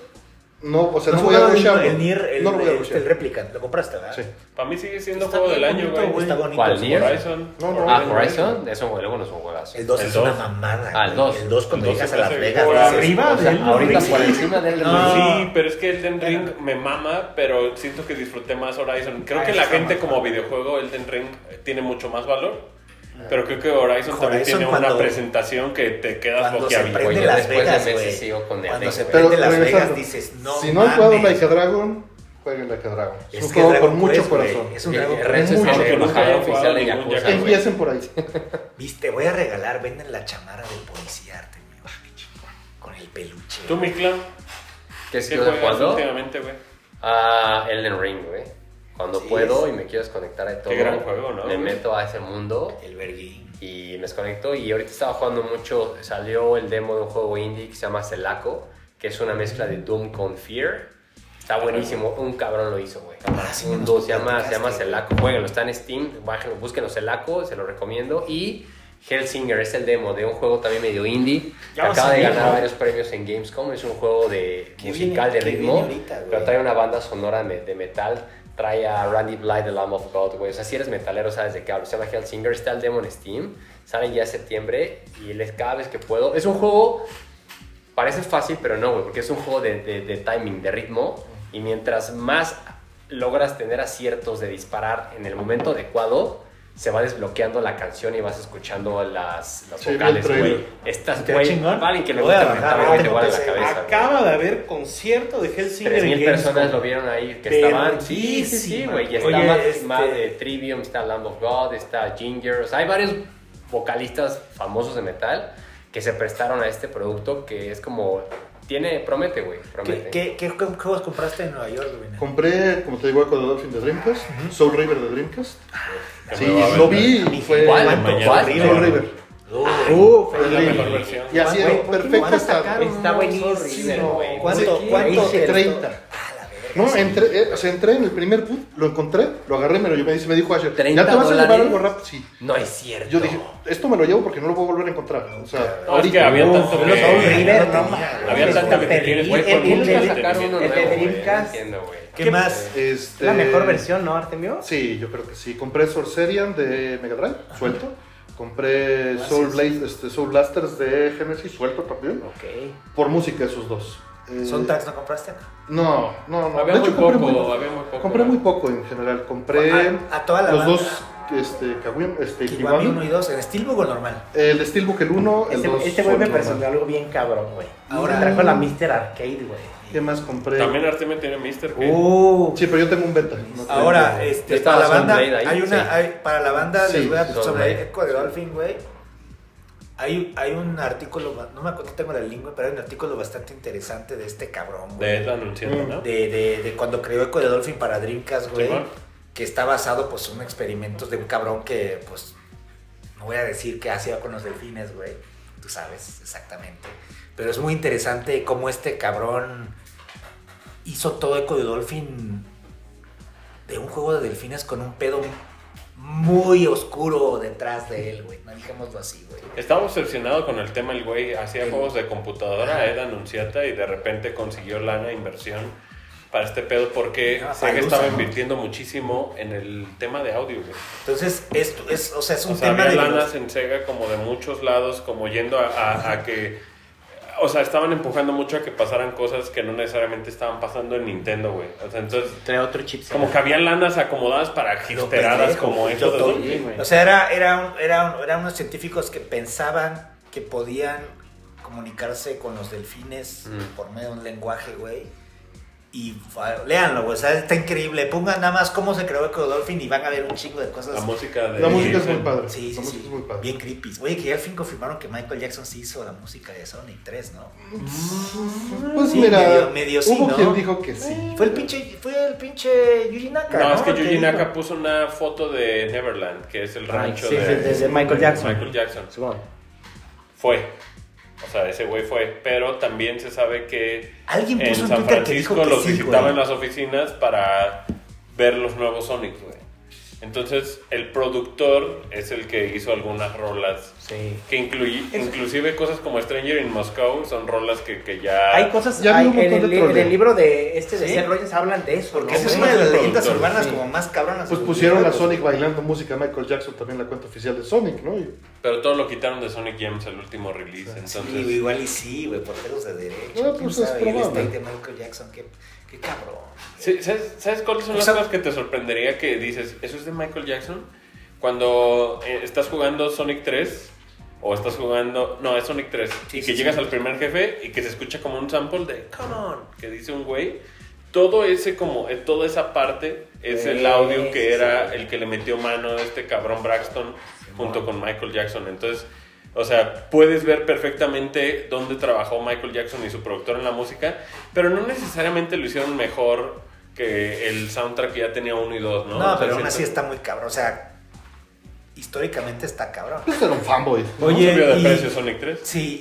Speaker 4: No, o sea, no, voy a
Speaker 1: jugaron
Speaker 4: rushearlo.
Speaker 1: El Nier, el,
Speaker 4: no lo voy a
Speaker 1: el,
Speaker 4: rushear.
Speaker 1: el Replicant, lo compraste, ¿verdad?
Speaker 4: Sí.
Speaker 2: Para mí sigue siendo
Speaker 1: Está
Speaker 2: juego del
Speaker 1: bien
Speaker 2: año,
Speaker 1: bonito,
Speaker 2: güey.
Speaker 1: güey, Está bonito.
Speaker 3: ¿Cuál, Nier?
Speaker 2: Horizon.
Speaker 4: No, no,
Speaker 3: Ah, Horizon, eso es bueno, no es un juegazo.
Speaker 1: El 2
Speaker 2: El
Speaker 1: es
Speaker 2: dos.
Speaker 1: una mamada.
Speaker 3: Ah, el
Speaker 1: güey.
Speaker 3: dos.
Speaker 1: El 2 cuando
Speaker 2: El dos
Speaker 1: llegas a
Speaker 2: es
Speaker 1: Las
Speaker 2: el-
Speaker 1: Vegas.
Speaker 7: por
Speaker 1: dices,
Speaker 7: arriba
Speaker 1: o sea,
Speaker 7: del-
Speaker 3: Ahorita
Speaker 1: sí.
Speaker 3: por encima del
Speaker 1: No.
Speaker 2: Sí, pero es que Elden Ring me mama, pero siento que disfruté más Horizon.
Speaker 1: Ah,
Speaker 2: Creo que la gente como videojuego Elden Ring eh, tiene mucho más valor.
Speaker 1: Ah.
Speaker 2: Pero creo que Horizon, también
Speaker 1: Horizon
Speaker 2: tiene una
Speaker 1: cuando-
Speaker 2: presentación que te quedas
Speaker 1: Cuando se
Speaker 2: boquiabierto.
Speaker 1: prende
Speaker 3: Oye,
Speaker 1: Las
Speaker 3: después de
Speaker 1: Vegas,
Speaker 3: meses
Speaker 1: güey.
Speaker 3: sigo con el
Speaker 1: Cuando
Speaker 3: Ring,
Speaker 1: se
Speaker 3: güey.
Speaker 1: prende
Speaker 4: Pero
Speaker 1: Las
Speaker 4: regresando,
Speaker 1: Vegas dices, no
Speaker 4: si no han jugado
Speaker 1: mames.
Speaker 4: Like a Dragon, jueguen Like a Dragon. Es,
Speaker 1: Es
Speaker 4: un
Speaker 1: que
Speaker 4: juego con
Speaker 1: Dragon
Speaker 4: mucho
Speaker 1: Quest, güey,
Speaker 4: corazón.
Speaker 1: Es un
Speaker 3: Eh,
Speaker 1: Dragon
Speaker 3: Renzo
Speaker 1: Quest.
Speaker 3: es
Speaker 4: mucho
Speaker 3: el
Speaker 4: que no
Speaker 3: embajador
Speaker 2: haya
Speaker 3: oficial de
Speaker 2: jugado ningún
Speaker 3: Yakuza,
Speaker 2: Yakuza.
Speaker 3: güey.
Speaker 4: Empiecen por ahí.
Speaker 1: Viste, voy a regalar, venden la chamarra del policía Artemio, Con el peluche.
Speaker 2: Tú, mi clan,
Speaker 3: ¿Qué
Speaker 2: ¿qué
Speaker 3: sigo
Speaker 2: juegas
Speaker 3: jugando?
Speaker 2: últimamente, güey?
Speaker 3: Ah, Elden Ring, güey. Cuando
Speaker 1: Sí,
Speaker 3: puedo
Speaker 1: es-
Speaker 3: y me quiero desconectar de todo.
Speaker 2: gran juego, ¿no?
Speaker 3: Me meto a ese mundo
Speaker 1: El verguín.
Speaker 3: y me desconecto. Y ahorita estaba jugando mucho. Salió el demo de un juego indie que se llama Celaco, que es una mezcla de Doom con Fear. Está buenísimo. Un cabrón lo hizo, güey.
Speaker 1: Ah, sí, me
Speaker 3: Un
Speaker 1: nos
Speaker 3: dude, se llama, se
Speaker 1: platicaste.
Speaker 3: llama Celaco. Jueguenlo, está en Steam. Bájenlo, búsquenlo Celaco, se lo recomiendo. Y Hellsinger es el demo de un juego también medio indie. Que
Speaker 7: Ya va a
Speaker 3: acaba de
Speaker 7: salir,
Speaker 3: ganar
Speaker 7: ¿no?
Speaker 3: varios premios en Gamescom. Es un juego de
Speaker 1: ¿Qué
Speaker 3: musical
Speaker 1: viene- qué
Speaker 3: de
Speaker 1: viene
Speaker 3: ritmo.
Speaker 1: ahorita, güey?
Speaker 3: Pero trae una banda sonora me- de metal. Trae a Randy Bly, The Lamb of God, güey. O sea, si eres metalero, sabes de qué hablo. Se llama Hellsinger, está el demo en Steam. Sale ya en septiembre y les cada vez que puedo. Es un juego, parece fácil, pero no, güey, porque es un juego de, de- de timing, de ritmo. Y mientras más logras tener aciertos de disparar en el momento adecuado, se va desbloqueando la canción y vas escuchando las, las
Speaker 4: Sí, vi el
Speaker 3: vocales,
Speaker 4: trailer.
Speaker 3: güey. Estas,
Speaker 1: ¿Está
Speaker 3: güey,
Speaker 1: chingón?
Speaker 3: alguien que le
Speaker 1: Lo voy a
Speaker 3: gusta
Speaker 1: bajar,
Speaker 3: mentar,
Speaker 1: ahorita
Speaker 3: güey, te vuela
Speaker 1: empecé.
Speaker 3: la cabeza. güey.
Speaker 7: Acaba de haber concierto de Hellsinger en
Speaker 3: 3.000
Speaker 7: Gamescom.
Speaker 3: personas lo vieron ahí que
Speaker 7: Pero
Speaker 3: estaban. Sí, sí, sí,
Speaker 7: muchísima.
Speaker 3: güey. Y
Speaker 1: Oye,
Speaker 3: está más
Speaker 1: este-
Speaker 3: de Trivium, está Lamb of God, está Ginger. O sea, hay varios vocalistas famosos de metal que se prestaron a este producto que es como. Tiene, promete, güey. Promete.
Speaker 1: ¿Qué, qué, qué qué juegos compraste en Nueva York, güey?
Speaker 4: Compré, como te digo, Echo de Dolphin de Dreamcast, Soul River de Dreamcast.
Speaker 2: Que
Speaker 4: Sí,
Speaker 2: me va a
Speaker 4: lo
Speaker 2: vender.
Speaker 4: vi y fue
Speaker 3: ¿Cuál?
Speaker 2: Mañana.
Speaker 3: ¿Cuál?
Speaker 1: Soul
Speaker 4: Soul River.
Speaker 1: Uh,
Speaker 4: Fue el
Speaker 2: la mejor
Speaker 4: River.
Speaker 2: versión.
Speaker 4: Y así
Speaker 6: Güey,
Speaker 4: era
Speaker 6: ¿por qué
Speaker 4: perfecto
Speaker 6: van a
Speaker 4: estado.
Speaker 6: sacar un
Speaker 3: Está buenísimo,
Speaker 6: horrible,
Speaker 3: güey.
Speaker 1: ¿Cuánto-
Speaker 4: Sí,
Speaker 1: cuánto
Speaker 4: hice
Speaker 1: te costó?
Speaker 4: 30. No, entré, eh, o sea, entré en el primer boot, lo encontré, lo agarré, me lo llevé y me dijo Asher, ¿ya
Speaker 3: 30
Speaker 4: te vas a llevar
Speaker 3: dólares?
Speaker 4: algo rápido? Sí.
Speaker 3: No es cierto.
Speaker 4: Yo dije, esto me lo llevo porque no lo puedo volver a encontrar. O sea,
Speaker 2: No, es que había tanto
Speaker 1: Soul
Speaker 2: que...
Speaker 1: River, no
Speaker 6: no,
Speaker 1: mames.
Speaker 2: Había tanto que te quieres
Speaker 3: Güey,
Speaker 6: el-
Speaker 3: ¿por qué
Speaker 6: el-
Speaker 3: nunca
Speaker 6: el-
Speaker 3: sacaron uno
Speaker 6: el-
Speaker 3: nuevo,
Speaker 6: el
Speaker 3: güey? No
Speaker 6: Dreamcast.
Speaker 3: entiendo, güey.
Speaker 1: ¿Qué más?
Speaker 4: Este,
Speaker 6: La mejor versión, ¿no, Artemio?
Speaker 4: Sí, yo creo que sí. Compré Sorcerian de Mega Drive, suelto. Compré Soul, Blaze, este, Soul Blasters de Genesis, suelto también.
Speaker 6: Ok.
Speaker 4: Por música esos dos. Eh,
Speaker 1: ¿Son tax no compraste acá?
Speaker 4: No, no, no.
Speaker 2: Había
Speaker 4: De
Speaker 2: muy
Speaker 4: hecho, compré
Speaker 2: poco,
Speaker 4: muy-
Speaker 2: había muy poco,
Speaker 4: Compré
Speaker 2: ¿no?
Speaker 4: muy poco en general. Compré
Speaker 1: A, a toda la
Speaker 4: los
Speaker 1: banda.
Speaker 4: dos, este, Kawim, este,
Speaker 1: Kiwami
Speaker 4: Kiwami.
Speaker 1: 1 y 2, ¿en Steelbook o normal?
Speaker 4: El Steelbook, el 1, el
Speaker 6: Este,
Speaker 4: 2.
Speaker 6: este güey me presentó algo bien cabrón, güey.
Speaker 1: Ahora-
Speaker 6: Ahora trajo la Mr. Arcade, güey.
Speaker 4: ¿Qué más compré?
Speaker 2: También Artemen tiene Mister. que-
Speaker 6: Uh,
Speaker 4: Sí, pero yo tengo un beta. no tengo-
Speaker 1: Ahora, este,
Speaker 3: Estaba
Speaker 1: para la banda,
Speaker 3: Sunblade ahí,
Speaker 1: hay una,
Speaker 3: sí.
Speaker 1: hay- para la banda,
Speaker 4: Sí,
Speaker 1: les voy a,
Speaker 3: Sunblade.
Speaker 1: sobre Echo de Dolphin, güey, hay, hay un artículo, ba- no me acuerdo, tengo la lengua, pero hay un artículo bastante interesante de este cabrón,
Speaker 2: De
Speaker 1: güey.
Speaker 2: Ed anunciando, ¿no?
Speaker 1: Mm, De, de, de cuando creó Echo de Dolphin para Dreamcast, güey,
Speaker 2: Simón.
Speaker 1: que está basado, pues, en experimentos de un cabrón que, pues, no voy a decir qué hacía con los delfines, güey, tú sabes exactamente. Pero es muy interesante cómo este cabrón hizo todo Echo de Dolphin de un juego de delfines con un pedo muy oscuro detrás de él, güey. No dijémoslo así, güey.
Speaker 2: Estaba obsesionado con el tema el güey, hacía
Speaker 1: El-
Speaker 2: juegos de computadora,
Speaker 1: Ajá.
Speaker 2: Ed Anunciata, y de repente consiguió lana inversión para este pedo porque
Speaker 1: Ah,
Speaker 2: Sega
Speaker 1: Palusa,
Speaker 2: estaba
Speaker 1: ¿no?
Speaker 2: invirtiendo muchísimo en el tema de audio, güey.
Speaker 1: Entonces, esto es, o sea, es un
Speaker 2: O sea,
Speaker 1: tema
Speaker 2: había
Speaker 1: de...
Speaker 2: lanas en Sega como de muchos lados, como yendo a, a- a que... O sea, estaban empujando mucho a que pasaran cosas que no necesariamente estaban pasando en Nintendo, güey. O sea, entonces,
Speaker 6: trae otro chipset.
Speaker 2: como que había lanas acomodadas para
Speaker 1: Lo
Speaker 2: hipsteradas
Speaker 1: pendejo,
Speaker 2: como
Speaker 1: yo
Speaker 2: esto.
Speaker 1: todo-
Speaker 2: de-
Speaker 6: Sí, güey.
Speaker 1: O sea, era, era, un- era, un- eran unos científicos que pensaban que podían comunicarse con los delfines
Speaker 3: Mm.
Speaker 1: por medio de un lenguaje, güey. Y fa- léanlo, güey. O sea, está increíble. Pongan nada más cómo se creó Eco Dolphin y van a ver un chingo de cosas.
Speaker 2: La música de...
Speaker 4: La música es
Speaker 2: de-
Speaker 4: muy padre.
Speaker 1: Sí,
Speaker 4: la
Speaker 1: sí,
Speaker 4: música
Speaker 1: sí.
Speaker 4: es muy padre.
Speaker 1: Bien creepy. Oye, que ya al fin confirmaron que Michael Jackson sí hizo la música de Sonic 3, ¿no?
Speaker 4: Pues
Speaker 1: Sí,
Speaker 4: mira,
Speaker 1: medio- medio sí,
Speaker 4: hubo
Speaker 1: ¿no? Eh,
Speaker 4: quien dijo que sí.
Speaker 1: Fue el pinche, fue el pinche Yuji Naka,
Speaker 2: No,
Speaker 1: ¿no?
Speaker 2: es que
Speaker 1: El
Speaker 2: Yuji
Speaker 1: dijo.
Speaker 2: Naka puso una foto de Neverland, que es el rancho
Speaker 6: sí,
Speaker 2: de,
Speaker 6: sí, desde Michael Jackson.
Speaker 2: Michael Jackson.
Speaker 6: Simón.
Speaker 2: Fue. O sea, ese güey fue. Pero también se sabe que
Speaker 1: Alguien
Speaker 2: en
Speaker 1: puso en
Speaker 2: San
Speaker 1: Twitter que dijo
Speaker 2: Francisco
Speaker 1: que
Speaker 2: los
Speaker 1: sí,
Speaker 2: visitaban
Speaker 1: güey.
Speaker 2: en las oficinas para ver los nuevos Sonic, güey. Entonces, el productor es el que hizo algunas rolas.
Speaker 6: Sí.
Speaker 2: Que incluye, inclusive cosas como Stranger in Moscow son rolas que, que ya...
Speaker 6: Hay cosas,
Speaker 4: Ya vi
Speaker 6: hay-
Speaker 4: un montón
Speaker 6: en,
Speaker 4: de
Speaker 6: el, li-
Speaker 4: troleo.
Speaker 6: en el libro de este de
Speaker 1: Sí.
Speaker 6: Seth Rollins hablan de eso.
Speaker 1: Porque
Speaker 6: ¿no,
Speaker 1: esa es
Speaker 6: güey?
Speaker 1: una de las
Speaker 2: productor,
Speaker 1: leyendas urbanas
Speaker 6: sí.
Speaker 1: como más cabronas.
Speaker 4: Pues pusieron a Sonic bailando música de Michael Jackson, también la cuenta oficial de Sonic, ¿no? Y-
Speaker 2: Pero todo lo quitaron de Sonic Gems, el último release.
Speaker 1: Sí,
Speaker 2: Entonces,
Speaker 1: güey, igual y sí, güey, por pedos de derecho.
Speaker 4: No,
Speaker 1: quién
Speaker 4: pues es
Speaker 1: sabe, y el
Speaker 4: probable.
Speaker 1: steak de Michael Jackson, qué, qué cabrón.
Speaker 2: Sí, ¿Sabes, sabes cuáles son
Speaker 1: O
Speaker 2: las
Speaker 1: sea-
Speaker 2: cosas que te sorprendería que dices, eso es de Michael Jackson? Cuando eh, estás jugando Sonic 3 o estás jugando, no, es Sonic 3,
Speaker 1: Sí,
Speaker 2: y
Speaker 1: sí,
Speaker 2: que
Speaker 1: sí.
Speaker 2: llegas al primer jefe y que se escucha como un sample de Come on, que dice un güey, todo ese como eh, toda esa parte es el
Speaker 6: Eh,
Speaker 2: audio que era
Speaker 6: sí.
Speaker 2: el que le metió mano a este cabrón Braxton junto con Michael Jackson. Entonces, o sea, puedes ver perfectamente dónde trabajó Michael Jackson y su productor en la música, pero no necesariamente lo hicieron mejor que el soundtrack que ya tenía uno y dos, ¿no?
Speaker 1: No,
Speaker 2: O sea,
Speaker 1: pero aún
Speaker 2: siento-
Speaker 1: así está muy cabrón. O sea, históricamente está cabrón.
Speaker 4: Pues era un fanboy. ¿no?
Speaker 2: ¿No subió de
Speaker 1: y-
Speaker 2: precio Sonic 3?
Speaker 1: Sí,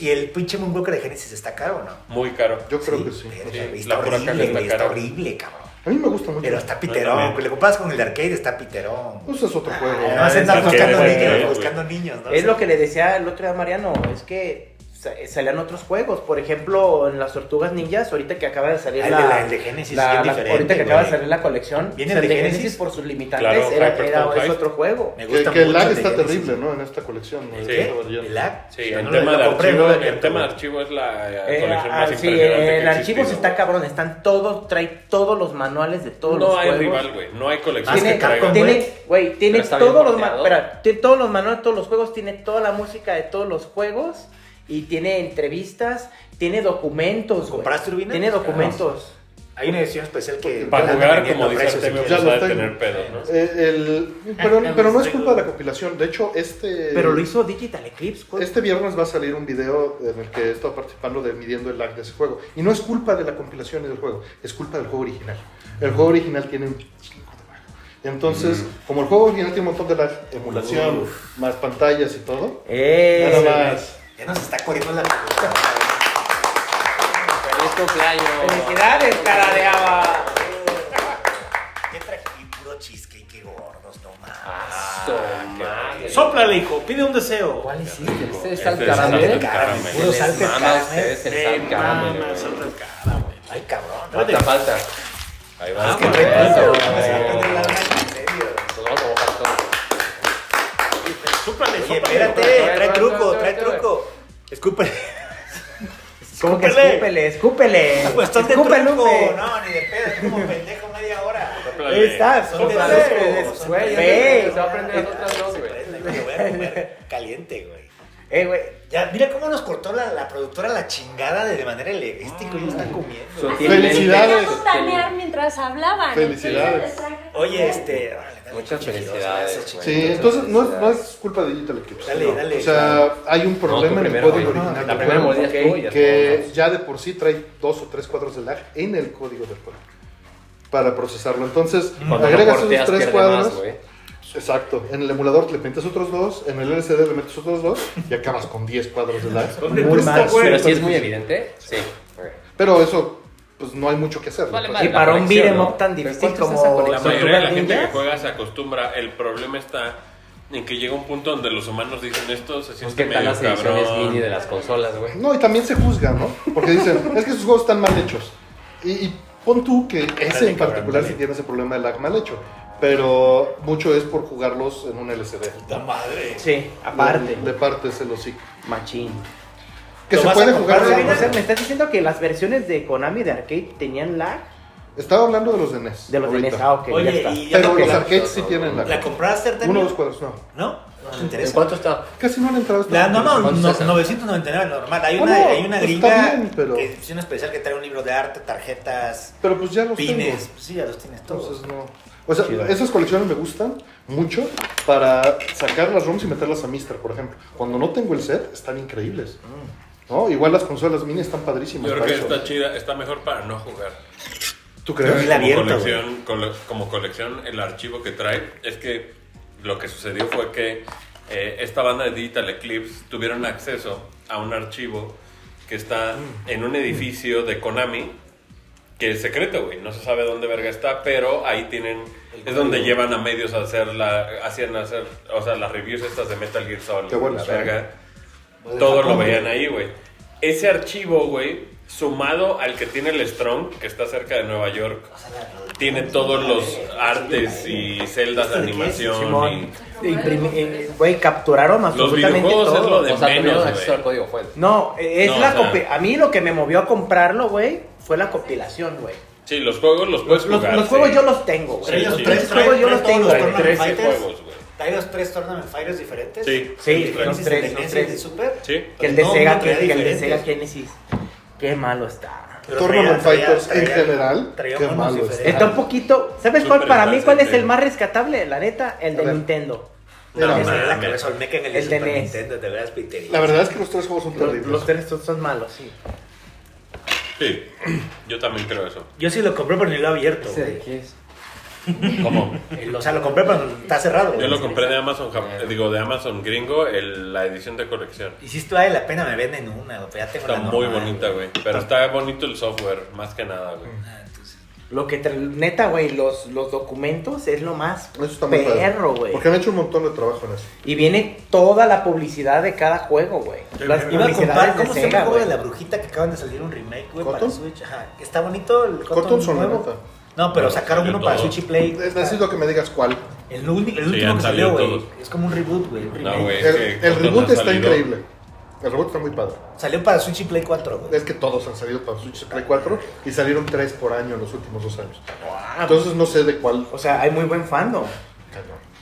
Speaker 1: y, y el pinche Moonwalker de Genesis está caro, ¿no?
Speaker 2: Muy caro.
Speaker 4: Yo creo que sí.
Speaker 1: Verga,
Speaker 2: Sí,
Speaker 1: güey,
Speaker 2: la
Speaker 1: está
Speaker 2: pura caja
Speaker 1: horrible,
Speaker 2: está
Speaker 1: güey, está
Speaker 2: cara.
Speaker 1: horrible, cabrón.
Speaker 4: A mí me gusta mucho.
Speaker 1: Pero está
Speaker 2: también.
Speaker 1: piterón, güey. Lo comparas con el de arcade, está piterón.
Speaker 4: Pues es otro juego.
Speaker 1: No vas a
Speaker 2: es
Speaker 1: andar
Speaker 2: arcade,
Speaker 1: buscando
Speaker 2: es
Speaker 1: niños,
Speaker 2: arcade,
Speaker 1: buscando niños, ¿no?
Speaker 6: Es lo que le decía el otro día a Mariano, es que sa- salían otros juegos, por ejemplo, en las Tortugas Ninjas, ahorita que acaba de salir
Speaker 1: Ah, el
Speaker 6: la,
Speaker 1: de la- el de Genesis
Speaker 6: la-
Speaker 1: es bien
Speaker 6: la-
Speaker 1: diferente,
Speaker 6: ahorita que acaba de
Speaker 1: güey.
Speaker 6: salir la colección,
Speaker 1: ¿Viene
Speaker 6: o sea,
Speaker 1: el de
Speaker 6: el de Genesis,
Speaker 1: Genesis?
Speaker 6: por sus limitantes
Speaker 2: Claro,
Speaker 6: era,
Speaker 2: Hyperstone
Speaker 6: era- es
Speaker 2: Heist.
Speaker 6: otro juego.
Speaker 1: Me
Speaker 4: Que,
Speaker 1: gusta
Speaker 4: que el
Speaker 1: mucho
Speaker 4: lag
Speaker 1: de
Speaker 4: está
Speaker 1: Genesis.
Speaker 4: terrible, ¿no? En esta colección. ¿no?
Speaker 2: Sí.
Speaker 1: ¿Qué?
Speaker 4: Está variando.
Speaker 1: ¿El lag?
Speaker 2: Sí,
Speaker 1: Yo
Speaker 2: el
Speaker 1: no lo-
Speaker 2: tema,
Speaker 1: lo
Speaker 2: de
Speaker 1: compré,
Speaker 2: archivo,
Speaker 1: no lo-
Speaker 2: el tema de archivo es la eh,
Speaker 6: Eh,
Speaker 2: colección
Speaker 6: ah,
Speaker 2: más
Speaker 6: sí,
Speaker 2: impresionante que
Speaker 6: el
Speaker 2: existe,
Speaker 6: archivo sí
Speaker 2: ¿no?
Speaker 6: está cabrón, están todos, trae todos los manuales de todos
Speaker 2: No
Speaker 6: los
Speaker 2: hay
Speaker 6: juegos.
Speaker 2: rival, güey. No hay colección
Speaker 1: Más
Speaker 6: Tiene,
Speaker 2: que traiga.
Speaker 1: Capcom,
Speaker 6: tiene,
Speaker 1: güey.
Speaker 6: güey, tiene
Speaker 3: Pero está bien
Speaker 6: todos los, ma-
Speaker 3: porteado.
Speaker 6: espera, tiene todos los manuales, todos los juegos, tiene toda la música de todos los juegos y tiene entrevistas, tiene documentos, güey.
Speaker 1: ¿Compraste Urbina? Ah.
Speaker 6: Tiene documentos.
Speaker 1: Hay una edición especial que...
Speaker 2: Para
Speaker 1: andan
Speaker 2: jugar,
Speaker 1: vendiendo
Speaker 2: como dice
Speaker 1: precios,
Speaker 2: Artemio,
Speaker 1: güey.
Speaker 4: Ya
Speaker 2: pues
Speaker 4: lo
Speaker 2: ha de
Speaker 4: tengo.
Speaker 2: tener pedos, ¿no?
Speaker 4: Eh, el- pero, pero no es culpa de la compilación. De hecho, este.
Speaker 6: Pero lo hizo Digital Eclipse, güey.
Speaker 4: Este viernes va a salir un video en el que he estado participando de midiendo el lag de ese juego. Y no es culpa de la compilación ni del juego, es culpa del juego original. El juego original tiene un chingo de lag. Entonces, como el juego original tiene un montón de lag, emulación, más pantallas y todo,
Speaker 6: ¡Eh!
Speaker 4: nada más.
Speaker 1: Ya nos está corriendo la...
Speaker 3: Feliz cumpleaños.
Speaker 6: ¡Felicidades, cara de haba!
Speaker 1: ¿Qué traje? Puro cheesecake, qué gordos, no mames.
Speaker 3: Ah, su madre.
Speaker 7: Sóplale, hijo, pide un deseo.
Speaker 6: ¿Cuál hiciste?
Speaker 3: Este es
Speaker 2: Este
Speaker 3: al
Speaker 2: es
Speaker 3: caramel.
Speaker 2: al caramel.
Speaker 1: Puro
Speaker 3: Les
Speaker 1: salte
Speaker 3: mama a
Speaker 1: caramel.
Speaker 3: ustedes el
Speaker 7: Eh,
Speaker 3: sal caramel,
Speaker 7: mama,
Speaker 3: güey.
Speaker 7: salta el cara, güey.
Speaker 1: Ay, cabrón. ¿no?
Speaker 3: Falta, falta. Ahí va.
Speaker 7: Ah,
Speaker 3: Qué
Speaker 7: bueno,
Speaker 3: reto,
Speaker 1: Eso,
Speaker 3: güey.
Speaker 1: me se va a poner la alma en serio.
Speaker 3: Nos vamos a mojar todos.
Speaker 7: Súplale,
Speaker 1: Oye,
Speaker 7: súplale.
Speaker 1: espérate, trae truco, trae truco. Escúpele.
Speaker 6: Como que
Speaker 1: Escúpele.
Speaker 6: escúpele, escúpele.
Speaker 1: Pues estás de
Speaker 6: Escúpele,
Speaker 1: truco.
Speaker 6: hombre.
Speaker 1: No, ni de pedo. Es como pendejo media hora.
Speaker 2: Sóplale.
Speaker 6: Ahí está,
Speaker 1: Son
Speaker 6: sopla,
Speaker 1: de
Speaker 6: sopla,
Speaker 1: truco, son
Speaker 6: güey,
Speaker 1: de
Speaker 6: ve.
Speaker 1: truco.
Speaker 3: Se va a prender las otras dos, güey.
Speaker 1: Se prende, Lo voy a comer caliente, güey.
Speaker 6: Eh, güey.
Speaker 1: Ya, mira cómo nos cortó la, la productora la chingada de, de manera elegante. Este güey está comiendo. güey.
Speaker 3: Sutilmente,
Speaker 4: Felicidades.
Speaker 8: Queríamos planear mientras hablaban.
Speaker 4: Felicidades.
Speaker 8: Entonces, les traje-
Speaker 1: Oye, este. órale, dale,
Speaker 3: Muchas
Speaker 1: chiquitos,
Speaker 3: felicidades,
Speaker 1: gracias,
Speaker 3: güey.
Speaker 4: Sí,
Speaker 1: chiquitos.
Speaker 4: entonces no es, no es culpa de Digital Eclipse.
Speaker 1: Dale,
Speaker 4: no.
Speaker 1: dale.
Speaker 4: O sea, hay un problema en el
Speaker 3: primero,
Speaker 4: código
Speaker 3: güey.
Speaker 4: original.
Speaker 3: La
Speaker 4: del
Speaker 3: primera
Speaker 4: juego,
Speaker 3: molestia es tuya,
Speaker 4: Que
Speaker 3: todos.
Speaker 4: ya de por sí trae dos o tres cuadros de lag en el código del juego para procesarlo. Entonces,
Speaker 3: Mm. Cuando lo
Speaker 4: agregas esos
Speaker 3: porteas,
Speaker 4: tres
Speaker 3: pierde más,
Speaker 4: cuadros.
Speaker 3: güey.
Speaker 4: Exacto. En el emulador le metes otros dos, en el LCD le metes otros dos y acabas con 10 cuadros de lag.
Speaker 7: ¿Dónde
Speaker 6: Muy
Speaker 7: tú
Speaker 6: mal,
Speaker 7: estás,
Speaker 3: Pero
Speaker 7: güey?
Speaker 3: si es muy evidente, sí.
Speaker 4: Pero eso, pues no hay mucho que hacer.
Speaker 3: Vale,
Speaker 4: Pues,
Speaker 3: madre.
Speaker 6: Y
Speaker 3: la
Speaker 6: para un
Speaker 3: conexión,
Speaker 6: beat'em
Speaker 3: ¿no?
Speaker 6: up tan
Speaker 3: Pero
Speaker 6: difícil
Speaker 3: ¿cuánto es
Speaker 6: como
Speaker 3: esa conexión?
Speaker 2: La
Speaker 6: Tortugas
Speaker 2: mayoría de la gente que
Speaker 6: Ninja,
Speaker 2: juega se acostumbra. El problema está en que llega un punto donde los humanos dicen esto, se
Speaker 3: Pues
Speaker 2: siente
Speaker 3: qué tal
Speaker 2: medio
Speaker 3: las ediciones mini
Speaker 2: cabrón.
Speaker 3: de las consolas, güey.
Speaker 4: No, y también se juzga, ¿no? Porque dicen, es que sus juegos están mal hechos. Y, y pon tú que ese
Speaker 1: Dale,
Speaker 4: en
Speaker 1: cabrón,
Speaker 4: particular
Speaker 1: dale.
Speaker 4: sí tiene ese problema de lag mal hecho. Pero mucho es por jugarlos en un LCD.
Speaker 1: Puta madre.
Speaker 6: Sí, aparte.
Speaker 4: De partes el hocico.
Speaker 6: Machín.
Speaker 4: Que
Speaker 1: ¿Lo
Speaker 4: se
Speaker 1: vas
Speaker 4: puede
Speaker 1: a comprar,
Speaker 4: jugar.
Speaker 1: Sabina?
Speaker 6: O sea, me estás diciendo que las versiones de Konami de arcade tenían lag
Speaker 4: Estaba hablando de los de NES.
Speaker 6: de los de
Speaker 4: ahorita.
Speaker 6: NES. Ah, ok, ya
Speaker 1: Oye,
Speaker 6: está.
Speaker 1: y ya
Speaker 4: Pero
Speaker 1: no
Speaker 4: los
Speaker 1: la,
Speaker 4: arcades sí tienen lag.
Speaker 1: la compraste,
Speaker 4: Uno o
Speaker 1: Artemio.
Speaker 4: dos cuadros, no.
Speaker 1: ¿No? No te
Speaker 3: ¿En
Speaker 1: interesa.
Speaker 3: cuánto está?
Speaker 4: Casi no han entrado. estos
Speaker 1: La, no, no,
Speaker 3: ¿Cuánto
Speaker 1: no,
Speaker 3: es esa?
Speaker 1: 999 normal. Hay
Speaker 4: No,
Speaker 1: una,
Speaker 4: no,
Speaker 1: hay una
Speaker 4: está
Speaker 1: gringa
Speaker 4: bien, pero-
Speaker 1: que es una especial que trae un libro de arte, tarjetas,
Speaker 4: Pero pues ya los
Speaker 1: pines. Pues sí, ya los tienes
Speaker 4: tengo.
Speaker 1: todos.
Speaker 4: Entonces no. O sea, esas colecciones me gustan mucho para sacar las ROMs y meterlas a Mister, por ejemplo. Cuando no tengo el set, están increíbles.
Speaker 1: Mm.
Speaker 4: ¿No? Igual las consolas mini están padrísimas.
Speaker 2: Yo creo
Speaker 4: para
Speaker 2: que
Speaker 4: eso.
Speaker 2: está chida, está mejor para no jugar.
Speaker 4: ¿Tú
Speaker 1: Yo vi
Speaker 4: crees?
Speaker 1: la-
Speaker 2: como,
Speaker 1: abierto,
Speaker 2: colección, cole- como colección, el archivo que trae es que lo que sucedió fue que eh, esta banda de Digital Eclipse tuvieron acceso a un archivo que está en un edificio de Konami que es secreto, güey. No se sabe dónde verga está, pero ahí tienen. Es donde llevan a medios a hacer la. Hacían hacer. O sea, las reviews estas de Metal Gear Solid.
Speaker 4: Qué bueno,
Speaker 2: la
Speaker 4: sí.
Speaker 2: verga. Todo lo veían ahí, güey. Ese archivo, güey, sumado al que tiene el Strong, que está cerca de Nueva York, tiene todos los artes y celdas de
Speaker 1: ¿Esto de qué es,
Speaker 2: animación.
Speaker 6: Simón.
Speaker 2: y-
Speaker 6: Imprimi- eh, Güey, capturaron
Speaker 2: Los
Speaker 6: absolutamente
Speaker 2: videojuegos es
Speaker 6: todo.
Speaker 2: lo de
Speaker 3: O sea,
Speaker 2: menos,
Speaker 3: tuvieron
Speaker 2: güey.
Speaker 3: acceso al código fuente.
Speaker 6: No, eh, es
Speaker 2: No,
Speaker 6: la
Speaker 2: o sea-
Speaker 6: compi- A mí lo que me movió a comprarlo, güey, fue la compilación, güey.
Speaker 2: Sí, los juegos los puedes
Speaker 6: Los, los
Speaker 2: jugar.
Speaker 6: juegos
Speaker 2: sí.
Speaker 6: yo los tengo, güey.
Speaker 2: Sí,
Speaker 1: ellos
Speaker 6: los
Speaker 2: sí.
Speaker 6: tres
Speaker 1: traen-
Speaker 6: juegos yo
Speaker 1: traen
Speaker 6: los
Speaker 1: todos
Speaker 6: tengo,
Speaker 1: los
Speaker 6: güey.
Speaker 2: Trae
Speaker 1: Tournament
Speaker 2: 13
Speaker 1: Fighters.
Speaker 2: juegos, güey.
Speaker 1: ¿Hay los tres Tournament Fighters diferentes?
Speaker 2: Sí.
Speaker 6: Sí,
Speaker 1: ¿Los
Speaker 6: los
Speaker 1: tres,
Speaker 6: tres,
Speaker 1: de
Speaker 6: los
Speaker 1: NES y
Speaker 6: tres.
Speaker 1: de Super?
Speaker 2: Sí.
Speaker 6: Que el de
Speaker 1: Pues no,
Speaker 6: Sega,
Speaker 1: no
Speaker 6: que,
Speaker 1: traía
Speaker 6: que el de
Speaker 1: diferentes.
Speaker 6: Sega Genesis. Qué malo está.
Speaker 1: Pero
Speaker 4: Tournament
Speaker 1: traía-
Speaker 4: Fighters
Speaker 1: traía-
Speaker 4: en
Speaker 1: traía-
Speaker 4: general,
Speaker 1: traía
Speaker 4: qué
Speaker 1: monos
Speaker 4: malo
Speaker 1: diferentes.
Speaker 4: está.
Speaker 6: Está un poquito. ¿Sabes cuál?
Speaker 2: Super
Speaker 6: Para mí, ¿cuál es
Speaker 2: interesante.
Speaker 6: el más rescatable? La neta, el
Speaker 4: A
Speaker 6: de
Speaker 4: ver.
Speaker 6: Nintendo.
Speaker 1: No,
Speaker 4: Era-
Speaker 1: mames, la
Speaker 2: mames.
Speaker 1: cabeza olmeca en el,
Speaker 6: El de
Speaker 1: Super
Speaker 2: E
Speaker 6: NES.
Speaker 1: Nintendo, te veas Peter.
Speaker 4: La verdad es que los tres juegos son
Speaker 6: Los,
Speaker 4: terribles.
Speaker 6: los tres son, son malos, sí.
Speaker 2: Sí, yo también creo eso.
Speaker 1: Yo sí lo compré, pero ni lo he abierto. güey.
Speaker 2: ¿Cómo?
Speaker 1: O sea, lo compré, pero está cerrado.
Speaker 2: Yo
Speaker 1: güey.
Speaker 2: lo compré de Amazon,
Speaker 6: Eh.
Speaker 2: Jap- digo, de Amazon gringo, el- la edición de colección.
Speaker 1: Y si esto vale la pena, me venden una, güey. pero Ya tengo
Speaker 2: Está
Speaker 1: la
Speaker 2: muy
Speaker 1: normal,
Speaker 2: bonita, güey. Pero está bonito el software, más que nada, güey.
Speaker 6: Mm.
Speaker 1: Ah, entonces,
Speaker 6: Lo que, tra- neta, güey, los, los documentos es lo más
Speaker 4: Eso está muy padre.
Speaker 6: perro, güey.
Speaker 4: Porque han hecho un montón de trabajo en eso.
Speaker 6: Y viene toda la publicidad de cada juego, güey. Las
Speaker 1: Iba a comprar,
Speaker 6: publicidades de
Speaker 1: ¿cómo se llama el
Speaker 6: Sega,
Speaker 1: juego de
Speaker 6: güey.
Speaker 1: la brujita que acaban de salir un remake, güey, para
Speaker 4: ¿Cotton?
Speaker 1: Switch? Ajá. Está bonito el Cotton,
Speaker 4: Cotton son la
Speaker 1: nuevo.
Speaker 4: neta.
Speaker 1: No, pero
Speaker 2: No,
Speaker 1: sacaron
Speaker 2: salió
Speaker 1: uno para
Speaker 2: todo.
Speaker 1: Switch y Play.
Speaker 4: Necesito que me digas cuál.
Speaker 1: El, uni- el
Speaker 2: Sí,
Speaker 1: último
Speaker 2: han
Speaker 1: que salió,
Speaker 2: salido
Speaker 1: güey.
Speaker 2: todos.
Speaker 1: Es como un reboot, güey. un remake.
Speaker 2: No, güey.
Speaker 4: El,
Speaker 2: es que
Speaker 4: el
Speaker 2: Cotton
Speaker 4: reboot
Speaker 2: ha
Speaker 4: está
Speaker 2: salido.
Speaker 4: increíble. El reboot está muy padre.
Speaker 1: Salió para Switch y Play 4, güey.
Speaker 4: Es que todos han salido para Switch y Play 4 y salieron tres por año en los últimos dos años. Entonces no sé de cuál.
Speaker 6: O sea, hay muy buen fandom.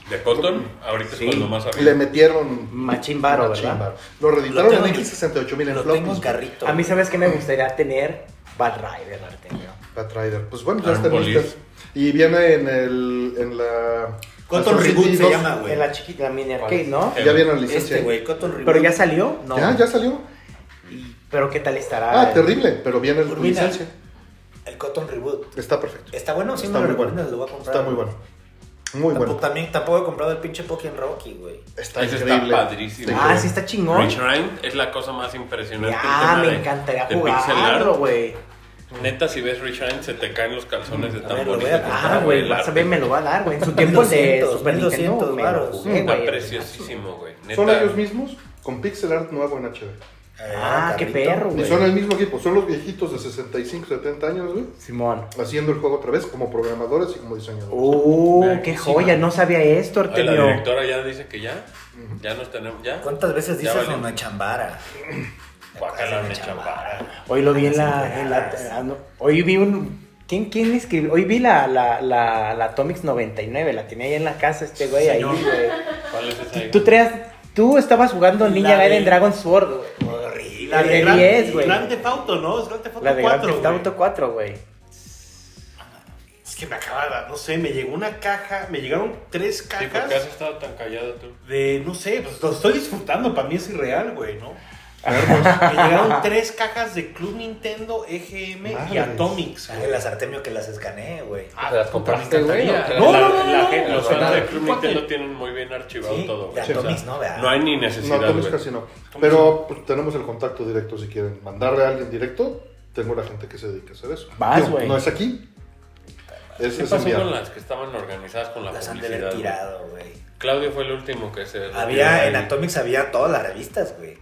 Speaker 2: ¿De Cotton? Ahorita
Speaker 6: Sí.
Speaker 2: es cuando más
Speaker 4: Le
Speaker 2: arriba.
Speaker 4: metieron.
Speaker 6: Machín varo,
Speaker 4: machín
Speaker 6: ¿verdad?
Speaker 4: varo. Lo
Speaker 1: Lo
Speaker 4: reeditaron
Speaker 1: tengo
Speaker 4: en
Speaker 1: en-
Speaker 4: X68 mil en
Speaker 1: Lo
Speaker 4: floppy.
Speaker 1: tengo en carrito.
Speaker 6: A mí,
Speaker 1: güey.
Speaker 6: ¿sabes qué me gustaría tener? Bad Rider, Artemio.
Speaker 4: Pat Rider. Pues bueno, ya
Speaker 2: Iron
Speaker 4: está en
Speaker 2: Police.
Speaker 4: listas. Y viene en el. en la.
Speaker 1: Cotton
Speaker 4: la Soul
Speaker 1: Reboot
Speaker 4: City
Speaker 1: se
Speaker 4: 2.
Speaker 1: llama, Ah, güey.
Speaker 6: En la chiquita, la mini arcade, ¿no?
Speaker 4: Ya viene la licencia.
Speaker 1: Este, güey, Cotton Reboot.
Speaker 6: Pero ya salió, ¿no?
Speaker 4: Ya, ya salió.
Speaker 6: Y- Pero qué tal estará.
Speaker 4: Ah,
Speaker 6: el-
Speaker 4: terrible, pero viene la
Speaker 1: Urbina.
Speaker 4: licencia.
Speaker 1: El Cotton Reboot.
Speaker 4: Está perfecto.
Speaker 1: Está bueno, sí
Speaker 4: Está
Speaker 1: me
Speaker 4: muy
Speaker 1: lo
Speaker 4: bueno.
Speaker 1: recomiendas, lo voy a comprar.
Speaker 4: Está muy bueno. Muy
Speaker 1: Tampoco,
Speaker 4: bueno.
Speaker 1: También tampoco he comprado el pinche Pokémon Rocky, güey.
Speaker 4: Está
Speaker 2: Ese está
Speaker 4: increíble.
Speaker 2: padrísimo.
Speaker 4: Está
Speaker 6: Ah,
Speaker 4: increíble.
Speaker 6: sí está chingón.
Speaker 2: Rich Rind es la cosa más impresionante. en
Speaker 6: Ya,
Speaker 2: tema
Speaker 6: me
Speaker 2: de-
Speaker 6: encantaría
Speaker 2: de pixel art.
Speaker 6: jugarlo, güey.
Speaker 2: Neta, si ves Rich Rind, se te caen los calzones de
Speaker 1: A
Speaker 2: tan
Speaker 1: ver, lo voy
Speaker 2: bonito.
Speaker 1: a
Speaker 2: que
Speaker 1: comprar,
Speaker 2: está
Speaker 6: Ah, güey,
Speaker 2: el
Speaker 6: vas a
Speaker 2: arte.
Speaker 6: ver, me lo va a dar, güey. En su tiempo de
Speaker 1: 1200,
Speaker 6: Super Nintendo
Speaker 1: 1200
Speaker 6: me lo
Speaker 1: varos.
Speaker 6: jugué,
Speaker 2: Está
Speaker 6: güey.
Speaker 2: preciosísimo, güey.
Speaker 4: Son
Speaker 2: Neta,
Speaker 4: ellos mismos con pixel art nuevo en HD.
Speaker 6: Ah, qué
Speaker 1: carrito.
Speaker 6: perro,
Speaker 4: Ni
Speaker 6: güey.
Speaker 4: son el mismo equipo, son los viejitos de 65, 70 años, güey,
Speaker 6: Simón.
Speaker 4: haciendo el juego otra vez como programadores y como diseñadores.
Speaker 6: Uh,
Speaker 2: Verguísima.
Speaker 6: qué joya, no sabía esto,
Speaker 2: Ay, la
Speaker 6: Artemio.
Speaker 2: directora ya dice que ya. Ya nos tenemos. Ya.
Speaker 1: ¿Cuántas veces
Speaker 2: Ya
Speaker 1: dices
Speaker 2: valió.
Speaker 1: una chambara?
Speaker 2: Guacala de chambara.
Speaker 6: Hoy lo vi en
Speaker 1: Sí,
Speaker 6: la. en la- ah, no, hoy vi un. ¿Quién, quién escribió? Hoy vi la, la, la, la Atomics 99, la tenía ahí en la casa este güey ahí,
Speaker 1: Señor.
Speaker 6: güey.
Speaker 2: ¿Cuál es esa?
Speaker 6: Tú traías. Tú estabas jugando Ninja
Speaker 1: La
Speaker 6: Gaiden
Speaker 1: de-
Speaker 6: Dragon Sword, güey.
Speaker 1: Horrible.
Speaker 6: La de
Speaker 7: Gran-
Speaker 6: 10, güey.
Speaker 7: Grand Theft Auto, ¿no? Es Grand Theft Auto
Speaker 6: La de Grand
Speaker 7: 4,
Speaker 6: Theft
Speaker 7: güey.
Speaker 6: Auto 4, güey.
Speaker 7: Es que me acababa, no sé, me llegó una caja, me llegaron tres
Speaker 2: Sí, ¿por qué
Speaker 7: cajas
Speaker 2: has estado tan callado tú?
Speaker 7: de, no sé, pues lo estoy disfrutando, para mí es irreal, güey, ¿no? me llegaron tres cajas de Club Nintendo, EGM y
Speaker 4: Madres.
Speaker 7: Atomics,
Speaker 1: Ay,
Speaker 7: güey.
Speaker 1: las Artemio que las escaneé, güey.
Speaker 2: Ah,
Speaker 3: ¿Te las compraste, güey? o te las-
Speaker 7: No,
Speaker 2: La-
Speaker 7: no, no, no,
Speaker 2: la
Speaker 7: no,
Speaker 2: gente-
Speaker 3: no,
Speaker 2: los
Speaker 3: no,
Speaker 2: fans
Speaker 3: no,
Speaker 2: de
Speaker 3: no,
Speaker 2: Club
Speaker 7: no,
Speaker 2: Nintendo tienen muy bien archivado
Speaker 1: Sí,
Speaker 2: todo, güey.
Speaker 1: de
Speaker 2: O sea,
Speaker 1: Atomics, ¿no? ¿Verdad?
Speaker 2: No hay ni
Speaker 4: No,
Speaker 2: necesidad,
Speaker 4: Atomics
Speaker 2: güey.
Speaker 4: casi no. Pero pues, tenemos el contacto directo si quieren mandarle a alguien directo. Tengo la gente que se dedica a hacer eso.
Speaker 6: Vas,
Speaker 4: Digo,
Speaker 6: güey.
Speaker 4: No es aquí. Es,
Speaker 2: ¿Qué
Speaker 4: es
Speaker 2: pasó
Speaker 4: enviar.
Speaker 2: con las que estaban organizadas con la
Speaker 1: Las han de haber
Speaker 2: publicidad? güey?
Speaker 1: tirado, güey.
Speaker 2: Claudio fue el último que se...
Speaker 1: Había, en
Speaker 2: ahí.
Speaker 1: Atomics había todas las revistas, güey.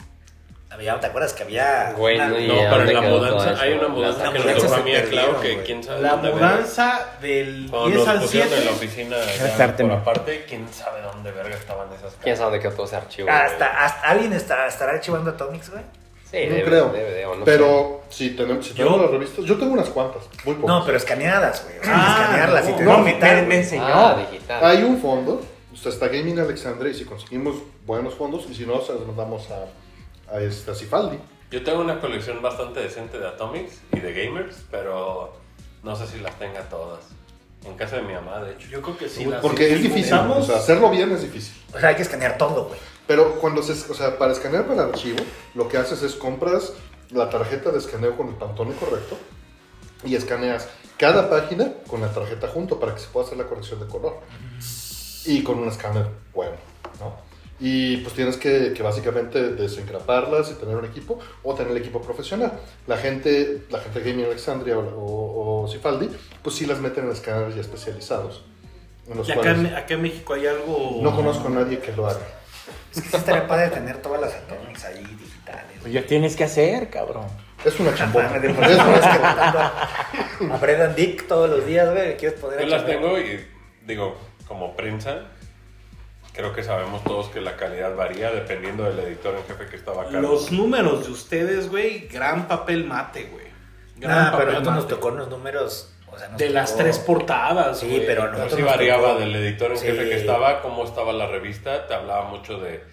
Speaker 1: Había, ¿te acuerdas que había?
Speaker 3: Güey,
Speaker 1: una-
Speaker 3: no,
Speaker 2: No,
Speaker 3: ¿Y a
Speaker 2: pero
Speaker 3: dónde
Speaker 2: en la
Speaker 3: quedó todo
Speaker 2: mudanza,
Speaker 3: eso?
Speaker 2: hay una
Speaker 3: Las
Speaker 2: mudanza que nos
Speaker 1: mudanzas
Speaker 2: tocó a
Speaker 1: se
Speaker 2: mí, a Clau,
Speaker 1: perdieron,
Speaker 2: que
Speaker 1: güey.
Speaker 2: quién sabe
Speaker 7: La
Speaker 2: dónde verga.
Speaker 7: mudanza del
Speaker 2: Cuando
Speaker 7: 10
Speaker 2: nos
Speaker 7: al
Speaker 2: pusieron
Speaker 7: 7.
Speaker 2: en la oficina
Speaker 6: Gracias,
Speaker 2: ya, por
Speaker 6: Artemio.
Speaker 2: aparte, quién sabe dónde verga estaban esas
Speaker 3: ¿Quién
Speaker 2: cajas.
Speaker 3: sabe dónde quedó todo ese archivo?
Speaker 2: Ah,
Speaker 3: güey?
Speaker 1: Hasta, hasta- ¿Alguien está- estará archivando Atomics, güey?
Speaker 3: Sí,
Speaker 4: No
Speaker 3: debe,
Speaker 4: creo.
Speaker 3: debe, debe, o no sé.
Speaker 4: pero si tenemos, si tenemos
Speaker 1: Yo-
Speaker 4: las revistas, yo tengo unas cuantas, muy pocas.
Speaker 1: No, pero escaneadas, güey. O sea,
Speaker 7: Ah,
Speaker 1: escanearlas y
Speaker 7: no,
Speaker 1: te
Speaker 6: No,
Speaker 1: no,
Speaker 6: me, me- me enseñó.
Speaker 3: Ah, digital.
Speaker 4: Hay un fondo, o sea, está Gaming Alexandria y si conseguimos buenos fondos y si no, se los mandamos a, a, este, a Cifaldi.
Speaker 2: Yo tengo una colección bastante decente de Atomics y de Gamers, pero no sé si las tenga todas. En casa de mi mamá, de hecho.
Speaker 7: Yo creo que sí. las
Speaker 4: Porque es difícil, o
Speaker 7: usamos.
Speaker 4: sea, hacerlo bien es difícil.
Speaker 1: O sea, hay que escanear todo, güey.
Speaker 4: Pero cuando se, o sea, para escanear para el archivo, lo que haces es compras la tarjeta de escaneo con el pantone correcto y escaneas cada página con la tarjeta junto para que se pueda hacer la corrección de color. Y con un escáner bueno, ¿no? Y pues tienes que, que básicamente desengraparlas y tener un equipo o tener el equipo profesional. La gente, la gente de Gaming Alexandria o, o, o Cifaldi, pues sí las meten en escáneres ya especializados. En los
Speaker 7: Y acá,
Speaker 4: cuales
Speaker 7: en- acá en México hay algo.
Speaker 4: no conozco a nadie que lo haga.
Speaker 1: Es que sí estaría padre tener todas las Atomics ahí digitales. güey.
Speaker 6: Pues ya tienes que hacer, cabrón.
Speaker 4: Es una chambota.
Speaker 1: Mames, de
Speaker 4: Es
Speaker 1: por sí
Speaker 4: una
Speaker 1: estás escaneando A Brendan Dick todos los días, güey. ¿Quieres poder
Speaker 2: Yo las
Speaker 1: archivar?
Speaker 2: tengo y digo, como prensa, creo que sabemos todos que la calidad varía dependiendo del editor en jefe que estaba a cargo.
Speaker 7: Los números de ustedes, güey, gran papel mate, güey. Gran
Speaker 1: Nah, pero a
Speaker 7: papel
Speaker 1: nosotros nos
Speaker 7: mate.
Speaker 1: tocó unos números. O sea, nos
Speaker 7: De las
Speaker 1: tocó-
Speaker 7: tres portadas,
Speaker 1: Oh. Sí,
Speaker 7: güey.
Speaker 1: pero no-
Speaker 2: Pero
Speaker 1: nosotros
Speaker 2: sí
Speaker 1: nos
Speaker 2: variaba
Speaker 1: tocó-
Speaker 2: del editor en
Speaker 1: Sí.
Speaker 2: jefe que estaba, cómo estaba la revista, te hablaba mucho de,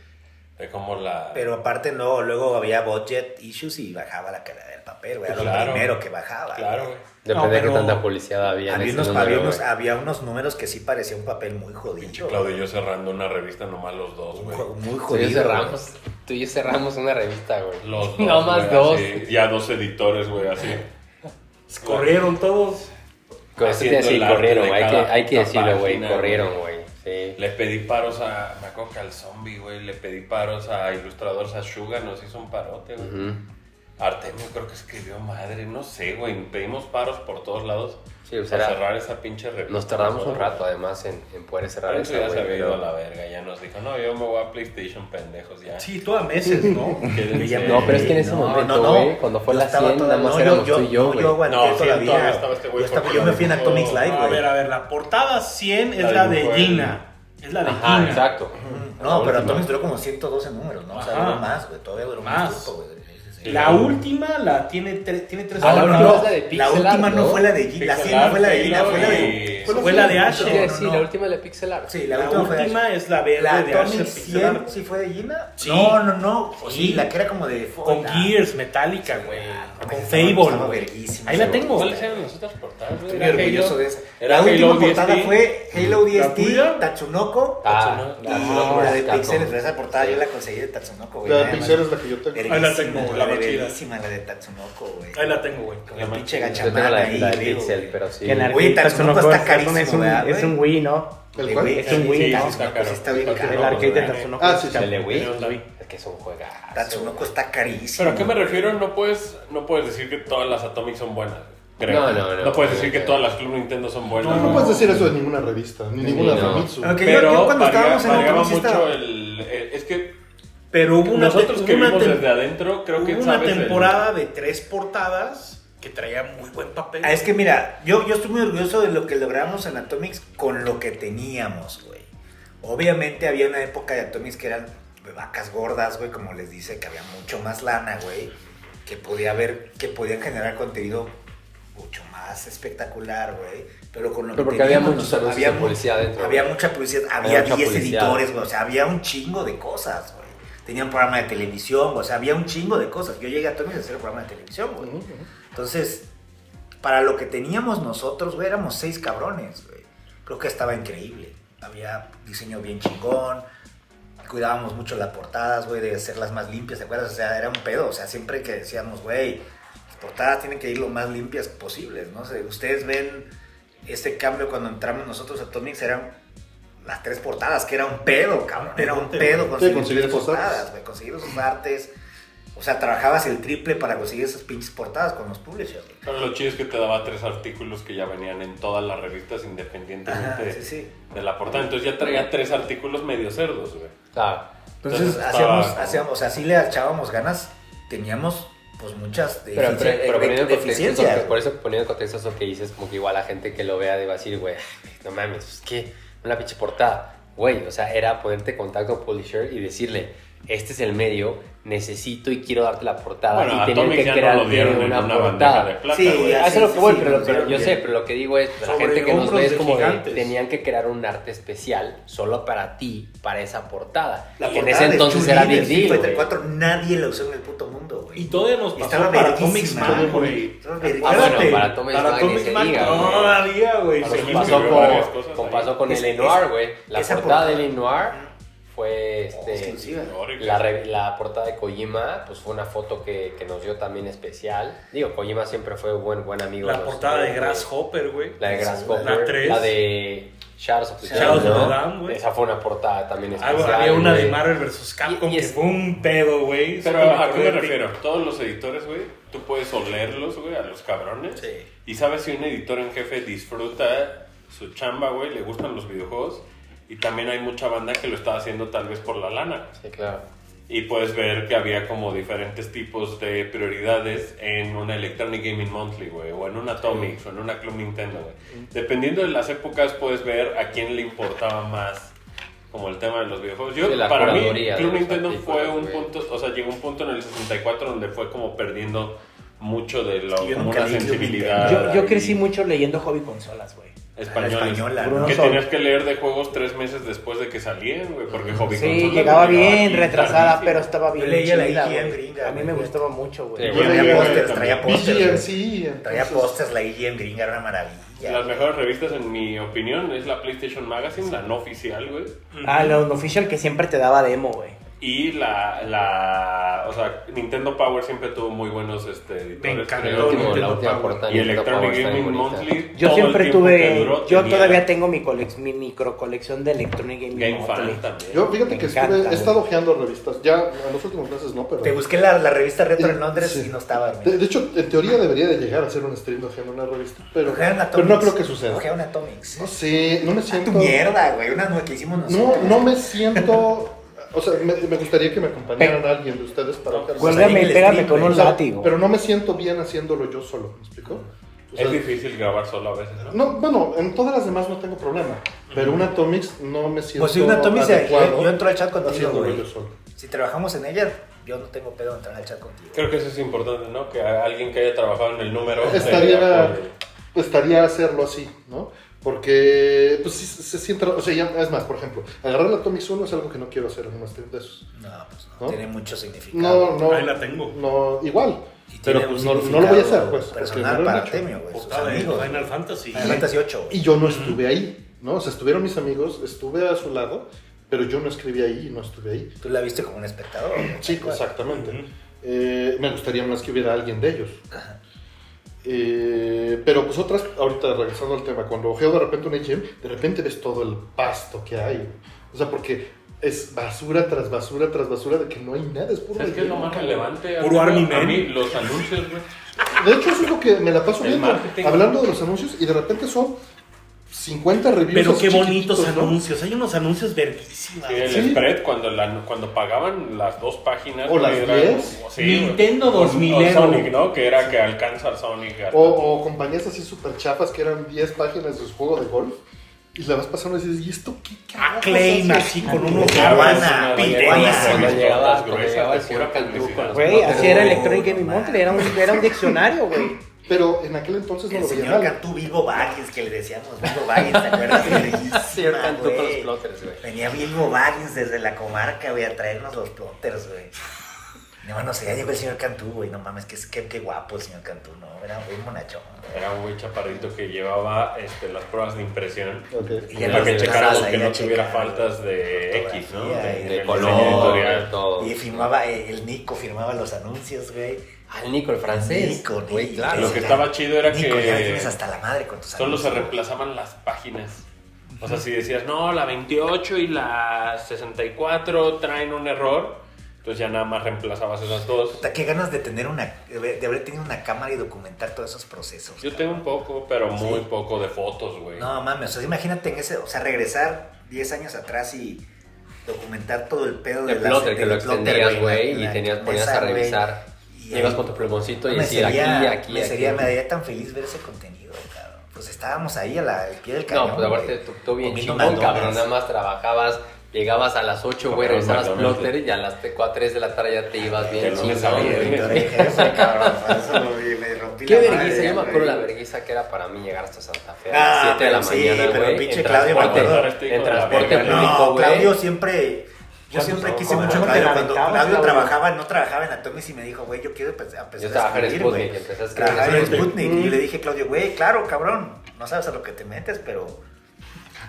Speaker 2: de cómo la...
Speaker 1: Pero aparte, no, luego había budget issues y bajaba la calidad del papel, güey. Era
Speaker 2: Claro.
Speaker 1: lo primero que bajaba.
Speaker 2: Claro,
Speaker 1: güey.
Speaker 2: güey.
Speaker 3: Depende de qué
Speaker 7: pero-
Speaker 3: tanta publicidad había en
Speaker 1: Había
Speaker 3: ese
Speaker 1: unos,
Speaker 3: número,
Speaker 1: había, unos,
Speaker 3: güey.
Speaker 1: había unos números que sí parecía un papel muy jodido.
Speaker 2: Claudio y
Speaker 1: güey.
Speaker 2: yo cerrando una revista nomás los dos,
Speaker 1: Un
Speaker 2: güey.
Speaker 1: juego Muy
Speaker 3: Tú y yo
Speaker 1: jodido. güey.
Speaker 3: cerramos, tú y yo cerramos una revista, güey.
Speaker 2: Los dos,
Speaker 3: no más
Speaker 2: güey,
Speaker 3: dos.
Speaker 2: así. Ya dos editores, güey, así.
Speaker 7: Corrieron todos.
Speaker 3: Con eso te iba
Speaker 2: Haciendo
Speaker 3: a decir,
Speaker 2: el arte
Speaker 3: corrieron,
Speaker 2: de
Speaker 3: güey. Hay que,
Speaker 2: cada
Speaker 3: hay que
Speaker 2: puta
Speaker 3: decirlo, güey.
Speaker 2: página,
Speaker 3: Corrieron,
Speaker 2: güey.
Speaker 3: güey. Sí.
Speaker 2: Le pedí paros a... Me acuerdo que al zombie, güey. Le pedí paros a ilustradores, a Suga. Nos hizo un parote, güey.
Speaker 3: Ujú.
Speaker 2: Artemio creo que escribió madre. No sé, güey. Pedimos paros por todos lados
Speaker 3: Sí, o sea,
Speaker 2: para
Speaker 3: Pues era-
Speaker 2: cerrar esa pinche revista.
Speaker 3: Nos tardamos un
Speaker 2: Nosotros,
Speaker 3: rato, además, en, en poder cerrar
Speaker 2: Renzo
Speaker 3: eso,
Speaker 2: ya se
Speaker 3: güey.
Speaker 2: había
Speaker 3: pero-
Speaker 2: ido a la verga, ya nos dijo, no, yo me voy a PlayStation, pendejos, ya.
Speaker 7: Sí, todas meses, ¿no?
Speaker 1: Y ya-
Speaker 2: Quédense.
Speaker 3: No, pero es que en ese momento, güey, cuando fue
Speaker 1: yo
Speaker 3: la
Speaker 1: estaba
Speaker 3: 100, nada más
Speaker 1: no,
Speaker 3: éramos
Speaker 1: yo,
Speaker 3: tú y yo,
Speaker 1: no,
Speaker 3: güey.
Speaker 1: Yo aguanté
Speaker 2: No, sí, todavía
Speaker 1: todavía.
Speaker 2: estaba este güey
Speaker 1: yo, estaba-
Speaker 2: porque
Speaker 1: yo
Speaker 2: lo
Speaker 1: me fui en
Speaker 2: dijo-
Speaker 1: Atomics Live,
Speaker 7: No, a
Speaker 1: güey.
Speaker 7: ver, a ver, la portada 100 es
Speaker 2: La
Speaker 7: la de
Speaker 2: dibujó él.
Speaker 7: Gina. Es la de
Speaker 3: Ajá,
Speaker 7: Gina.
Speaker 3: exacto.
Speaker 1: No, pero
Speaker 3: última.
Speaker 1: Atomics duró como 112 números, ¿no? O sea,
Speaker 7: Ajá.
Speaker 1: duró más, güey. Todavía duró
Speaker 7: Más.
Speaker 1: más tiempo, güey. Sí, sí, sí.
Speaker 7: La última la tiene, tre- tiene tres
Speaker 3: Ah,
Speaker 1: No,
Speaker 3: la
Speaker 1: no,
Speaker 3: última
Speaker 1: no,
Speaker 3: es la de
Speaker 1: la
Speaker 3: Pixel
Speaker 1: última
Speaker 3: Art,
Speaker 1: no
Speaker 3: ¿no?
Speaker 1: fue la de Gina, la
Speaker 2: Pixel
Speaker 1: 100 no fue la de
Speaker 2: Art,
Speaker 1: Gina, fue la
Speaker 2: y-
Speaker 1: de...
Speaker 7: Fue la de
Speaker 3: Sí,
Speaker 1: No, no,
Speaker 3: Ah, sí,
Speaker 7: Asher.
Speaker 1: Ah, no.
Speaker 3: la última es la de Pixel Art.
Speaker 1: Sí,
Speaker 7: La,
Speaker 1: la última fue de
Speaker 7: última
Speaker 1: Asher.
Speaker 7: es la verde
Speaker 1: ¿La
Speaker 7: de Asher
Speaker 1: Atomic
Speaker 7: Pixel
Speaker 1: 100
Speaker 7: Art.
Speaker 1: sí fue de Gina?
Speaker 7: Sí. Pues
Speaker 1: No, no, no.
Speaker 7: Sí.
Speaker 1: Sí, la que era como de...
Speaker 7: Con
Speaker 1: foil,
Speaker 7: Gears, Metallica, güey.
Speaker 1: Ah,
Speaker 7: Con
Speaker 1: estaba-
Speaker 7: Fable,
Speaker 1: estaba
Speaker 7: güey.
Speaker 1: verguísima
Speaker 7: Ahí
Speaker 1: esa,
Speaker 7: la
Speaker 1: güey.
Speaker 7: tengo.
Speaker 2: ¿Cuáles eran las otras portadas? güey?
Speaker 1: Estoy
Speaker 2: Era
Speaker 1: orgulloso
Speaker 2: Halo-
Speaker 1: de esa.
Speaker 2: era
Speaker 1: La última
Speaker 2: Halo
Speaker 1: portada
Speaker 2: 10D.
Speaker 1: fue Halo
Speaker 7: tuya?
Speaker 1: DST, Tatsunoko.
Speaker 3: Ah,
Speaker 1: y
Speaker 3: la Tatsunoko
Speaker 1: la de
Speaker 3: Capcom.
Speaker 1: Pixeles, esa portada yo la conseguí de Tatsunoko, güey.
Speaker 4: La de
Speaker 1: nada más.
Speaker 4: Pixel es la que yo tengo.
Speaker 1: Verguísima,
Speaker 7: Ahí la tengo, güey, la
Speaker 1: de
Speaker 7: mochila.
Speaker 1: verguísima, la de Tatsunoko, güey.
Speaker 7: Ahí la tengo, güey.
Speaker 1: Con el pinche
Speaker 3: Yo tengo
Speaker 1: gachamán
Speaker 3: la,
Speaker 1: ahí,
Speaker 3: la de
Speaker 1: digo,
Speaker 3: Pixel,
Speaker 1: güey.
Speaker 3: pero sí.
Speaker 6: Que en
Speaker 1: Güey,
Speaker 6: arcade
Speaker 1: Tatsunoko
Speaker 6: Tatsunoko
Speaker 1: está
Speaker 6: Tatsunoko es un-
Speaker 1: carísimo,
Speaker 6: Es un
Speaker 1: ¿verdad,
Speaker 6: Wii, ¿no?
Speaker 4: ¿El
Speaker 1: Eh,
Speaker 4: cual?
Speaker 1: güey,
Speaker 6: Es un
Speaker 1: sí,
Speaker 6: Wii,
Speaker 1: sí,
Speaker 6: ¿no? pues,
Speaker 1: Tatsunoko
Speaker 2: Está
Speaker 1: sí está
Speaker 2: caro.
Speaker 1: bien
Speaker 2: Está
Speaker 1: caro,
Speaker 6: El arcade de
Speaker 1: güey.
Speaker 6: Tatsunoko.
Speaker 4: Ah, sí, sí.
Speaker 3: ¿El de Wii?
Speaker 2: Tenemos la Wii.
Speaker 3: Es que es un juegazo.
Speaker 1: Tatsunoko está carísimo.
Speaker 2: ¿Pero a qué me refiero? No puedes, no puedes decir que todas las Atomic son buenas. Creo.
Speaker 3: No, no, no.
Speaker 2: No puedes decir que todas las Club Nintendo son buenas.
Speaker 4: No, no puedes decir eso de ninguna revista, ni ninguna
Speaker 3: no.
Speaker 4: Famitsu.
Speaker 1: Ok.
Speaker 2: Pero
Speaker 1: Yo- yo cuando
Speaker 2: varía-
Speaker 1: estábamos en
Speaker 2: variaba
Speaker 1: Atomic sí
Speaker 2: mucho
Speaker 1: estaba-
Speaker 2: el, el- Es que
Speaker 7: Pero hubo una,
Speaker 2: nosotros
Speaker 7: te-
Speaker 2: que
Speaker 7: una
Speaker 2: vimos
Speaker 7: tem-
Speaker 2: desde adentro, creo que
Speaker 7: hubo una
Speaker 2: sabes el-
Speaker 7: temporada de tres portadas que traía muy buen papel.
Speaker 1: Ah, Es que mira, yo, yo estoy muy orgulloso de lo que logramos en Atomics con lo que teníamos, güey. Obviamente había una época de Atomics que eran vacas gordas, güey, como les dice, que había mucho más lana, güey. que podía haber, que podían generar contenido mucho más espectacular, güey. Pero con lo
Speaker 3: Pero
Speaker 1: que
Speaker 3: porque había
Speaker 1: teníamos,
Speaker 3: muchos
Speaker 1: nosotros-
Speaker 3: anuncios de
Speaker 1: mu-
Speaker 3: publicidad adentro,
Speaker 1: Había
Speaker 3: güey.
Speaker 1: mucha publicidad,
Speaker 3: Había
Speaker 1: había
Speaker 3: mucha
Speaker 1: 10
Speaker 3: publicidad.
Speaker 1: editores, güey. O sea, había un chingo de cosas, güey. Tenía un programa de televisión, güey, o sea, había un chingo de cosas. Yo llegué a Tommy's a hacer el programa de televisión, güey. Entonces, para lo que teníamos nosotros, güey, éramos seis cabrones, güey. Creo que estaba increíble. Había diseño bien chingón. Cuidábamos mucho las portadas, güey, de hacerlas más limpias, ¿te acuerdas? O sea, era un pedo. O sea, siempre que decíamos, güey, las portadas tienen que ir lo más limpias posibles, ¿no? O sea, Ustedes ven este cambio cuando entramos nosotros a Tomix, eran las tres portadas, que era un pedo, cabrón. Era un pedo conseguir,
Speaker 4: conseguir
Speaker 1: tus
Speaker 4: esos
Speaker 1: portadas,
Speaker 4: artes.
Speaker 1: güey, conseguir esos artes. O sea, trabajabas el triple para conseguir esas pinches portadas con los publishers, güey.
Speaker 2: Pero lo chido es que te daba tres artículos que ya venían en todas las revistas independientemente
Speaker 1: Ajá,
Speaker 2: de-
Speaker 1: Ah, sí, sí.
Speaker 2: de la portada. Entonces ya traía tres artículos medio cerdos, güey.
Speaker 3: Claro.
Speaker 1: Entonces,
Speaker 2: Entonces,
Speaker 1: hacíamos,
Speaker 2: estaba-
Speaker 1: hacíamos, o sea, sí le echábamos ganas, teníamos pues muchas defici-
Speaker 3: Pero, pero, pero
Speaker 1: eh,
Speaker 3: poniendo en contexto, eso
Speaker 1: deficiencias.
Speaker 3: que- por eso poniendo en contexto eso que dices, como que igual la gente que lo vea debe decir, güey, no mames, es que una pinche portada. Güey, o sea, era ponerte en contacto con Publisher y decirle, este es el medio, necesito y quiero darte la portada.
Speaker 2: Bueno,
Speaker 3: Ah, y tener
Speaker 2: Atomic
Speaker 3: que
Speaker 2: ya
Speaker 3: crear
Speaker 2: no lo dieron en
Speaker 3: una,
Speaker 2: una,
Speaker 3: portada.
Speaker 2: bandeja de plata,
Speaker 1: Sí,
Speaker 2: güey.
Speaker 1: ya.
Speaker 3: Ah, eso es lo que voy,
Speaker 1: sí,
Speaker 3: pero,
Speaker 1: sí,
Speaker 3: pero
Speaker 1: sí,
Speaker 3: yo
Speaker 1: sí.
Speaker 3: sé, pero lo que digo es, la
Speaker 7: Sobre
Speaker 3: gente que nos
Speaker 7: hombros
Speaker 3: ve es
Speaker 7: de
Speaker 3: como de,
Speaker 7: gigantes.
Speaker 3: tenían que crear un arte especial solo para ti, para esa portada.
Speaker 1: La
Speaker 3: que en
Speaker 1: portada
Speaker 3: ese
Speaker 1: de
Speaker 3: entonces
Speaker 1: Chun-Li
Speaker 3: era
Speaker 1: del
Speaker 3: Big
Speaker 1: Street
Speaker 3: Deal.
Speaker 1: Fighter
Speaker 3: güey.
Speaker 1: 4, nadie la usó en el puto mundo, güey.
Speaker 7: Y todavía nos
Speaker 1: Y
Speaker 7: pasó
Speaker 1: estaba
Speaker 7: para Comics
Speaker 1: verguísima,
Speaker 7: Man,
Speaker 1: güey.
Speaker 7: güey.
Speaker 1: Estaba
Speaker 3: Ah,
Speaker 1: verguísima.
Speaker 3: bueno,
Speaker 7: Espérate,
Speaker 3: para Thomas
Speaker 7: para
Speaker 3: Mann ni
Speaker 7: Comics
Speaker 3: se
Speaker 7: Man
Speaker 3: diga, güey.
Speaker 7: todavía, güey.
Speaker 2: Para
Speaker 7: seguimos.
Speaker 2: Comics Man.
Speaker 3: pasó
Speaker 2: Escribió varias
Speaker 3: con,
Speaker 2: cosas
Speaker 3: con-
Speaker 2: ahí.
Speaker 3: pasó con
Speaker 1: Es-
Speaker 3: el
Speaker 1: es-
Speaker 3: Noir, güey. La
Speaker 1: esa
Speaker 3: portada,
Speaker 1: portada. Oh,
Speaker 3: del Noir fue este,
Speaker 1: Exclusiva.
Speaker 3: la, re- la portada de Kojima, pues fue una foto que, que nos dio también especial. Digo, Kojima siempre fue buen buen amigo.
Speaker 7: La
Speaker 3: de los-
Speaker 7: portada de
Speaker 3: de-
Speaker 7: Grasshopper, güey.
Speaker 3: La de Grasshopper,
Speaker 7: La tres.
Speaker 3: la de Shadows of the
Speaker 7: Shadows
Speaker 3: Dam,
Speaker 7: of the
Speaker 3: ¿no?
Speaker 7: Dam, güey.
Speaker 3: Esa fue una portada también
Speaker 7: Algo-
Speaker 3: especial.
Speaker 7: había una de
Speaker 3: güey.
Speaker 7: Marvel vs. Capcom
Speaker 3: Y- y
Speaker 7: que
Speaker 3: es-
Speaker 7: fue un pedo, güey.
Speaker 2: Pero
Speaker 7: Eso me
Speaker 2: a qué me
Speaker 7: acuerdo de ti.
Speaker 2: refiero, todos los editores, güey, tú puedes olerlos, güey, a los cabrones.
Speaker 1: Sí.
Speaker 2: Y sabes si un editor en jefe disfruta su chamba, güey, le gustan los videojuegos. Y también hay mucha banda que lo está haciendo tal vez por la lana.
Speaker 3: Sí, claro.
Speaker 2: Y puedes ver que había como diferentes tipos de prioridades en una Electronic Gaming Monthly, güey, o en una Atomics, o en una Club Nintendo, güey. Dependiendo de las épocas, puedes ver a quién le importaba más como el tema de los videojuegos. Yo,
Speaker 3: Sí, la
Speaker 2: para mí,
Speaker 3: curaduría de
Speaker 2: Club
Speaker 3: los
Speaker 2: Nintendo fue
Speaker 3: artículos,
Speaker 2: un
Speaker 3: güey.
Speaker 2: punto, o sea, llegó un punto en el 64 donde fue como perdiendo mucho de lo,
Speaker 1: Yo
Speaker 2: como
Speaker 1: nunca
Speaker 2: una
Speaker 1: leí Club
Speaker 2: sensibilidad.
Speaker 1: Nintendo.
Speaker 6: Yo, yo crecí
Speaker 2: ahí
Speaker 6: mucho leyendo hobby consolas, güey.
Speaker 2: española.
Speaker 1: La española,
Speaker 6: Bruno
Speaker 2: Que
Speaker 6: Sol.
Speaker 2: tenías que leer de juegos tres meses después de que salían, güey, porque Hobby
Speaker 6: Sí,
Speaker 2: Consolas
Speaker 6: llegaba
Speaker 2: lo llegaba
Speaker 6: bien
Speaker 2: aquí
Speaker 6: retrasada,
Speaker 2: tardísimo.
Speaker 6: pero estaba bien
Speaker 1: Yo leía la
Speaker 6: chida,
Speaker 1: IGN
Speaker 6: güey.
Speaker 1: gringa,
Speaker 6: A mí
Speaker 1: güey.
Speaker 6: me gustaba mucho, güey.
Speaker 3: Sí.
Speaker 4: Yo
Speaker 1: Traía
Speaker 4: leía
Speaker 1: pósters, traía pósters. güey.
Speaker 4: BGMC.
Speaker 1: Traía
Speaker 4: entonces-
Speaker 1: pósters, la IGN gringa era una maravilla.
Speaker 2: Las mejores revistas, en mi opinión, es la PlayStation Magazine, la no oficial, güey.
Speaker 6: Ah, la unofficial que siempre te daba demo, güey.
Speaker 2: Y la, la. O sea, Nintendo Power siempre tuvo muy buenos este, editores.
Speaker 7: Me encantó
Speaker 2: creo.
Speaker 3: El último, la
Speaker 7: Nintendo
Speaker 3: última
Speaker 7: Power.
Speaker 3: portada
Speaker 2: Y
Speaker 3: de Nintendo Power
Speaker 2: Electronic
Speaker 3: está bien
Speaker 2: Gaming
Speaker 3: bonita.
Speaker 2: Monthly.
Speaker 6: Yo
Speaker 2: todo el
Speaker 6: siempre
Speaker 2: tiempo que
Speaker 6: tuve.
Speaker 2: duró,
Speaker 6: Yo
Speaker 2: tenía
Speaker 6: todavía tengo mi, colec- mi micro colección de Electronic Gaming.
Speaker 2: Game
Speaker 6: Monthly.
Speaker 2: Fan también.
Speaker 4: Yo fíjate
Speaker 6: Me
Speaker 4: que
Speaker 6: encanta,
Speaker 4: estuve, he
Speaker 6: güey.
Speaker 4: estado ojeando revistas. Ya en los últimos meses no, pero.
Speaker 1: Te busqué la, la revista Retro en Londres
Speaker 4: Sí.
Speaker 1: y no estaba.
Speaker 4: De, de hecho, en teoría debería de llegar a hacer un stream ojeando una revista. Pero,
Speaker 1: Ojearon
Speaker 4: pero no
Speaker 1: Atomics.
Speaker 4: creo que suceda.
Speaker 1: Ojearon Atomics.
Speaker 4: No sé, no me
Speaker 1: Ah, tu
Speaker 4: siento.
Speaker 1: mierda, güey. Una nueva que hicimos
Speaker 4: No,
Speaker 1: nosotros.
Speaker 4: no me siento. O sea, me, me gustaría que me acompañaran alguien de ustedes para ojear.
Speaker 1: Pues
Speaker 6: Vuélveme
Speaker 1: ahí en
Speaker 6: y
Speaker 1: el
Speaker 6: pégame
Speaker 1: stream,
Speaker 6: con
Speaker 1: güey.
Speaker 4: O
Speaker 6: un
Speaker 4: sea,
Speaker 6: látigo.
Speaker 4: Pero no me siento bien haciéndolo yo solo, ¿me explico? O sea,
Speaker 2: Es difícil grabar solo a veces, ¿no?
Speaker 4: No, bueno, en todas las demás no tengo problema. Pero un Atomics no me siento.
Speaker 1: Pues si un Atomics,
Speaker 4: adecuado
Speaker 1: yo- yo entro al chat contigo,
Speaker 4: haciéndolo
Speaker 1: güey.
Speaker 4: yo solo.
Speaker 1: Si trabajamos en ella, yo no tengo pedo de entrar al chat contigo.
Speaker 2: Creo que eso es importante, ¿no? Que a- alguien que haya trabajado en el número.
Speaker 6: ah,
Speaker 4: Estaría-
Speaker 2: eh,
Speaker 4: Pues, estaría hacerlo así, ¿no? Porque, pues sí, se se siente, o sea, ya, es más, por ejemplo, agarrar la Atomics 1 es algo que no quiero hacer en un stream de esos.
Speaker 1: No, pues no.
Speaker 4: ¿No?
Speaker 1: Tiene mucho significado.
Speaker 4: No, no,
Speaker 7: Ahí la tengo.
Speaker 4: no, igual.
Speaker 1: Y tiene
Speaker 4: Pero
Speaker 1: un
Speaker 4: pues no, no lo voy a hacer, pues.
Speaker 1: significado
Speaker 4: porque me
Speaker 1: Personal
Speaker 4: lo
Speaker 1: para
Speaker 4: han hecho.
Speaker 1: Artemio, güey. Sus
Speaker 7: Portada de
Speaker 1: amigos.
Speaker 3: Pues,
Speaker 7: Final Fantasy.
Speaker 1: Final Fantasy 8,
Speaker 4: Y yo no estuve ahí, ¿no? O sea, estuvieron mis amigos, estuve a su lado, pero yo no escribí ahí y no estuve ahí.
Speaker 1: Tú la viste como un espectador. güey.
Speaker 4: Sí, pues, exactamente. Eh, me gustaría más que hubiera alguien de ellos. Eh, pero pues otras, ahorita regresando al tema, cuando ojeo de repente un HM, de repente ves todo el pasto que hay. O sea, porque es basura tras basura tras basura de que no hay nada, es puro
Speaker 2: ¿Sabes qué "Pues, es lo
Speaker 4: relleno,
Speaker 2: más
Speaker 4: cabrón.
Speaker 2: relevante?
Speaker 7: Puro Army
Speaker 2: A
Speaker 7: Man.
Speaker 2: mí, los anuncios, güey.
Speaker 4: De hecho, eso es lo que me la paso
Speaker 2: El
Speaker 4: viendo,
Speaker 2: marketing.
Speaker 4: hablando de los anuncios, y de repente son 50 reviews.
Speaker 7: Pero
Speaker 4: así
Speaker 7: qué bonitos
Speaker 4: chiquititos, ¿no?
Speaker 7: anuncios. Hay unos anuncios verguísimos.
Speaker 2: Sí, el
Speaker 4: Sí.
Speaker 2: spread, cuando, la- cuando pagaban las dos páginas.
Speaker 4: O
Speaker 2: güey,
Speaker 4: las
Speaker 2: era
Speaker 4: diez.
Speaker 2: como- sí, güey.
Speaker 7: Nintendo
Speaker 2: O-
Speaker 7: 2000
Speaker 2: O Sonic, ¿no? Que era que alcanza al Sonic. hasta-
Speaker 4: O, o compañías así súper chafas que eran 10 páginas de su juego de golf. Y la vas pasando y dices, ¿y esto qué carajo?
Speaker 7: Acclaim
Speaker 4: es
Speaker 7: así
Speaker 4: esto?"
Speaker 7: con unos
Speaker 1: Caravana,
Speaker 7: garbanzos,
Speaker 3: Cuando
Speaker 1: pinche
Speaker 3: llegaba-
Speaker 1: buenísimo.
Speaker 3: cuando llegaba-
Speaker 2: Pistolas
Speaker 3: cuando
Speaker 2: gruesas,
Speaker 3: llegaba el
Speaker 2: de
Speaker 3: señor
Speaker 2: pura
Speaker 3: Cantú con los
Speaker 2: publicidad.
Speaker 6: Güey, así era
Speaker 1: Oh,
Speaker 6: Electronic Gaming
Speaker 1: no
Speaker 6: Monthly, era un, era un diccionario, güey.
Speaker 4: Pero en aquel entonces no
Speaker 1: El
Speaker 4: lo veía
Speaker 1: señor
Speaker 4: mal.
Speaker 1: Cantú Vigo Baggins, que le decíamos Vigo Baggins, ¿te acuerdas? Verguísima,
Speaker 3: Señor
Speaker 7: Ah,
Speaker 3: Cantú con los
Speaker 1: güey.
Speaker 3: plotters, güey.
Speaker 1: Venía Vigo Baggins desde la comarca, güey, a traernos los plotters, güey. No, no sé, ya llegó el señor Cantú, güey, no mames, qué, qué, qué guapo el señor Cantú, ¿no? Era muy monachón, güey.
Speaker 2: Era un güey chaparrito que llevaba este, las pruebas de impresión.
Speaker 1: Y
Speaker 2: para que
Speaker 1: nos
Speaker 2: checáramos
Speaker 1: echabas ahí
Speaker 2: que
Speaker 1: a
Speaker 2: no tuviera
Speaker 1: checar,
Speaker 2: faltas
Speaker 1: güey,
Speaker 2: de X, ¿no?
Speaker 1: fotografía y
Speaker 3: De
Speaker 2: el diseño
Speaker 3: color,
Speaker 2: editorial.
Speaker 3: de todo.
Speaker 1: Y firmaba, eh, el Nico firmaba los anuncios, güey.
Speaker 3: Al Nico, el francés.
Speaker 1: Nico,
Speaker 3: Güey,
Speaker 1: Nico,
Speaker 3: claro.
Speaker 2: Lo que estaba chido era
Speaker 1: Nico, ya
Speaker 2: que
Speaker 1: tienes hasta la madre con tus
Speaker 2: solo se
Speaker 1: anuncios.
Speaker 2: reemplazaban las páginas. O sea, si decías, no, la 28 y la 64 traen un error, entonces ya nada más reemplazabas esas dos.
Speaker 1: Puta, qué ganas de tener una, de haber tenido una cámara y documentar todos esos procesos.
Speaker 2: Yo
Speaker 1: cabrón.
Speaker 2: tengo un poco, pero muy
Speaker 1: Sí.
Speaker 2: poco de fotos, güey.
Speaker 1: No mames, o sea, imagínate en ese, o sea, regresar 10 años atrás y documentar todo el pedo
Speaker 3: De
Speaker 1: las-
Speaker 3: plotter, que
Speaker 1: del
Speaker 3: lo
Speaker 1: plotter,
Speaker 3: extendías,
Speaker 1: en
Speaker 3: güey,
Speaker 1: la-
Speaker 3: y
Speaker 1: en
Speaker 3: tenías,
Speaker 1: la
Speaker 3: ponías a
Speaker 1: mesa, güey.
Speaker 3: revisar.
Speaker 1: Y
Speaker 3: Ibas
Speaker 1: ahí-
Speaker 3: con tu plumoncito y
Speaker 1: me
Speaker 3: decir aquí,
Speaker 1: sería-
Speaker 3: aquí,
Speaker 1: me
Speaker 3: aquí.
Speaker 1: sería, me daría tan feliz ver ese contenido, cabrón. Pues estábamos ahí a la- al pie del cañón.
Speaker 3: No, pues aparte
Speaker 1: güey,
Speaker 3: tú, tú bien
Speaker 1: comiendo
Speaker 3: chingón,
Speaker 1: McDonald's.
Speaker 3: cabrón. Nada más trabajabas, llegabas a las 8,
Speaker 2: Comprabas
Speaker 3: güey, regresabas
Speaker 2: McDonald's.
Speaker 3: plotter y a las 4, 3 de la tarde ya te ibas
Speaker 2: Que
Speaker 3: bien
Speaker 2: no me
Speaker 1: Pues,
Speaker 3: chingón,
Speaker 2: sabía,
Speaker 3: güey.
Speaker 2: güey.
Speaker 1: Te dije eso, cabrón, por eso le- le rompí
Speaker 3: Qué
Speaker 1: la
Speaker 3: vergüenza,
Speaker 1: madre,
Speaker 3: yo me acuerdo
Speaker 1: güey.
Speaker 3: la vergüenza que era para mí llegar hasta Santa Fe
Speaker 1: Ah,
Speaker 3: a las 7 de la
Speaker 1: pero sí,
Speaker 3: mañana,
Speaker 1: pero
Speaker 3: güey,
Speaker 1: pinche
Speaker 3: en
Speaker 1: Claudio, me
Speaker 3: transporte,
Speaker 1: acuerdo.
Speaker 3: en transporte
Speaker 2: Pero
Speaker 1: no,
Speaker 3: público,
Speaker 1: Claudio
Speaker 3: güey. Pues,
Speaker 1: siempre. Yo siempre
Speaker 3: no?
Speaker 1: quise
Speaker 3: ¿Cómo
Speaker 1: mucho a
Speaker 3: no?
Speaker 1: Claudio.
Speaker 6: Te
Speaker 1: Cuando
Speaker 6: lamentabas,
Speaker 1: Claudio
Speaker 6: Claudio.
Speaker 1: trabajaba, no trabajaba en Atomis y me dijo, güey, yo quiero empe- a empezar
Speaker 3: Yo trabajaba en
Speaker 1: a escribir,
Speaker 3: Sputnik,
Speaker 1: güey.
Speaker 3: empecé a escribir
Speaker 1: Trabajaba en
Speaker 3: Sputnik.
Speaker 1: Sputnik. Y yo le dije, Claudio, güey, claro, cabrón. No sabes a lo que te metes, pero.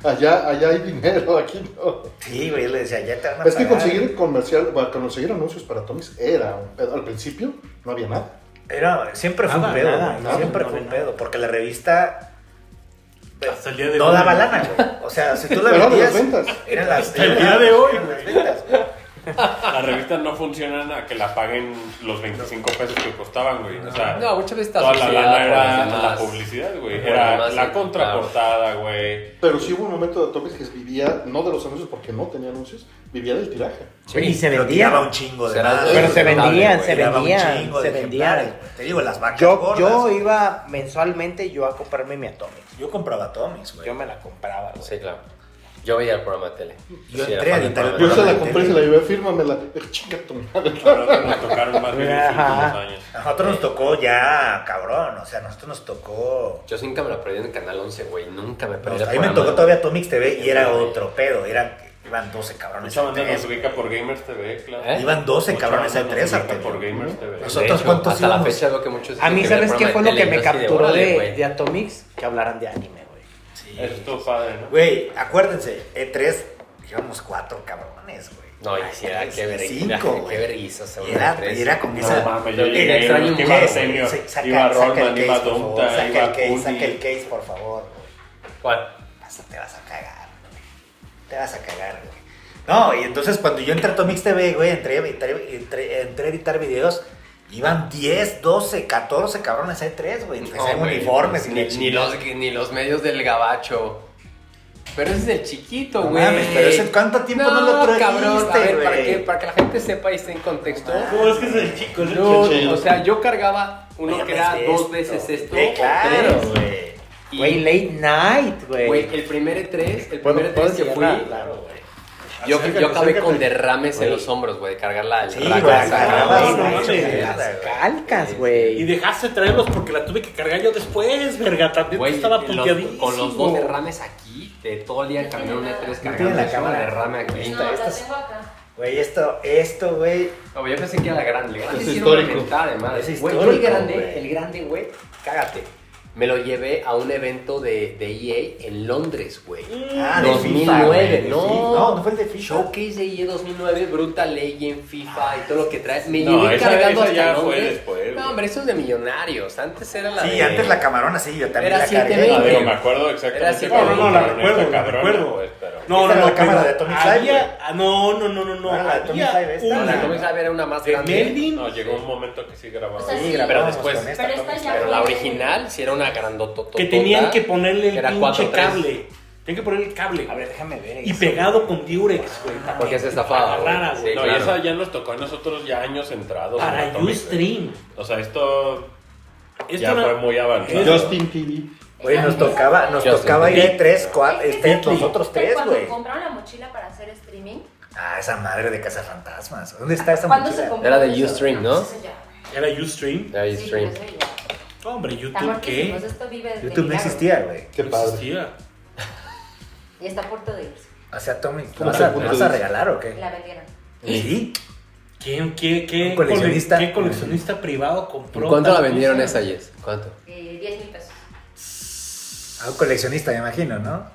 Speaker 4: Allá, allá hay dinero, aquí no.
Speaker 1: Sí, güey, yo le decía, ya te van a
Speaker 4: Pues, Es que
Speaker 1: pagar".
Speaker 4: conseguir comercial, bueno, conseguir anuncios para Tommy's era un pedo. Al principio no había nada.
Speaker 1: Era, siempre fue
Speaker 6: Nada,
Speaker 1: un pedo,
Speaker 6: nada,
Speaker 1: güey,
Speaker 4: nada,
Speaker 1: siempre
Speaker 6: no,
Speaker 1: fue un
Speaker 6: no.
Speaker 1: pedo. Porque la revista. pues,
Speaker 7: Hasta el día de
Speaker 1: no
Speaker 7: hoy.
Speaker 1: daba lana, güey. O sea, si tú la
Speaker 4: Pero eran
Speaker 1: vendías.
Speaker 4: las ventas.
Speaker 1: Eran las
Speaker 7: Hasta el día de hoy,
Speaker 1: eran las ventas.
Speaker 2: Las revistas no funcionan a que la paguen los 25 pesos que costaban, güey. O sea,
Speaker 3: No, muchas veces te
Speaker 2: toda la
Speaker 3: asociaba
Speaker 2: lana
Speaker 3: por las
Speaker 2: era
Speaker 3: demás.
Speaker 2: la publicidad, güey.
Speaker 3: por
Speaker 2: Era
Speaker 3: las demás,
Speaker 2: la
Speaker 3: sí,
Speaker 2: contraportada, güey.
Speaker 4: Pero sí hubo un momento de Tommy's que vivía, no de los anuncios porque no tenía anuncios, vivía del tiraje.
Speaker 6: Y se
Speaker 1: Pero
Speaker 6: vendía.
Speaker 1: tiraba un chingo de
Speaker 3: Será-
Speaker 1: más,
Speaker 6: Pero se
Speaker 1: güey.
Speaker 6: vendían, se
Speaker 1: Tiraba un
Speaker 6: vendían,
Speaker 1: chingo
Speaker 6: se
Speaker 1: de
Speaker 6: vendían.
Speaker 1: ejemplares, güey. Te digo, las vacas
Speaker 6: Yo,
Speaker 1: gordas.
Speaker 6: yo iba mensualmente yo a comprarme mi Atomic.
Speaker 1: Yo compraba Tommy's, güey.
Speaker 6: Yo me la compraba, güey.
Speaker 3: Sí, claro. Yo veía el programa de tele.
Speaker 1: Yo
Speaker 3: Sí,
Speaker 1: entré
Speaker 3: era
Speaker 1: a
Speaker 3: fan del
Speaker 1: editar el
Speaker 3: programa de
Speaker 4: Yo
Speaker 1: programa
Speaker 4: se
Speaker 1: de
Speaker 4: la
Speaker 1: tele.
Speaker 4: compré y se la llevé, fírmamela. Eh, Chinga tu madre.
Speaker 2: Ahora nos tocaron más bien en los últimos
Speaker 6: Ajá.
Speaker 2: años.
Speaker 1: A nosotros nos tocó ya, cabrón. O sea, a nosotros nos tocó.
Speaker 3: Yo nunca me la perdí en el Canal 11, güey. Nunca me
Speaker 1: no,
Speaker 3: perdí. el
Speaker 1: a mí me
Speaker 3: programa.
Speaker 1: tocó todavía Tomix TV y era
Speaker 3: Sí.
Speaker 1: otro pedo. Era, iban 12 cabrones
Speaker 2: Mucha
Speaker 1: al
Speaker 2: banda nos
Speaker 1: 3.
Speaker 2: ubica por Gamers TV, claro.
Speaker 3: Ah, ¿Eh?
Speaker 1: Iban 12
Speaker 2: Mucha
Speaker 1: cabrones
Speaker 2: banda
Speaker 1: al
Speaker 2: nos
Speaker 1: 3,
Speaker 2: ubica
Speaker 1: Artemio.
Speaker 2: por Gamers TV.
Speaker 1: Nos-
Speaker 3: De
Speaker 1: nosotros cuántos
Speaker 3: hasta la
Speaker 1: íbamos.
Speaker 3: fecha veo que muchos...
Speaker 6: A mí,
Speaker 3: que veía el
Speaker 6: ¿sabes qué
Speaker 3: programa
Speaker 6: fue
Speaker 3: de
Speaker 6: lo que
Speaker 3: tele,
Speaker 6: me
Speaker 3: yo así de,
Speaker 6: capturó
Speaker 3: órale,
Speaker 6: de,
Speaker 3: güey.
Speaker 6: de Atomics? Que hablaran de anime, güey.
Speaker 2: Eso estuvo padre, ¿no?
Speaker 1: Güey, acuérdense, E3 íbamos 4 cabrones, güey.
Speaker 3: No, y si era qué vergüenza,
Speaker 1: 5,
Speaker 3: qué
Speaker 1: güey.
Speaker 3: vergüenza. o sea,
Speaker 1: Y
Speaker 3: una
Speaker 1: era,
Speaker 3: empresa.
Speaker 1: y era con
Speaker 2: No
Speaker 1: esa.
Speaker 2: mames, yo
Speaker 1: Eh,
Speaker 2: llegué,
Speaker 3: extraño
Speaker 2: que
Speaker 3: un
Speaker 2: iba
Speaker 3: case,
Speaker 2: Senior,
Speaker 1: se- saca-
Speaker 2: iba
Speaker 1: saca
Speaker 2: Rollman,
Speaker 1: el
Speaker 2: iba
Speaker 1: case, por favor,
Speaker 2: Donta,
Speaker 1: saca
Speaker 2: iba
Speaker 1: el case,
Speaker 2: Cudi.
Speaker 1: saca el case, por favor, güey.
Speaker 3: ¿Cuál?
Speaker 1: Vas- te vas a cagar, güey. Te vas a cagar, güey. No, y entonces cuando yo entré a Tomix TV, güey, entré, a editar- entré- entré a editar videos, iban 10, 12, 14 cabrones E3, güey.
Speaker 3: No,
Speaker 1: Empecé en
Speaker 3: güey,
Speaker 1: uniformes y
Speaker 3: ni,
Speaker 1: la
Speaker 3: ni
Speaker 1: chingada.
Speaker 3: los, ni los medios del gabacho. Pero ese es el chiquito,
Speaker 1: No
Speaker 3: güey.
Speaker 1: mames, pero ese ¿cuánto tiempo no lo trajiste,
Speaker 3: cabrón, a ver, para
Speaker 1: güey? Ah,
Speaker 3: que, para que la gente sepa y esté en contexto.
Speaker 7: No, es que es el chico, es el
Speaker 3: No,
Speaker 4: chiquillo.
Speaker 3: o sea, yo cargaba uno
Speaker 1: Oye,
Speaker 3: que era
Speaker 1: ves
Speaker 3: dos
Speaker 1: esto.
Speaker 3: veces esto.
Speaker 1: Sí,
Speaker 3: o
Speaker 1: claro,
Speaker 3: tres.
Speaker 1: güey.
Speaker 3: Y,
Speaker 6: Güey, late night, güey.
Speaker 3: güey, el primer E3, el
Speaker 6: ¿Puedo-
Speaker 3: primer
Speaker 6: puedo
Speaker 3: E3 que fui,
Speaker 6: cerrar?
Speaker 3: yo,
Speaker 7: Acércate,
Speaker 3: yo acabé
Speaker 7: acércate.
Speaker 3: con derrames en los hombros, güey, de cargarla al
Speaker 1: Sí,
Speaker 3: rack,
Speaker 1: güey,
Speaker 3: al rack,
Speaker 1: cargabas,
Speaker 3: güey.
Speaker 7: no mames,
Speaker 6: Las calcas, güey.
Speaker 7: Y dejaste traerlos porque la tuve que cargar yo después, verga. También
Speaker 3: Güey,
Speaker 7: estaba
Speaker 3: los-
Speaker 7: puteadísimo.
Speaker 3: con los dos derrames aquí, de todo el día caminando un E3
Speaker 1: tiene
Speaker 3: cargando
Speaker 1: la
Speaker 3: eso,
Speaker 1: cámara.
Speaker 3: derrame aquí.
Speaker 8: No, la
Speaker 1: estas-
Speaker 8: tengo acá.
Speaker 1: Güey, esto, esto, güey.
Speaker 3: No, yo pensé que era la grande. La grande
Speaker 4: Es
Speaker 3: sí era una
Speaker 4: histórico.
Speaker 3: mentada de madre.
Speaker 1: Es
Speaker 3: Güey, yo el
Speaker 1: histórico,
Speaker 3: grande,
Speaker 1: güey.
Speaker 3: el grande, güey, cágate. Me lo llevé a un evento de, de EA en Londres, güey.
Speaker 1: Ah, de
Speaker 3: 2009,
Speaker 1: FIFA, güey, de
Speaker 3: no.
Speaker 1: FIFA. No, no fue el de FIFA.
Speaker 3: Showcase de E EA 2009, Brutal Legend, FIFA y todo lo que traes. Me
Speaker 2: No,
Speaker 3: llevé
Speaker 2: esa- esa
Speaker 3: cargando hasta
Speaker 2: ya fue
Speaker 3: Londres.
Speaker 2: después,
Speaker 3: no,
Speaker 2: güey.
Speaker 3: hombre, eso es de millonarios. Antes era la
Speaker 1: Sí,
Speaker 3: de-
Speaker 1: antes la camarona, sí, yo también
Speaker 3: Era
Speaker 1: la cargué.
Speaker 3: 720.
Speaker 2: Ah, digo,
Speaker 3: güey.
Speaker 2: me acuerdo
Speaker 3: Era
Speaker 2: exactamente.
Speaker 3: así,
Speaker 2: cómo
Speaker 3: no, no,
Speaker 7: no, la
Speaker 2: entraron
Speaker 7: recuerdo,
Speaker 2: esta
Speaker 7: la
Speaker 2: cabrona,
Speaker 7: recuerdo.
Speaker 2: pues, pero-
Speaker 7: No,
Speaker 1: Esta
Speaker 7: no,
Speaker 1: era
Speaker 7: no.
Speaker 1: la cámara
Speaker 7: pero
Speaker 1: de Atomic
Speaker 7: había-
Speaker 1: Live, güey.
Speaker 7: ah, No, no, no, no, no.
Speaker 1: Ah, la de Atomic Live
Speaker 7: Había
Speaker 1: esta,
Speaker 3: No, la
Speaker 1: Una.
Speaker 3: Comic
Speaker 7: una
Speaker 3: Live era una más
Speaker 7: de
Speaker 3: grande.
Speaker 7: Melvin.
Speaker 2: No, llegó un momento que sí grababa.
Speaker 8: O sea,
Speaker 1: Sí,
Speaker 8: sí,
Speaker 1: grabábamos
Speaker 3: pero después-
Speaker 1: con esta,
Speaker 8: Pero esta
Speaker 1: con
Speaker 8: ya
Speaker 1: esta.
Speaker 3: Pero la original sí era una grandototota.
Speaker 7: Que tenían que ponerle el
Speaker 3: Era
Speaker 7: pinche
Speaker 3: 4-3.
Speaker 7: cable. Tenían que ponerle el cable.
Speaker 1: A ver, déjame ver.
Speaker 7: Y
Speaker 1: eso.
Speaker 7: pegado con Durex, güey.
Speaker 3: Porque se
Speaker 7: Para
Speaker 3: estafaba, güey.
Speaker 7: rara, güey.
Speaker 3: Sí,
Speaker 2: no, y
Speaker 3: claro.
Speaker 2: esa ya nos tocó a nosotros ya años entrados. en
Speaker 7: Para
Speaker 2: Atomic, güey.
Speaker 7: Ustream.
Speaker 2: O sea, esto
Speaker 7: Esto
Speaker 2: ya
Speaker 7: era-
Speaker 2: fue muy avanzado.
Speaker 7: Yo-
Speaker 4: Justin TV.
Speaker 1: Güey, nos tocaba, nos
Speaker 3: Yo
Speaker 1: tocaba
Speaker 3: soy
Speaker 1: ir
Speaker 3: Pete.
Speaker 1: de tres, cuatro,
Speaker 8: Es que
Speaker 1: este,
Speaker 8: sí,
Speaker 1: los otros
Speaker 8: ¿viste
Speaker 1: tres,
Speaker 8: cuando
Speaker 1: güey.
Speaker 8: compraron la mochila para hacer streaming,
Speaker 1: Ah, esa madre de Cazafantasmas. ¿Dónde está esa
Speaker 8: ¿cuándo se
Speaker 1: mochila?
Speaker 8: compró?
Speaker 3: Era de
Speaker 8: eso?
Speaker 3: Ustream, ¿no?
Speaker 8: Eso ya, güey.
Speaker 7: Era Ustream.
Speaker 3: Ahí
Speaker 8: Sí, pues,
Speaker 3: stream.
Speaker 8: pero eso ya.
Speaker 7: No, hombre,
Speaker 8: Está
Speaker 7: YouTube, ¿qué?
Speaker 8: muertísimo, esto vive de
Speaker 1: YouTube no
Speaker 8: milagro.
Speaker 1: existía, güey.
Speaker 4: Qué
Speaker 7: No
Speaker 4: padre.
Speaker 7: existía.
Speaker 8: Y está a punto de irse.
Speaker 1: O sea, Tommy, ¿tú
Speaker 4: ¿Cómo
Speaker 1: vas
Speaker 4: te
Speaker 1: a,
Speaker 4: punto
Speaker 1: ¿me vas
Speaker 4: de
Speaker 1: a
Speaker 4: vista?
Speaker 1: regalar o qué?
Speaker 8: La vendieron.
Speaker 1: ¿Y?
Speaker 7: ¿Quién, qué, qué,
Speaker 1: Un coleccionista.
Speaker 7: cole- qué coleccionista privado
Speaker 3: ¿En
Speaker 7: compró?
Speaker 3: cuánto la
Speaker 7: tal
Speaker 3: vendieron
Speaker 7: cosa?
Speaker 3: esa, Jess? ¿Cuánto?
Speaker 8: Eh, 10 mil pesos.
Speaker 1: A un coleccionista, me imagino, ¿no?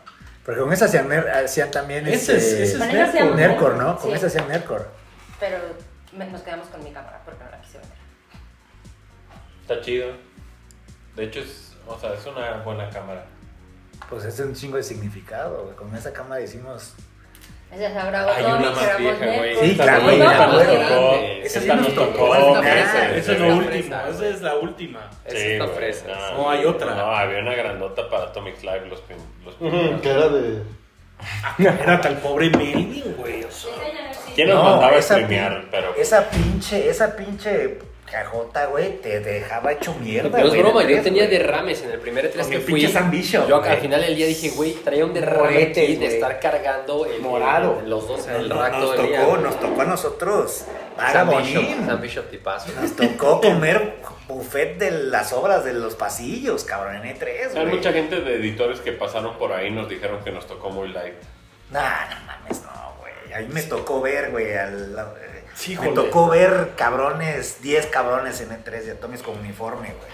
Speaker 1: Porque con esa hacían, ner- hacían también
Speaker 7: Ese es-
Speaker 1: este,
Speaker 7: ese es
Speaker 8: Con esa
Speaker 7: Nercor,
Speaker 8: hacíamos-
Speaker 1: Nercor, ¿no? Con
Speaker 8: Sí,
Speaker 1: esa hacían Nercor.
Speaker 8: Pero me- nos quedamos con mi cámara porque no la quise vender.
Speaker 2: Está chido. De hecho, es, o sea, es una buena cámara.
Speaker 1: Pues es un chingo de significado, güey. Con esa cámara hicimos.
Speaker 8: Esa se grabó
Speaker 2: Hay
Speaker 8: todo
Speaker 2: una
Speaker 8: y
Speaker 2: más
Speaker 8: grabó
Speaker 2: vieja, güey.
Speaker 8: Netflix.
Speaker 1: Sí, claro, güey,
Speaker 8: No,
Speaker 1: la
Speaker 3: Ah,
Speaker 8: pues,
Speaker 1: buena.
Speaker 8: sí.
Speaker 1: Esa
Speaker 2: Esa
Speaker 1: sí
Speaker 2: esta
Speaker 1: nos
Speaker 2: nos
Speaker 1: tocó,
Speaker 2: tocó.
Speaker 1: esa
Speaker 2: esa
Speaker 1: es la
Speaker 2: es
Speaker 7: Esa Ah, es
Speaker 2: la
Speaker 3: fresa,
Speaker 7: lo último,
Speaker 3: güey.
Speaker 7: esa es la última.
Speaker 3: Esa
Speaker 2: Sí,
Speaker 3: está
Speaker 2: güey,
Speaker 3: fresa.
Speaker 7: No, hay otra.
Speaker 2: No, había una grandota para Atomic Live, los, prim- los
Speaker 4: Ujú,
Speaker 2: primeros.
Speaker 4: Que era de.
Speaker 7: Ah, Era tal pobre Melvin, güey. o sea.
Speaker 8: Esa ya no existe.
Speaker 2: ¿Quién nos mandaba a
Speaker 1: esa
Speaker 2: streamear?
Speaker 1: pin-
Speaker 2: Pero pues,
Speaker 1: Esa pinche, esa pinche cajota, güey, te dejaba hecho mierda,
Speaker 3: No es
Speaker 1: güey,
Speaker 3: broma,
Speaker 1: de
Speaker 3: yo
Speaker 1: tres,
Speaker 3: tenía
Speaker 1: güey.
Speaker 3: derrames en el primer E tres
Speaker 1: Con
Speaker 3: que
Speaker 1: el
Speaker 3: fui.
Speaker 1: pinche San Bicho,
Speaker 3: yo
Speaker 1: güey.
Speaker 3: al final del día dije, güey, traía un derrame
Speaker 1: Moretes,
Speaker 3: aquí de
Speaker 1: güey.
Speaker 3: estar cargando el
Speaker 1: Morado.
Speaker 3: el- los dos en el
Speaker 1: Nos-
Speaker 3: rack
Speaker 1: nos
Speaker 3: todo el día.
Speaker 1: tocó,
Speaker 3: güey.
Speaker 1: nos tocó a nosotros. Para
Speaker 3: San Bishop,
Speaker 1: morir.
Speaker 3: San Bishop tipazo.
Speaker 1: Nos tocó comer buffet de las obras de los pasillos, cabrón, en E3,
Speaker 2: Hay
Speaker 1: güey.
Speaker 2: mucha gente de editores que pasaron por ahí y nos dijeron que nos tocó muy light.
Speaker 1: Nah, no mames, no, güey. A mí me tocó ver, güey, al... eh,
Speaker 7: Sí,
Speaker 1: me
Speaker 7: joder.
Speaker 1: tocó ver cabrones, 10 cabrones en E E3 de Atomis con uniforme, güey.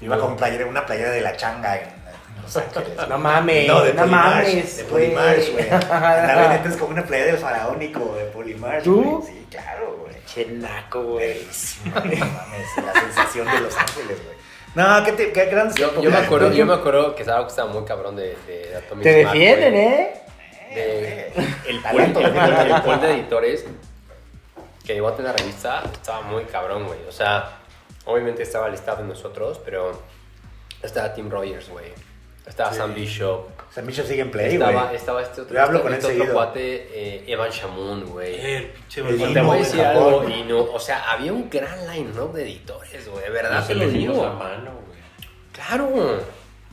Speaker 1: Iba con playera, una playera de la changa en, en Los Ángeles. güey.
Speaker 6: No mames,
Speaker 1: No, de
Speaker 6: no
Speaker 1: Polymarch,
Speaker 6: mames,
Speaker 1: De
Speaker 6: güey.
Speaker 1: Polymarch, güey. Andaba en este E3 con una playera del faraónico de Polymarch,
Speaker 6: ¿Tú?
Speaker 1: güey. Sí, claro, güey.
Speaker 6: Chenaco, güey.
Speaker 1: Verguísima, no mames, la sensación de Los Ángeles, güey. No, qué, te, qué grandes
Speaker 3: Yo, yo me acuerdo, yo me acuerdo que estaba, estaba muy cabrón de, de Atomic
Speaker 6: Te
Speaker 3: Smack,
Speaker 6: defienden,
Speaker 3: güey.
Speaker 6: ¿eh?
Speaker 3: De-
Speaker 1: El
Speaker 3: el
Speaker 1: talento,
Speaker 3: pool- el
Speaker 1: güey.
Speaker 3: pool de editores que llevó a tener la revista estaba muy cabrón, güey. O sea, obviamente estaba el staff de nosotros, pero estaba Tim Rogers, güey. Estaba Sam Bishop.
Speaker 1: San Micho sigue en play, güey.
Speaker 3: estaba, estaba este otro,
Speaker 1: Yo hablo con él
Speaker 3: este
Speaker 1: seguido.
Speaker 3: otro cuate, eh, Evan Shamoon, güey.
Speaker 7: El pinche
Speaker 1: El
Speaker 3: Y
Speaker 7: Melvin.
Speaker 3: te
Speaker 1: Dino
Speaker 3: voy a
Speaker 1: de
Speaker 3: decir
Speaker 1: Japón.
Speaker 3: algo, y no, o sea, había un gran line-up de editores, güey, de verdad
Speaker 2: Nos
Speaker 3: te lo
Speaker 2: elegimos a
Speaker 3: digo.
Speaker 2: mano, güey.
Speaker 3: Claro.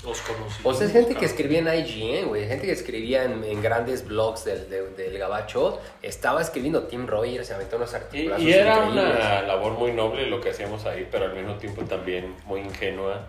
Speaker 7: Los conocí.
Speaker 3: O sea, es gente
Speaker 2: Ah.
Speaker 3: que escribía en IGN, güey. Gente que escribía en, en grandes blogs del, de- del Gabacho. Estaba escribiendo Tim Rogers, se aventó unos
Speaker 2: Y,
Speaker 3: artículos.
Speaker 2: y era una labor muy noble lo que hacíamos ahí, pero al mismo tiempo también muy ingenua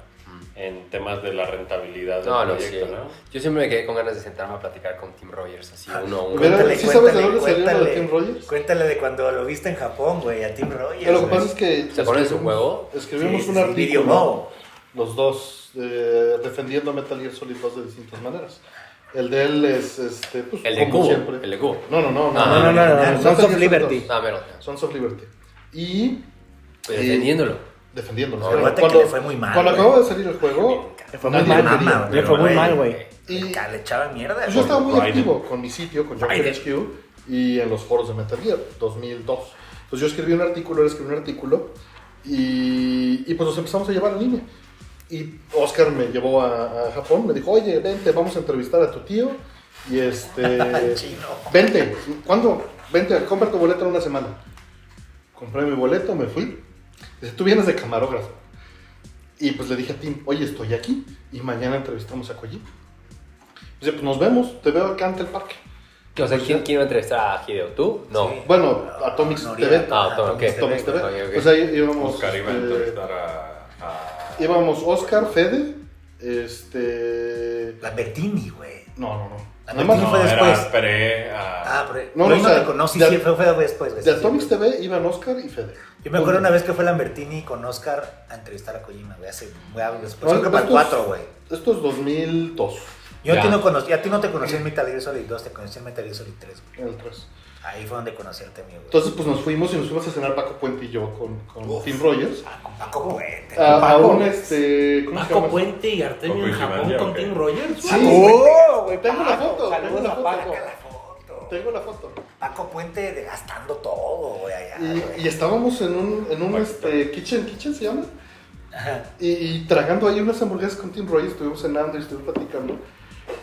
Speaker 2: en temas de la rentabilidad del
Speaker 3: Mm. No, no, sí.
Speaker 2: proyecto, ¿no? Ah,
Speaker 3: Yo siempre me quedé con ganas de sentarme a platicar con Tim Rogers, así uno a uno.
Speaker 4: Mira,
Speaker 1: Cuéntale,
Speaker 4: ¿sí sabes
Speaker 1: cuéntale,
Speaker 4: de dónde salió lo de
Speaker 1: cuéntale.
Speaker 4: Tim Rogers?
Speaker 1: Cuéntale de cuando lo viste en Japón, güey, a Tim Rogers.
Speaker 4: Lo que
Speaker 1: güey.
Speaker 4: pasa es que.
Speaker 3: ¿Se acuerdan de su
Speaker 4: escribimos-
Speaker 3: juego?
Speaker 4: Escribimos
Speaker 1: Sí,
Speaker 4: un
Speaker 1: sí, sí,
Speaker 4: artículo.
Speaker 1: Video Mo.
Speaker 4: los dos eh, defendiendo a Metal Gear Solid 2 de distintas maneras. El de él es, este, pues,
Speaker 3: El de
Speaker 4: como
Speaker 3: Cubo,
Speaker 4: siempre.
Speaker 3: el de Cubo.
Speaker 4: No, no, no, no,
Speaker 3: Ah, no,
Speaker 4: no,
Speaker 3: no,
Speaker 6: no, no, Sons of
Speaker 4: Metal Gear Solid
Speaker 6: Liberty.
Speaker 4: 2,
Speaker 3: No, pues, mero.
Speaker 4: Sons of Liberty. Y
Speaker 3: Pero defendiéndolo.
Speaker 4: defendiéndonos.
Speaker 3: No,
Speaker 4: Pero
Speaker 1: aguanta que
Speaker 4: cuando
Speaker 1: le fue muy mal,
Speaker 4: Cuando
Speaker 1: güey.
Speaker 4: acababa de salir el juego,
Speaker 1: Le fue muy
Speaker 4: nadie
Speaker 1: mal,
Speaker 4: lo quería.
Speaker 1: mamá,
Speaker 6: Le fue muy mal, güey.
Speaker 4: Y-
Speaker 1: Ca- Le echaba mierda.
Speaker 4: Pues yo
Speaker 1: güey.
Speaker 4: estaba muy
Speaker 2: Raiden.
Speaker 4: activo con mi sitio, con Joker HQ y en los foros de Metal Gear 2002. Entonces yo escribí un artículo, él escribió un artículo y, y pues nos empezamos a llevar en línea. Y Oscar me llevó a, a Japón, me dijo, oye, vente, vamos a entrevistar a tu tío y este...
Speaker 1: Chino.
Speaker 4: vente, ¿cuándo? Vente, compra tu boleto en una semana. Compré mi boleto, me fui. Dice, tú vienes de camarógrafo. Y pues le dije a Tim, oye, estoy aquí y mañana entrevistamos a Kojima. Dice, pues nos vemos, te veo acá ante el parque.
Speaker 3: O sea, ¿quién, quién iba a entrevistar a Hideo? ¿Tú? No.
Speaker 1: Sí.
Speaker 4: Bueno, Atomics
Speaker 1: Noriega.
Speaker 4: TV.
Speaker 3: Ah, Atomics,
Speaker 1: Atomics
Speaker 3: ok.
Speaker 1: TV,
Speaker 4: Tomás TV.
Speaker 1: güey.
Speaker 3: ok, ok.
Speaker 4: O sea, í- Pues íbamos.
Speaker 2: Oscar iba a
Speaker 4: eh,
Speaker 2: entrevistar a... a-
Speaker 4: íbamos Oscar, Fede, este.
Speaker 1: La Bertini, güey.
Speaker 4: No, no, no.
Speaker 1: La Bertini
Speaker 4: Nada más-
Speaker 2: No,
Speaker 1: fue
Speaker 2: era
Speaker 1: después.
Speaker 2: pre- a-
Speaker 1: Ah, pero no,
Speaker 4: No, no,
Speaker 1: no,
Speaker 4: o sea,
Speaker 1: me conocí,
Speaker 4: de-
Speaker 1: sí, fue, fue después, güey.
Speaker 4: De
Speaker 1: sí,
Speaker 4: Atomics
Speaker 1: sí.
Speaker 4: TV iban Oscar y Fede.
Speaker 1: Yo me acuerdo una vez que fue Lambertini con Oscar a entrevistar a Kojima, güey, hace, güey, después,
Speaker 4: No,
Speaker 1: creo que para el
Speaker 4: estos-
Speaker 1: 4, güey.
Speaker 4: Esto es 2002,
Speaker 1: Yo a ti,
Speaker 3: Ya.
Speaker 1: no conocí, a ti no te conocí en Metal Gear Solid 2, te conocí en Metal Gear Solid 3, güey.
Speaker 4: en el 3.
Speaker 1: Ahí fue donde conocí al temido, güey.
Speaker 4: Entonces, pues nos fuimos y nos fuimos a cenar Paco Puente y yo con, con
Speaker 1: Uf.
Speaker 4: Tim Rogers.
Speaker 1: Paco Puente.
Speaker 4: A, a
Speaker 1: Paco.
Speaker 4: un este. ¿Cómo
Speaker 7: Paco
Speaker 4: se llama?
Speaker 7: Puente y Artemio
Speaker 2: Paco
Speaker 7: en
Speaker 2: y
Speaker 7: Japón
Speaker 2: Jiménez,
Speaker 7: con
Speaker 2: ok.
Speaker 7: Tim Rogers.
Speaker 4: Sí,
Speaker 6: Uh,
Speaker 7: güey.
Speaker 4: Oh, güey, tengo la foto. Tengo
Speaker 6: saludos
Speaker 4: la
Speaker 6: a Paco.
Speaker 4: foto.
Speaker 1: Saca la foto.
Speaker 4: Tengo la foto.
Speaker 1: Paco Puente desgastando todo, güey, allá.
Speaker 4: Y,
Speaker 1: güey.
Speaker 4: y estábamos en un, en un este, kitchen, kitchen se llama. Y, y tragando ahí unas hamburguesas con Tim Roy, estuvimos cenando y estuvimos platicando.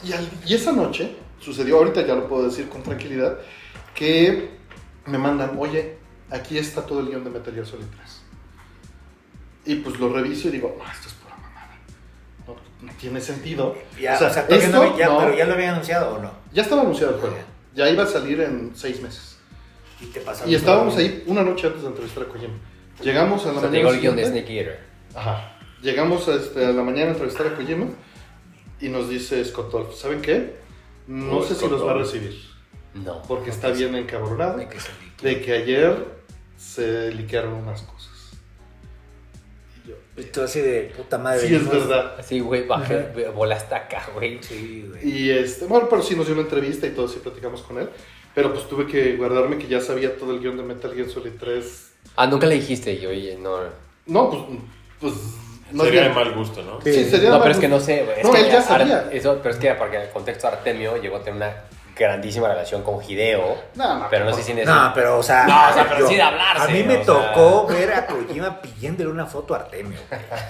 Speaker 4: Y, al- y esa noche sucedió, ahorita ya lo puedo decir con tranquilidad, que me mandan, oye, aquí está todo el guión de Metal Gear Solid 3. Y pues lo reviso y digo, no, esto es pura mamada. No, tiene sentido.
Speaker 1: Ya, o sea, todavía no había- ya-
Speaker 4: no,
Speaker 1: pero ya lo habían anunciado o no.
Speaker 4: ya estaba anunciado el juego. Ya iba a salir en seis meses.
Speaker 1: Y te pasaron
Speaker 4: Y estábamos
Speaker 1: todo.
Speaker 4: ahí una noche antes de entrevistar a Kojima. Llegamos a la
Speaker 3: O sea,
Speaker 4: mañana
Speaker 3: llegó el guión de
Speaker 4: siguiente.
Speaker 3: Snake Eater.
Speaker 4: Ajá. Llegamos a, este, a la mañana a entrevistar a Kojima y nos dice Scott Wolf, ¿saben qué? No
Speaker 2: Oh,
Speaker 4: sé si
Speaker 2: Scott pues,
Speaker 4: los va a
Speaker 2: Wolf.
Speaker 4: recibir,
Speaker 3: No.
Speaker 4: porque está bien encabronado
Speaker 1: De que se liquidó.
Speaker 4: de que ayer se liquearon unas cosas. Y yo,
Speaker 1: Y tú así de puta madre.
Speaker 4: sí, es
Speaker 2: pues".
Speaker 1: ¿no?
Speaker 4: verdad.
Speaker 3: Así, güey, bajé, güey, volé hasta acá, güey.
Speaker 1: Sí, güey.
Speaker 4: Y este, bueno, pero sí nos dio una entrevista y todo, sí platicamos con él. Pero pues tuve que guardarme que ya sabía todo el guión de Metal Gear Solid 3.
Speaker 3: Ah, nunca le dijiste, yo, oye, no.
Speaker 4: No, pues. pues más
Speaker 2: Sería de
Speaker 4: bien-
Speaker 2: mal gusto, ¿no?
Speaker 4: Sí, sería
Speaker 3: No,
Speaker 4: mal
Speaker 3: pero es que
Speaker 4: gusto.
Speaker 3: no sé, güey. Es
Speaker 4: No,
Speaker 3: que
Speaker 4: él ya
Speaker 3: Ar-
Speaker 4: sabía.
Speaker 3: eso, pero es que, porque en el contexto Artemio llegó a tener una grandísima relación con Hideo.
Speaker 4: No, no,
Speaker 3: pero no
Speaker 4: no.
Speaker 3: sé si en ese-
Speaker 1: No, pero o sea.
Speaker 3: No, o sea, pero sí de hablarse,
Speaker 1: A mí me
Speaker 3: o sea.
Speaker 1: tocó ver a Kojima pidiéndole una foto a Artemio.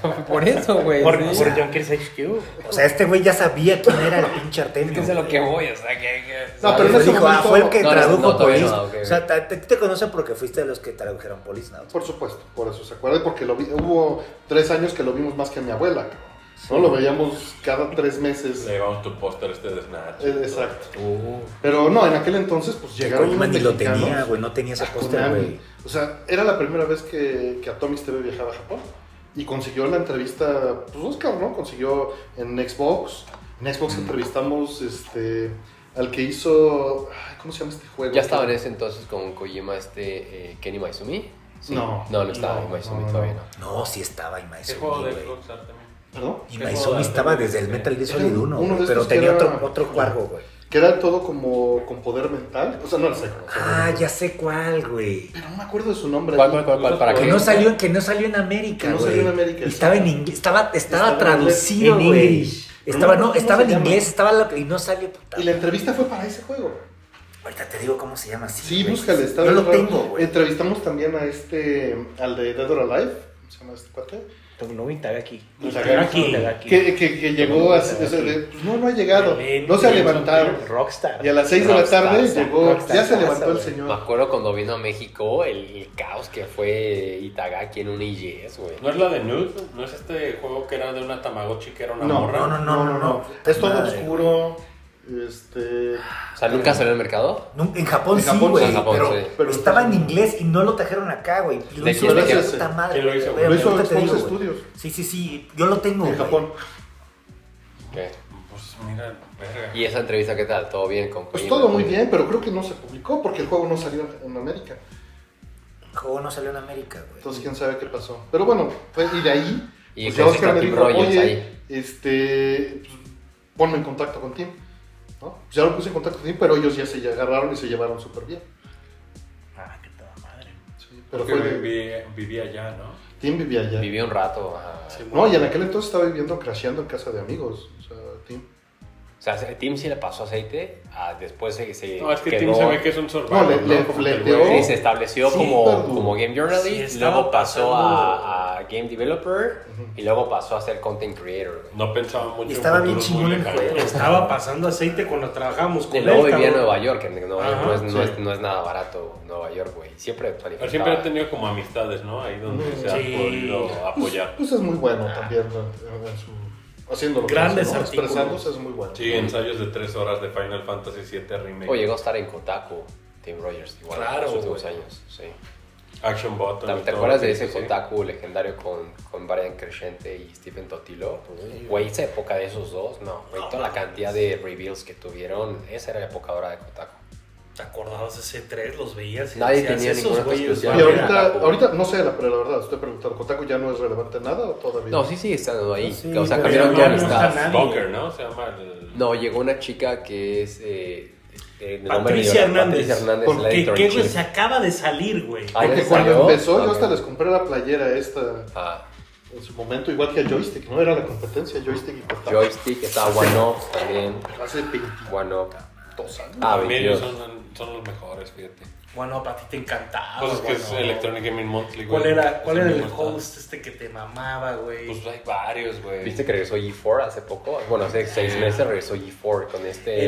Speaker 1: güey.
Speaker 3: Por eso, güey.
Speaker 6: Por,
Speaker 3: sí.
Speaker 6: por Junkers HQ.
Speaker 1: O sea, este güey ya sabía quién era el pinche
Speaker 3: Es
Speaker 1: Artemio.
Speaker 3: que es a lo
Speaker 1: güey.
Speaker 3: que voy, o sea, que. que-
Speaker 4: No,
Speaker 1: Ah,
Speaker 4: pero en
Speaker 1: le
Speaker 4: ese
Speaker 1: dijo, ah,
Speaker 4: momento-
Speaker 1: fue el que
Speaker 3: No, no,
Speaker 1: tradujo
Speaker 3: no, todavía
Speaker 1: Police.
Speaker 3: no, ok,
Speaker 1: O sea, ta- te, te conocen porque fuiste de los que tradujeron Police Now.
Speaker 4: Por supuesto, por eso se acuerda, porque lo vi- hubo tres años que lo vimos más que a mi abuela, cabrón. ¿no? Lo veíamos cada tres meses.
Speaker 2: Le llevamos tu póster este de Snatch.
Speaker 4: Eh, Exacto. Pero no, en aquel entonces, pues llegaron.
Speaker 1: Kojima ni lo
Speaker 4: mexicanos
Speaker 1: tenía, güey. No tenía ese
Speaker 4: a
Speaker 1: póster,
Speaker 4: Konami.
Speaker 1: güey.
Speaker 4: O sea, era la primera vez que, que Atomics TV viajaba a Japón. Y consiguió la entrevista, pues Oscar, ¿no? Consiguió en Xbox. En Xbox entrevistamos este, al que hizo. ay, ¿Cómo se llama este juego?
Speaker 3: Ya estaba en ese entonces con Kojima, este eh, Kenny Maizumi. Sí.
Speaker 4: No.
Speaker 3: No, no estaba
Speaker 4: No,
Speaker 3: Maizumi
Speaker 4: no, no.
Speaker 3: todavía, no.
Speaker 1: No, sí estaba Imaizumi, güey.
Speaker 4: ¿Perdón?
Speaker 1: Y
Speaker 2: ¿Qué
Speaker 1: Maizumi
Speaker 2: juego de
Speaker 1: estaba
Speaker 2: Artemio?
Speaker 1: desde el Metal Gear Solid
Speaker 4: Era
Speaker 1: 1,
Speaker 4: uno de
Speaker 1: güey, pero
Speaker 4: estos que
Speaker 1: tenía
Speaker 4: era-
Speaker 1: otro, otro cuargo, güey.
Speaker 4: Que era todo como con poder mental. O sea, no lo sé.
Speaker 1: Ah, ya sé cuál, güey.
Speaker 4: Pero no me acuerdo de su nombre.
Speaker 3: ¿Cuál, cuál, cuál, cuál? ¿Para
Speaker 1: Que
Speaker 3: qué?
Speaker 1: no salió, que no salió en América,
Speaker 4: Que no
Speaker 1: güey.
Speaker 4: salió en América,
Speaker 1: Y Estaba en
Speaker 4: exacto.
Speaker 1: inglés, estaba, estaba,
Speaker 4: Estaba
Speaker 1: traducido,
Speaker 6: en
Speaker 1: güey.
Speaker 6: English.
Speaker 1: Estaba,
Speaker 4: Pero no
Speaker 1: no,
Speaker 4: me acuerdo
Speaker 1: estaba
Speaker 4: cómo
Speaker 1: en
Speaker 4: se llama.
Speaker 1: inglés, estaba lo- y no salió. puta.
Speaker 4: Y la entrevista fue para ese juego.
Speaker 1: Ahorita te digo cómo se llama.
Speaker 4: Sí,
Speaker 1: güey.
Speaker 4: búscale. Está
Speaker 1: Yo
Speaker 4: bien
Speaker 1: lo
Speaker 4: raro.
Speaker 1: tengo, güey.
Speaker 4: Entrevistamos también a este, al de Dead or Alive. ¿Cómo se llama este cuate?
Speaker 6: No voy a aquí.
Speaker 7: Tagaki.
Speaker 4: Que, que, que llegó a... o sea, de- pues no, no ha llegado. No se ha levantado.
Speaker 6: Rockstar.
Speaker 4: Y a las 6 de la tarde
Speaker 3: Rockstar,
Speaker 4: llegó...
Speaker 6: rockstar,
Speaker 4: Ya se
Speaker 6: rockstar,
Speaker 4: levantó el
Speaker 6: güey.
Speaker 3: Me
Speaker 4: señor.
Speaker 3: acuerdo cuando vino a México el, el caos que fue Itagaki en un IGS, güey.
Speaker 2: ¿No es la de Nude? ¿No es este juego que era de una Tamagotchi que era una
Speaker 4: No,
Speaker 2: morra?
Speaker 1: No, no, no, no, no.
Speaker 4: Es todo
Speaker 1: Madre.
Speaker 4: oscuro. Este...
Speaker 3: O sea, nunca salió al mercado.
Speaker 1: No, en Japón
Speaker 4: En
Speaker 1: sí,
Speaker 4: Japón,
Speaker 1: güey.
Speaker 3: en Japón,
Speaker 1: pero,
Speaker 3: sí.
Speaker 4: Pero
Speaker 1: estaba en
Speaker 4: entonces-
Speaker 1: inglés y no lo trajeron acá, güey. Y Lo
Speaker 3: ¿De
Speaker 1: hizo
Speaker 3: quién?
Speaker 1: de
Speaker 4: ¿Quién lo
Speaker 1: puta
Speaker 4: hizo?
Speaker 1: madre.
Speaker 2: ¿Quién lo
Speaker 1: güey.
Speaker 2: hizo?
Speaker 1: Güey,
Speaker 4: Lo hizo
Speaker 1: ahorita te
Speaker 4: Xbox
Speaker 1: digo, güey.
Speaker 4: Studios.
Speaker 1: Sí, sí, sí. Yo lo tengo,
Speaker 4: En
Speaker 1: güey.
Speaker 4: Japón.
Speaker 3: ¿Qué?
Speaker 2: Pues mira, verga.
Speaker 3: ¿Y esa entrevista qué tal? ¿Todo bien con
Speaker 4: Pues
Speaker 3: Kojima?
Speaker 4: todo muy bien, pero creo que no se publicó porque el juego no salió en América.
Speaker 1: El juego no salió en América, güey.
Speaker 4: Entonces, quién sabe qué pasó. Pero bueno, fue- y de ahí,
Speaker 3: Y
Speaker 4: pues ya
Speaker 3: conociste
Speaker 4: Oscar
Speaker 3: a
Speaker 4: me
Speaker 3: Tim
Speaker 4: dijo,
Speaker 3: Rogers
Speaker 4: oye,
Speaker 3: ahí".
Speaker 4: este, pues, ponme en contacto con Tim. ¿no? Ya lo puse en contacto con Tim, pero ellos ya se agarraron y se llevaron súper bien.
Speaker 6: Ah, qué toda madre.
Speaker 4: Sí, pero
Speaker 2: Porque
Speaker 4: fue de-
Speaker 2: vivía, vivía allá, ¿no?
Speaker 4: Tim vivía allá.
Speaker 3: Viví un rato. ajá.
Speaker 4: No, y en aquel entonces estaba viviendo crasheando en casa de amigos. O sea, Tim.
Speaker 3: O sea, se- Tim sí le pasó aceite. ah, después se, se
Speaker 2: No, es que
Speaker 3: quedó-
Speaker 2: Tim se ve que es un sorbato.
Speaker 4: No, le- le
Speaker 2: Como que el
Speaker 4: fleteó.
Speaker 2: güey-
Speaker 3: Sí, se estableció
Speaker 4: Sí,
Speaker 3: como,
Speaker 4: pero-
Speaker 3: como game journalist,
Speaker 7: Sí, estaba
Speaker 3: luego pasó a,
Speaker 7: pasando-
Speaker 3: a game developer y luego pasó a ser content creator. güey.
Speaker 2: No pensaba mucho. en
Speaker 1: Estaba bien
Speaker 2: futuros
Speaker 1: chingón
Speaker 2: muy
Speaker 1: el
Speaker 2: lejanos.
Speaker 1: juego.
Speaker 7: Estaba pasando aceite cuando trabajábamos con
Speaker 3: Y luego
Speaker 7: él,
Speaker 3: vivía en
Speaker 7: cabrón.
Speaker 3: Nueva York, que no,
Speaker 7: Ajá,
Speaker 3: no es, no,
Speaker 4: sí.
Speaker 3: es, no es nada barato Nueva York, güey. Siempre manifestaba.
Speaker 2: Pero siempre ha tenido como amistades, ¿no? Ahí donde
Speaker 4: Mm,
Speaker 2: se ha
Speaker 7: Sí.
Speaker 2: podido apoyar.
Speaker 4: Pues es muy bueno
Speaker 6: Ah.
Speaker 4: también eh, en su- haciendo lo que
Speaker 7: Grandes
Speaker 4: hace, ¿no?
Speaker 7: artículos.
Speaker 4: Expresándose es muy bueno.
Speaker 2: Sí, ensayos de tres horas de Final Fantasy VII Remake.
Speaker 3: O llegó a estar en Kotaku, Tim Rogers, igual
Speaker 7: Claro,
Speaker 3: en los últimos
Speaker 7: güey.
Speaker 3: años. Sí.
Speaker 2: Action Button. y
Speaker 3: ¿Te,
Speaker 2: todo
Speaker 3: acuerdas
Speaker 2: lo
Speaker 3: de
Speaker 2: que
Speaker 3: ese
Speaker 2: hizo, sí.
Speaker 3: Kotaku legendario con, con Brian Crescente y Stephen Totilo? Güey, esa época de esos dos, no. Güey, toda la cantidad de reveals que tuvieron, esa era la época ahora de Kotaku.
Speaker 7: ¿Te acordabas de ese 3? Los veías. y
Speaker 3: Nadie
Speaker 7: decías,
Speaker 3: tenía
Speaker 7: "Esos
Speaker 3: ninguna
Speaker 7: güeyes
Speaker 4: Y
Speaker 3: especial.
Speaker 7: valen la
Speaker 4: ahorita,
Speaker 3: Kotaku.
Speaker 4: ahorita, no sé, la, pero la verdad, estoy preguntando, ¿Kotaku ya no es relevante en nada o todavía?
Speaker 3: No, sí sigue estando ahí.
Speaker 1: Sí,
Speaker 3: o sea,
Speaker 1: pero
Speaker 3: cambiaron
Speaker 7: ya
Speaker 3: todas
Speaker 7: no
Speaker 3: las
Speaker 7: está
Speaker 3: tablas.
Speaker 7: nadie.
Speaker 2: Bunker, ¿no? Se llama el...
Speaker 3: No, llegó una chica que es. eh, eh, de nombre
Speaker 7: Patricia
Speaker 3: medio-
Speaker 7: Hernández.
Speaker 3: Patricia Hernández, la
Speaker 7: Porque
Speaker 3: editor
Speaker 7: qué,
Speaker 3: en
Speaker 7: güey,
Speaker 3: chief.
Speaker 7: se acaba de salir, güey.
Speaker 3: Ah, ya
Speaker 4: Porque
Speaker 3: se
Speaker 4: cuando
Speaker 3: salió.
Speaker 4: empezó yo hasta
Speaker 3: Ok.
Speaker 4: les compré la playera esta
Speaker 3: Ah,
Speaker 4: en su momento, igual que a Joystick, ¿no? Era la competencia, Joystick y Kotaku.
Speaker 3: Joystick, está One Up también.
Speaker 4: Hace 22
Speaker 3: One Up.
Speaker 4: años.
Speaker 3: Ah,
Speaker 2: También ellos
Speaker 3: 22.
Speaker 2: son, son los mejores, fíjate.
Speaker 7: Bueno, para ti te encantaba.
Speaker 2: Cosas que Pues es
Speaker 7: Ah, bueno.
Speaker 2: Electronic Gaming Monthly, güey.
Speaker 7: ¿Cuál era, cuál
Speaker 2: Eso
Speaker 7: era
Speaker 2: me
Speaker 7: el
Speaker 2: gusta.
Speaker 7: host este que te mamaba, güey?
Speaker 2: Pues hay varios, güey.
Speaker 3: ¿Viste que regresó G4 hace poco? Bueno, hace seis meses regresó G4 con este.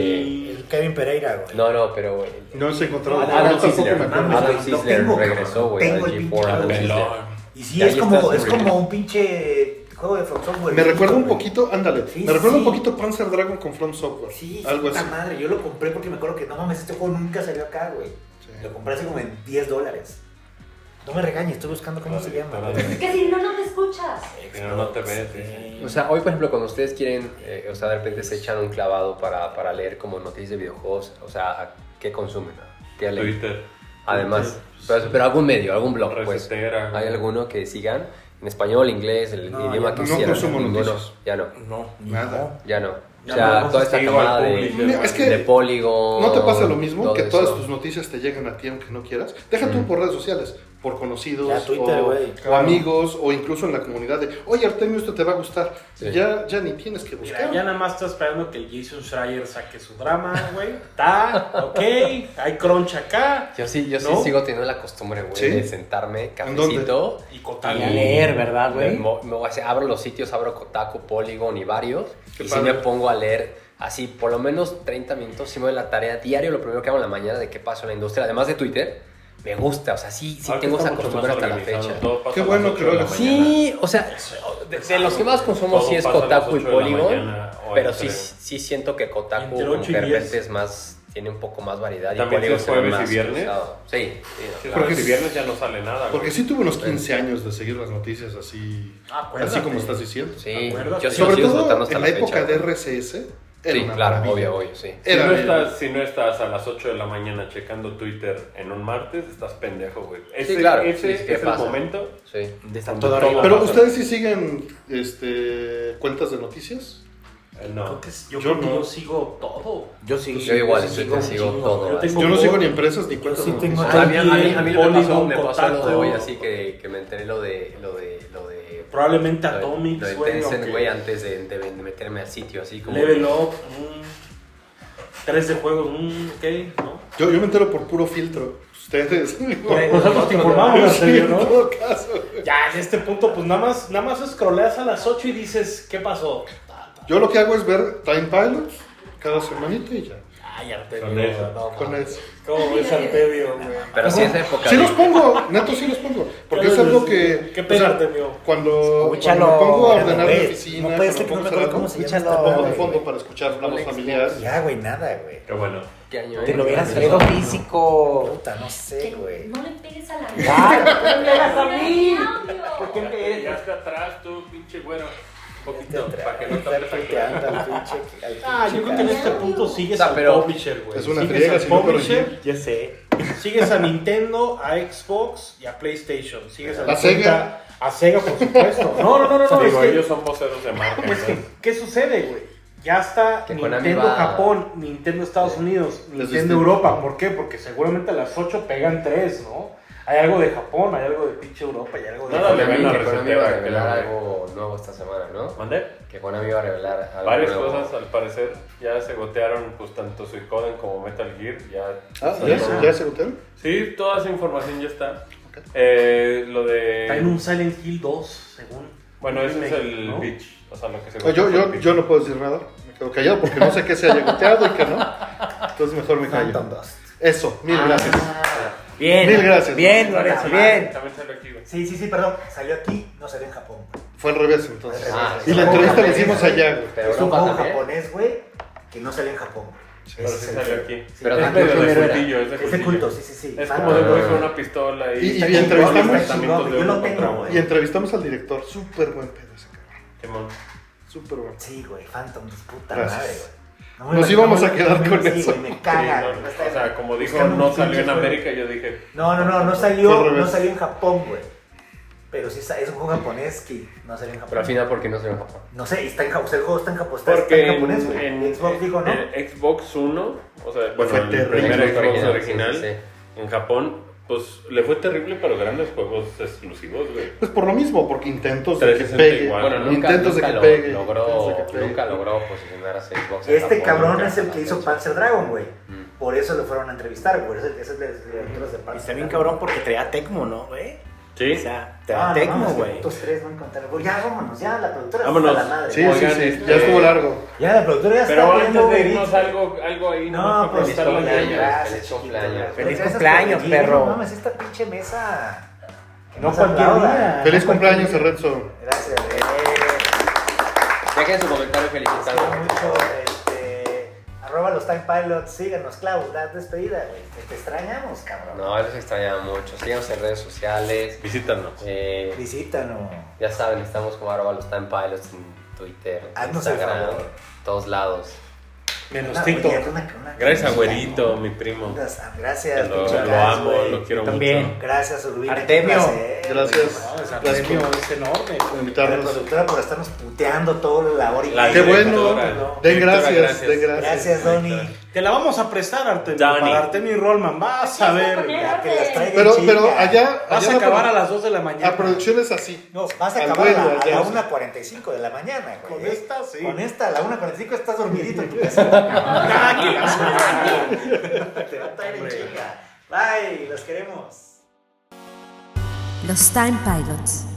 Speaker 1: El Kevin Pereira, güey.
Speaker 3: No, no, pero. el-
Speaker 4: No se encontró.
Speaker 3: Adam,
Speaker 4: yo tampoco
Speaker 3: Sisler,
Speaker 4: me acuerdo.
Speaker 1: mames,
Speaker 3: Adam
Speaker 1: lo
Speaker 3: Sisler
Speaker 1: tengo,
Speaker 3: regresó,
Speaker 1: cabrón.
Speaker 3: güey, a
Speaker 1: Tengo el pinche
Speaker 3: G4. Adam
Speaker 1: Adam
Speaker 3: Sisler.
Speaker 2: Pelón.
Speaker 1: Y
Speaker 3: Y
Speaker 1: sí,
Speaker 3: ahí
Speaker 1: es
Speaker 3: está
Speaker 1: como,
Speaker 3: su
Speaker 1: es
Speaker 3: regreso.
Speaker 1: como un pinche juego de From Software.
Speaker 4: Me recuerda un
Speaker 1: güey.
Speaker 4: poquito, ándale,
Speaker 1: Sí,
Speaker 4: me recuerda un
Speaker 1: sí.
Speaker 4: poquito Panzer Dragon con From Software.
Speaker 1: Sí,
Speaker 4: algo
Speaker 1: puta
Speaker 4: así.
Speaker 1: madre. Yo lo compré porque me acuerdo que no mames, este juego nunca salió acá, güey.
Speaker 4: Sí.
Speaker 1: Lo compré hace como en 10 dólares. No me regañes, estoy buscando cómo se llama.
Speaker 2: Vale.
Speaker 8: Es que si no, no me escuchas.
Speaker 2: Pero no te ves,
Speaker 1: Sí.
Speaker 2: sí.
Speaker 3: O sea, hoy, por ejemplo, cuando ustedes quieren, eh, o sea, de repente se echan un clavado para, para leer como noticias de videojuegos, o sea, ¿a ¿qué consumen? ¿Qué leen?
Speaker 2: Twitter.
Speaker 3: Además, pero, pero algún medio, algún blog, pues.
Speaker 2: Recetera, güey.
Speaker 3: ¿Hay alguno que sigan? En español, inglés, el
Speaker 1: No,
Speaker 3: idioma
Speaker 1: ya
Speaker 3: que
Speaker 4: no. No
Speaker 3: quisieran.
Speaker 4: consumo
Speaker 3: Ninguno.
Speaker 4: noticias.
Speaker 3: Ya no,
Speaker 1: No, ni
Speaker 4: Nada.
Speaker 3: ya no. O
Speaker 2: Ya
Speaker 3: sea,
Speaker 2: no,
Speaker 3: toda esta
Speaker 2: digo al
Speaker 3: camada de,
Speaker 2: público.
Speaker 4: Mira, es que
Speaker 3: de Polygon.
Speaker 4: ¿No te pasa lo mismo
Speaker 3: todo
Speaker 4: que todas
Speaker 3: eso?
Speaker 4: tus noticias te llegan a ti aunque no quieras? Deja tú por redes sociales, por conocidos,
Speaker 1: Ya, Twitter,
Speaker 4: o,
Speaker 1: güey,
Speaker 4: o
Speaker 1: claro.
Speaker 4: amigos, o incluso en la comunidad de, oye Artemio, esto te va a gustar.
Speaker 3: Sí.
Speaker 4: Ya, ya ni tienes que
Speaker 7: Mira,
Speaker 4: buscar.
Speaker 7: ya nada más estás esperando que el Jason Schreier saque su drama, güey. Está, ok, hay crunch acá.
Speaker 3: Yo sí, yo sí
Speaker 7: ¿No?
Speaker 3: sigo teniendo la costumbre, güey,
Speaker 4: ¿Sí?
Speaker 3: de sentarme, cafecito. Ah,
Speaker 7: Y
Speaker 6: Y
Speaker 7: Kotaku.
Speaker 6: a leer, ¿verdad,
Speaker 3: Me,
Speaker 6: güey?
Speaker 3: mo- me voy a hacer- abro los sitios, abro Kotaku, Polygon y varios.
Speaker 4: Qué
Speaker 3: y si
Speaker 4: padre.
Speaker 3: me pongo a leer así por lo menos 30 minutos, si me doy la tarea diario, lo primero que hago en la mañana de qué pasó en la industria, además de Twitter, me gusta, o sea, sí, sí
Speaker 2: Ahora
Speaker 3: tengo
Speaker 2: está
Speaker 3: esa
Speaker 2: mucho
Speaker 3: costumbre
Speaker 2: Ah, más
Speaker 3: hasta la
Speaker 2: organizado,
Speaker 3: fecha.
Speaker 2: todo pasa
Speaker 4: Qué
Speaker 2: a las
Speaker 4: bueno
Speaker 2: ocho
Speaker 4: que
Speaker 2: de
Speaker 4: lo
Speaker 2: la
Speaker 4: hagas.
Speaker 2: mañana.
Speaker 3: Sí, o sea, de, de los que más consumo
Speaker 2: Todo
Speaker 3: sí es
Speaker 2: pasa a las
Speaker 3: Kotaku
Speaker 2: ocho
Speaker 3: y
Speaker 2: de la
Speaker 3: Polygon,
Speaker 2: mañana, o
Speaker 3: pero sí,
Speaker 2: entre-
Speaker 3: sí siento que Kotaku
Speaker 7: Entre
Speaker 3: como que
Speaker 7: ocho y
Speaker 3: de
Speaker 7: diez.
Speaker 3: repente es más, tiene un poco más variedad.
Speaker 2: ¿También
Speaker 3: y Polygon
Speaker 2: es
Speaker 3: se ve
Speaker 2: jueves y
Speaker 3: más
Speaker 2: viernes?
Speaker 3: cruzado. Sí, sí, no, claro.
Speaker 2: Porque el viernes ya no sale nada.
Speaker 4: Porque
Speaker 2: güey.
Speaker 4: sí tuve unos 15 años de seguir las noticias así,
Speaker 7: Acuérdate.
Speaker 4: así como estás diciendo.
Speaker 3: Sí,
Speaker 7: Acuérdate.
Speaker 3: yo sí lo
Speaker 4: Sobre
Speaker 3: sigo disfrutando
Speaker 4: todo
Speaker 3: hasta
Speaker 4: en la época
Speaker 3: fecha.
Speaker 4: de RSS. era
Speaker 3: Sí,
Speaker 4: una
Speaker 3: claro,
Speaker 4: maravilla.
Speaker 3: obvio, obvio, sí.
Speaker 2: Si
Speaker 4: Era-
Speaker 2: no, estás, si no estás a las 8 de la mañana checando Twitter en un martes, estás pendejo, güey. Ese,
Speaker 3: claro, sí,
Speaker 2: ese
Speaker 3: sí, ¿qué
Speaker 2: es el
Speaker 3: pasa?
Speaker 2: momento.
Speaker 3: Sí.
Speaker 1: De estar
Speaker 2: Donde
Speaker 1: todo
Speaker 2: todo
Speaker 1: arriba.
Speaker 4: Pero
Speaker 2: pasa.
Speaker 4: ustedes sí siguen este, cuentas de noticias.
Speaker 2: Eh,
Speaker 7: Creo
Speaker 2: No.
Speaker 7: que es- yo,
Speaker 4: Yo
Speaker 7: creo que
Speaker 4: no.
Speaker 7: yo sigo todo.
Speaker 1: Yo sí.
Speaker 3: Yo igual,
Speaker 1: sí
Speaker 3: yo te sigo
Speaker 1: un chingo.
Speaker 3: todo.
Speaker 7: Yo tengo
Speaker 4: Yo no
Speaker 7: Word.
Speaker 4: sigo ni empresas ni cuentas
Speaker 1: sí
Speaker 4: de
Speaker 1: tengo-
Speaker 4: noticias.
Speaker 3: A mí, a mí- a mí lo que me pasó,
Speaker 7: Polygon,
Speaker 3: me pasó lo de
Speaker 7: Kotaku.
Speaker 3: hoy, así que, que me enteré lo de... Lo de, lo de
Speaker 7: Probablemente
Speaker 3: lo de- lo de
Speaker 7: Atomics, güey.
Speaker 3: Tencent,
Speaker 7: aunque-
Speaker 3: güey, antes de, de- de meterme al sitio, así como...
Speaker 7: Level Up, mm, tres de juego, mm, ok, ¿no?
Speaker 4: Yo, yo me entero por puro filtro. Ustedes.
Speaker 7: Nosotros te informamos,
Speaker 4: Sí,
Speaker 7: Artemio,
Speaker 4: en
Speaker 7: ¿no?
Speaker 4: todo caso.
Speaker 7: Ya, en este punto, pues nada más, nada más scrolleas a las 8 y dices, ¿qué pasó?
Speaker 4: Yo lo que hago es ver Time Pilots cada semanita y ya.
Speaker 7: Ay, Artemio.
Speaker 2: Con eso.
Speaker 7: no,
Speaker 4: Con
Speaker 7: no.
Speaker 4: eso.
Speaker 7: ¿Cómo ves Artemio, güey?
Speaker 3: Pero sí es época
Speaker 4: Sí
Speaker 3: de-
Speaker 4: los pongo, neto sí los pongo. Porque es algo que.
Speaker 7: ¿Qué pedo,
Speaker 4: o sea,
Speaker 7: Artemio?
Speaker 4: Cuando,
Speaker 1: Escúchalo,
Speaker 4: cuando me pongo
Speaker 1: ya
Speaker 4: a
Speaker 1: no
Speaker 4: ordenar mi
Speaker 1: ves.
Speaker 4: oficina,
Speaker 1: No puede
Speaker 4: cuando
Speaker 1: ser que no
Speaker 4: pongo a
Speaker 1: me acuerde
Speaker 4: hacer
Speaker 1: cómo
Speaker 4: algo,
Speaker 1: se llama
Speaker 4: lo
Speaker 1: esta
Speaker 4: pongo de
Speaker 1: madre,
Speaker 4: fondo
Speaker 1: güey.
Speaker 4: para escuchar hablamos
Speaker 3: Alex,
Speaker 4: familiares.
Speaker 1: Ya, güey, nada, güey.
Speaker 2: Qué bueno.
Speaker 3: ¿Qué año
Speaker 6: Te
Speaker 3: es?
Speaker 6: lo hubieras traído
Speaker 2: Oh.
Speaker 6: físico.
Speaker 1: Puta, no sé, güey.
Speaker 8: No le pegues a la
Speaker 6: Ay, ¿por qué me pegas a mí?
Speaker 8: ¿Por qué?
Speaker 4: Eh,
Speaker 7: eh,
Speaker 2: Ya está atrás, tú, pinche güero. Un poquito, para que no te
Speaker 1: Está
Speaker 2: apretaquen.
Speaker 1: puteando al pinche- al
Speaker 7: Ah, yo
Speaker 1: pinche
Speaker 7: creo que en
Speaker 1: cara.
Speaker 7: este punto sigues
Speaker 3: Ah,
Speaker 7: al
Speaker 3: pero-
Speaker 7: publisher, güey.
Speaker 4: Es una
Speaker 7: sigues
Speaker 4: friega,
Speaker 7: al
Speaker 4: si no, pero
Speaker 7: publisher,
Speaker 1: Ya sé.
Speaker 7: sigues a Nintendo, a Xbox y a PlayStation. Sigues a,
Speaker 4: A
Speaker 7: la
Speaker 4: Sega.
Speaker 7: cuenta- A Sega, por supuesto. No, no, no, no, no, es
Speaker 2: Digo,
Speaker 7: que-
Speaker 2: ellos son voceros de marca.
Speaker 7: Pues, ¿qué,
Speaker 2: entonces,
Speaker 7: qué sucede, güey? Ya está
Speaker 3: Que Konami
Speaker 7: Nintendo
Speaker 3: va-
Speaker 7: Japón, Nintendo Estados Unidos,
Speaker 4: distribuye.
Speaker 7: Nintendo Europa. ¿Por qué? Porque seguramente a las 8 pegan 3, ¿no? Hay algo de Japón, hay algo de pinche Europa, hay algo de...
Speaker 2: Nada le
Speaker 3: Konami-
Speaker 2: ven a
Speaker 3: que Konami iba a
Speaker 2: recetera, que
Speaker 3: revelar
Speaker 2: la-
Speaker 3: algo nuevo esta semana, ¿no?
Speaker 2: ¿Mandé?
Speaker 3: Que Konami iba a revelar algo
Speaker 2: Varias
Speaker 3: nuevo.
Speaker 2: cosas, al parecer, ya se gotearon pues tanto Suicoden como Metal Gear. Ya
Speaker 4: Ah,
Speaker 2: salieron.
Speaker 4: ¿Ya, se- ya se gotearon?
Speaker 2: Sí, toda esa información ya está. Eh, lo
Speaker 7: Está en
Speaker 2: de...
Speaker 7: un Silent Hill 2, según...
Speaker 2: Bueno, ese es
Speaker 7: remake,
Speaker 2: el
Speaker 7: ¿no?
Speaker 2: Beach. O sea, lo que se
Speaker 4: Ah,
Speaker 2: goteó
Speaker 4: Yo,
Speaker 2: fue el
Speaker 4: yo,
Speaker 2: Beach.
Speaker 4: yo no puedo decir nada. Me quedo callado porque no sé qué se haya goteado y qué no. Entonces mejor me callo.
Speaker 1: Phantom Dust.
Speaker 4: Eso, mil gracias.
Speaker 6: Bien.
Speaker 4: Mil gracias.
Speaker 6: Bien, Lorenzo, bien.
Speaker 2: También salió aquí, güey.
Speaker 1: Sí, sí, sí, perdón. Salió aquí, no salió en Japón.
Speaker 4: Fue al revés entonces.
Speaker 3: Ah,
Speaker 4: y la
Speaker 1: sí.
Speaker 4: entrevista la
Speaker 1: Sí.
Speaker 4: hicimos allá, güey.
Speaker 3: Pero
Speaker 1: es un
Speaker 3: Europa
Speaker 1: juego
Speaker 3: también.
Speaker 1: japonés, güey, que no salió en Japón.
Speaker 2: Pero sí salió aquí.
Speaker 3: Pero
Speaker 2: es medio
Speaker 3: también
Speaker 2: de
Speaker 1: primero era.
Speaker 2: cultillo, es de
Speaker 1: Es de
Speaker 2: cultillo.
Speaker 1: culto, sí, sí, sí.
Speaker 2: Es
Speaker 1: Ah,
Speaker 2: como de un
Speaker 1: no,
Speaker 2: güey
Speaker 1: no,
Speaker 2: con
Speaker 1: no.
Speaker 2: una pistola y...
Speaker 4: Y- y
Speaker 2: Está
Speaker 4: entrevistamos-
Speaker 2: chingón, enfrentamientos
Speaker 1: Yo lo
Speaker 2: uno
Speaker 1: tengo,
Speaker 2: contra uno.
Speaker 1: güey.
Speaker 4: Y entrevistamos al director. Súper buen pedo ese cabrón.
Speaker 2: Simón.
Speaker 4: Súper buen pedo.
Speaker 1: Sí, güey, Phantom, Dust, puta
Speaker 4: Gracias.
Speaker 1: madre, güey. No me
Speaker 4: Nos
Speaker 1: imagino-
Speaker 4: íbamos
Speaker 1: no
Speaker 4: a
Speaker 1: me-
Speaker 4: quedar
Speaker 1: no me-
Speaker 4: con
Speaker 1: sí,
Speaker 4: eso.
Speaker 1: güey, me
Speaker 2: Sí,
Speaker 1: caga.
Speaker 2: no,
Speaker 1: güey, no está-
Speaker 2: o sea, como dijo,
Speaker 1: buscando
Speaker 2: no
Speaker 1: un
Speaker 2: salió
Speaker 1: pinche
Speaker 2: en
Speaker 1: juego.
Speaker 2: América, yo dije...
Speaker 1: No, no, no, no
Speaker 4: Fue
Speaker 1: salió,
Speaker 4: al
Speaker 1: no
Speaker 4: revés.
Speaker 1: salió en Japón, güey. Pero sí sa- es un juego japonés que no salió en Japón.
Speaker 3: Pero al final, ¿por qué no se ve en Japón?
Speaker 1: No sé, está en Japón, el juego está en Japón, está, está
Speaker 2: Porque
Speaker 1: en
Speaker 2: en,
Speaker 1: japonés, güey.
Speaker 2: en-
Speaker 1: Xbox dijo, ¿no? Pues
Speaker 2: en Xbox 1, o sea, bueno,
Speaker 4: fue
Speaker 2: el
Speaker 4: terrible.
Speaker 2: primer
Speaker 3: Xbox
Speaker 2: Xbox
Speaker 3: original,
Speaker 2: original,
Speaker 3: sí, sí,
Speaker 2: en Japón, pues le fue terrible, pero grandes juegos exclusivos, güey.
Speaker 4: Pues por lo mismo, porque intentos de que
Speaker 2: 360
Speaker 4: pegue.
Speaker 2: igual.
Speaker 3: Bueno, nunca,
Speaker 4: intentos de
Speaker 3: nunca
Speaker 4: que
Speaker 3: lo-
Speaker 4: pegue. intentos de
Speaker 3: logró,
Speaker 4: que pegue.
Speaker 3: nunca logró posicionar a Xbox en
Speaker 1: Este
Speaker 3: Japón,
Speaker 1: cabrón
Speaker 3: nunca
Speaker 1: es el
Speaker 3: ganó
Speaker 1: que
Speaker 3: la
Speaker 1: hizo
Speaker 3: atención.
Speaker 1: Panzer Dragon, güey.
Speaker 3: Mm.
Speaker 1: Por eso lo fueron a entrevistar, por eso ese es de los directores de Panzer
Speaker 6: Y está bien
Speaker 1: Dragon.
Speaker 6: cabrón porque traía Tecmo, ¿no, güey?
Speaker 2: Sí.
Speaker 6: O sea,
Speaker 1: Ah,
Speaker 6: traía
Speaker 1: no
Speaker 6: Tecmo,
Speaker 1: mames,
Speaker 6: güey.
Speaker 1: Estos tres van a contar. güey, Ya vámonos, ya la productora está
Speaker 2: Vámonos.
Speaker 1: hasta la madre.
Speaker 4: Sí,
Speaker 2: Oigan,
Speaker 4: sí, sí.
Speaker 2: este-
Speaker 4: Ya estuvo largo.
Speaker 1: Ya la productora ya
Speaker 2: Pero
Speaker 1: está
Speaker 2: antes de
Speaker 1: güey,
Speaker 2: irnos
Speaker 1: dice.
Speaker 2: algo, algo ahí,
Speaker 1: No,
Speaker 2: nomás para
Speaker 1: pues,
Speaker 2: felicitar los
Speaker 3: feliz
Speaker 2: niños.
Speaker 3: cumpleaños,
Speaker 1: Gracias,
Speaker 3: feliz
Speaker 1: chiquito,
Speaker 3: cumpleaños.
Speaker 1: gracias.
Speaker 6: Feliz
Speaker 1: Gracias por
Speaker 6: cumpleaños,
Speaker 1: venir,
Speaker 6: perro.
Speaker 1: No mames, esta pinche mesa. que
Speaker 7: No
Speaker 1: nos
Speaker 7: cualquier
Speaker 1: aplauda.
Speaker 7: día.
Speaker 4: Feliz cumpleaños, Renzo.
Speaker 1: Gracias, güey.
Speaker 3: Dejen su comentario felicitando.
Speaker 1: Sigo mucho, este, arroba los Time Pilots, síganos, Clau, das despedida, güey. Te, te extrañamos, cabrón.
Speaker 3: No, los extrañaba mucho. Síganos en redes sociales.
Speaker 2: Visítanos.
Speaker 3: Eh,
Speaker 1: Visítanos.
Speaker 3: Ya saben, estamos como arroba los Time Pilots en Twitter, en
Speaker 1: Haznos el
Speaker 3: Instagram,
Speaker 1: favor.
Speaker 3: todos lados.
Speaker 7: Menos
Speaker 1: Una-
Speaker 7: TikTok.
Speaker 1: oye, una- una-
Speaker 2: Gracias,
Speaker 1: una-
Speaker 2: abuelito, mi primo.
Speaker 1: Gracias, gracias,
Speaker 2: Lo,
Speaker 1: muchas
Speaker 2: lo
Speaker 1: gracias,
Speaker 2: amo,
Speaker 1: güey.
Speaker 2: lo quiero
Speaker 6: También.
Speaker 2: mucho.
Speaker 1: Gracias, Urbina. qué
Speaker 6: Artemio,
Speaker 1: placer,
Speaker 4: gracias.
Speaker 1: güey.
Speaker 7: No, es
Speaker 4: Gracias
Speaker 7: Artemio,
Speaker 4: por-
Speaker 7: es enorme.
Speaker 4: por
Speaker 1: La
Speaker 4: invitarnos.
Speaker 1: productora por estarnos puteando toda la hora y
Speaker 2: La
Speaker 4: Qué
Speaker 1: media.
Speaker 4: bueno.
Speaker 2: Directora,
Speaker 4: Den
Speaker 2: directora,
Speaker 4: gracias, den gracias.
Speaker 1: Gracias, Donny.
Speaker 7: Te la vamos a prestar, Artemio.
Speaker 2: Dani.
Speaker 7: Para Artemio y Rollman. Vas a ver.
Speaker 8: Aquí
Speaker 7: güey.
Speaker 8: está,
Speaker 1: Ya que las traigan
Speaker 4: Pero,
Speaker 1: chinga.
Speaker 4: pero allá.
Speaker 7: Vas
Speaker 4: allá
Speaker 7: a
Speaker 4: la
Speaker 7: acabar
Speaker 4: produ-
Speaker 7: a las 2 de la mañana.
Speaker 4: La producción es así.
Speaker 1: No, vas a acabar
Speaker 4: Al
Speaker 1: a,
Speaker 4: vuelo,
Speaker 1: a
Speaker 4: ya.
Speaker 1: la 1.45 de la mañana, güey.
Speaker 7: Con esta, sí.
Speaker 1: Con esta, a la 1.45 estás dormidito en tu casa.
Speaker 7: Ah, que la chingada.
Speaker 1: Te va a traer en chinga. Bye, los queremos.
Speaker 5: Los Time Pilots.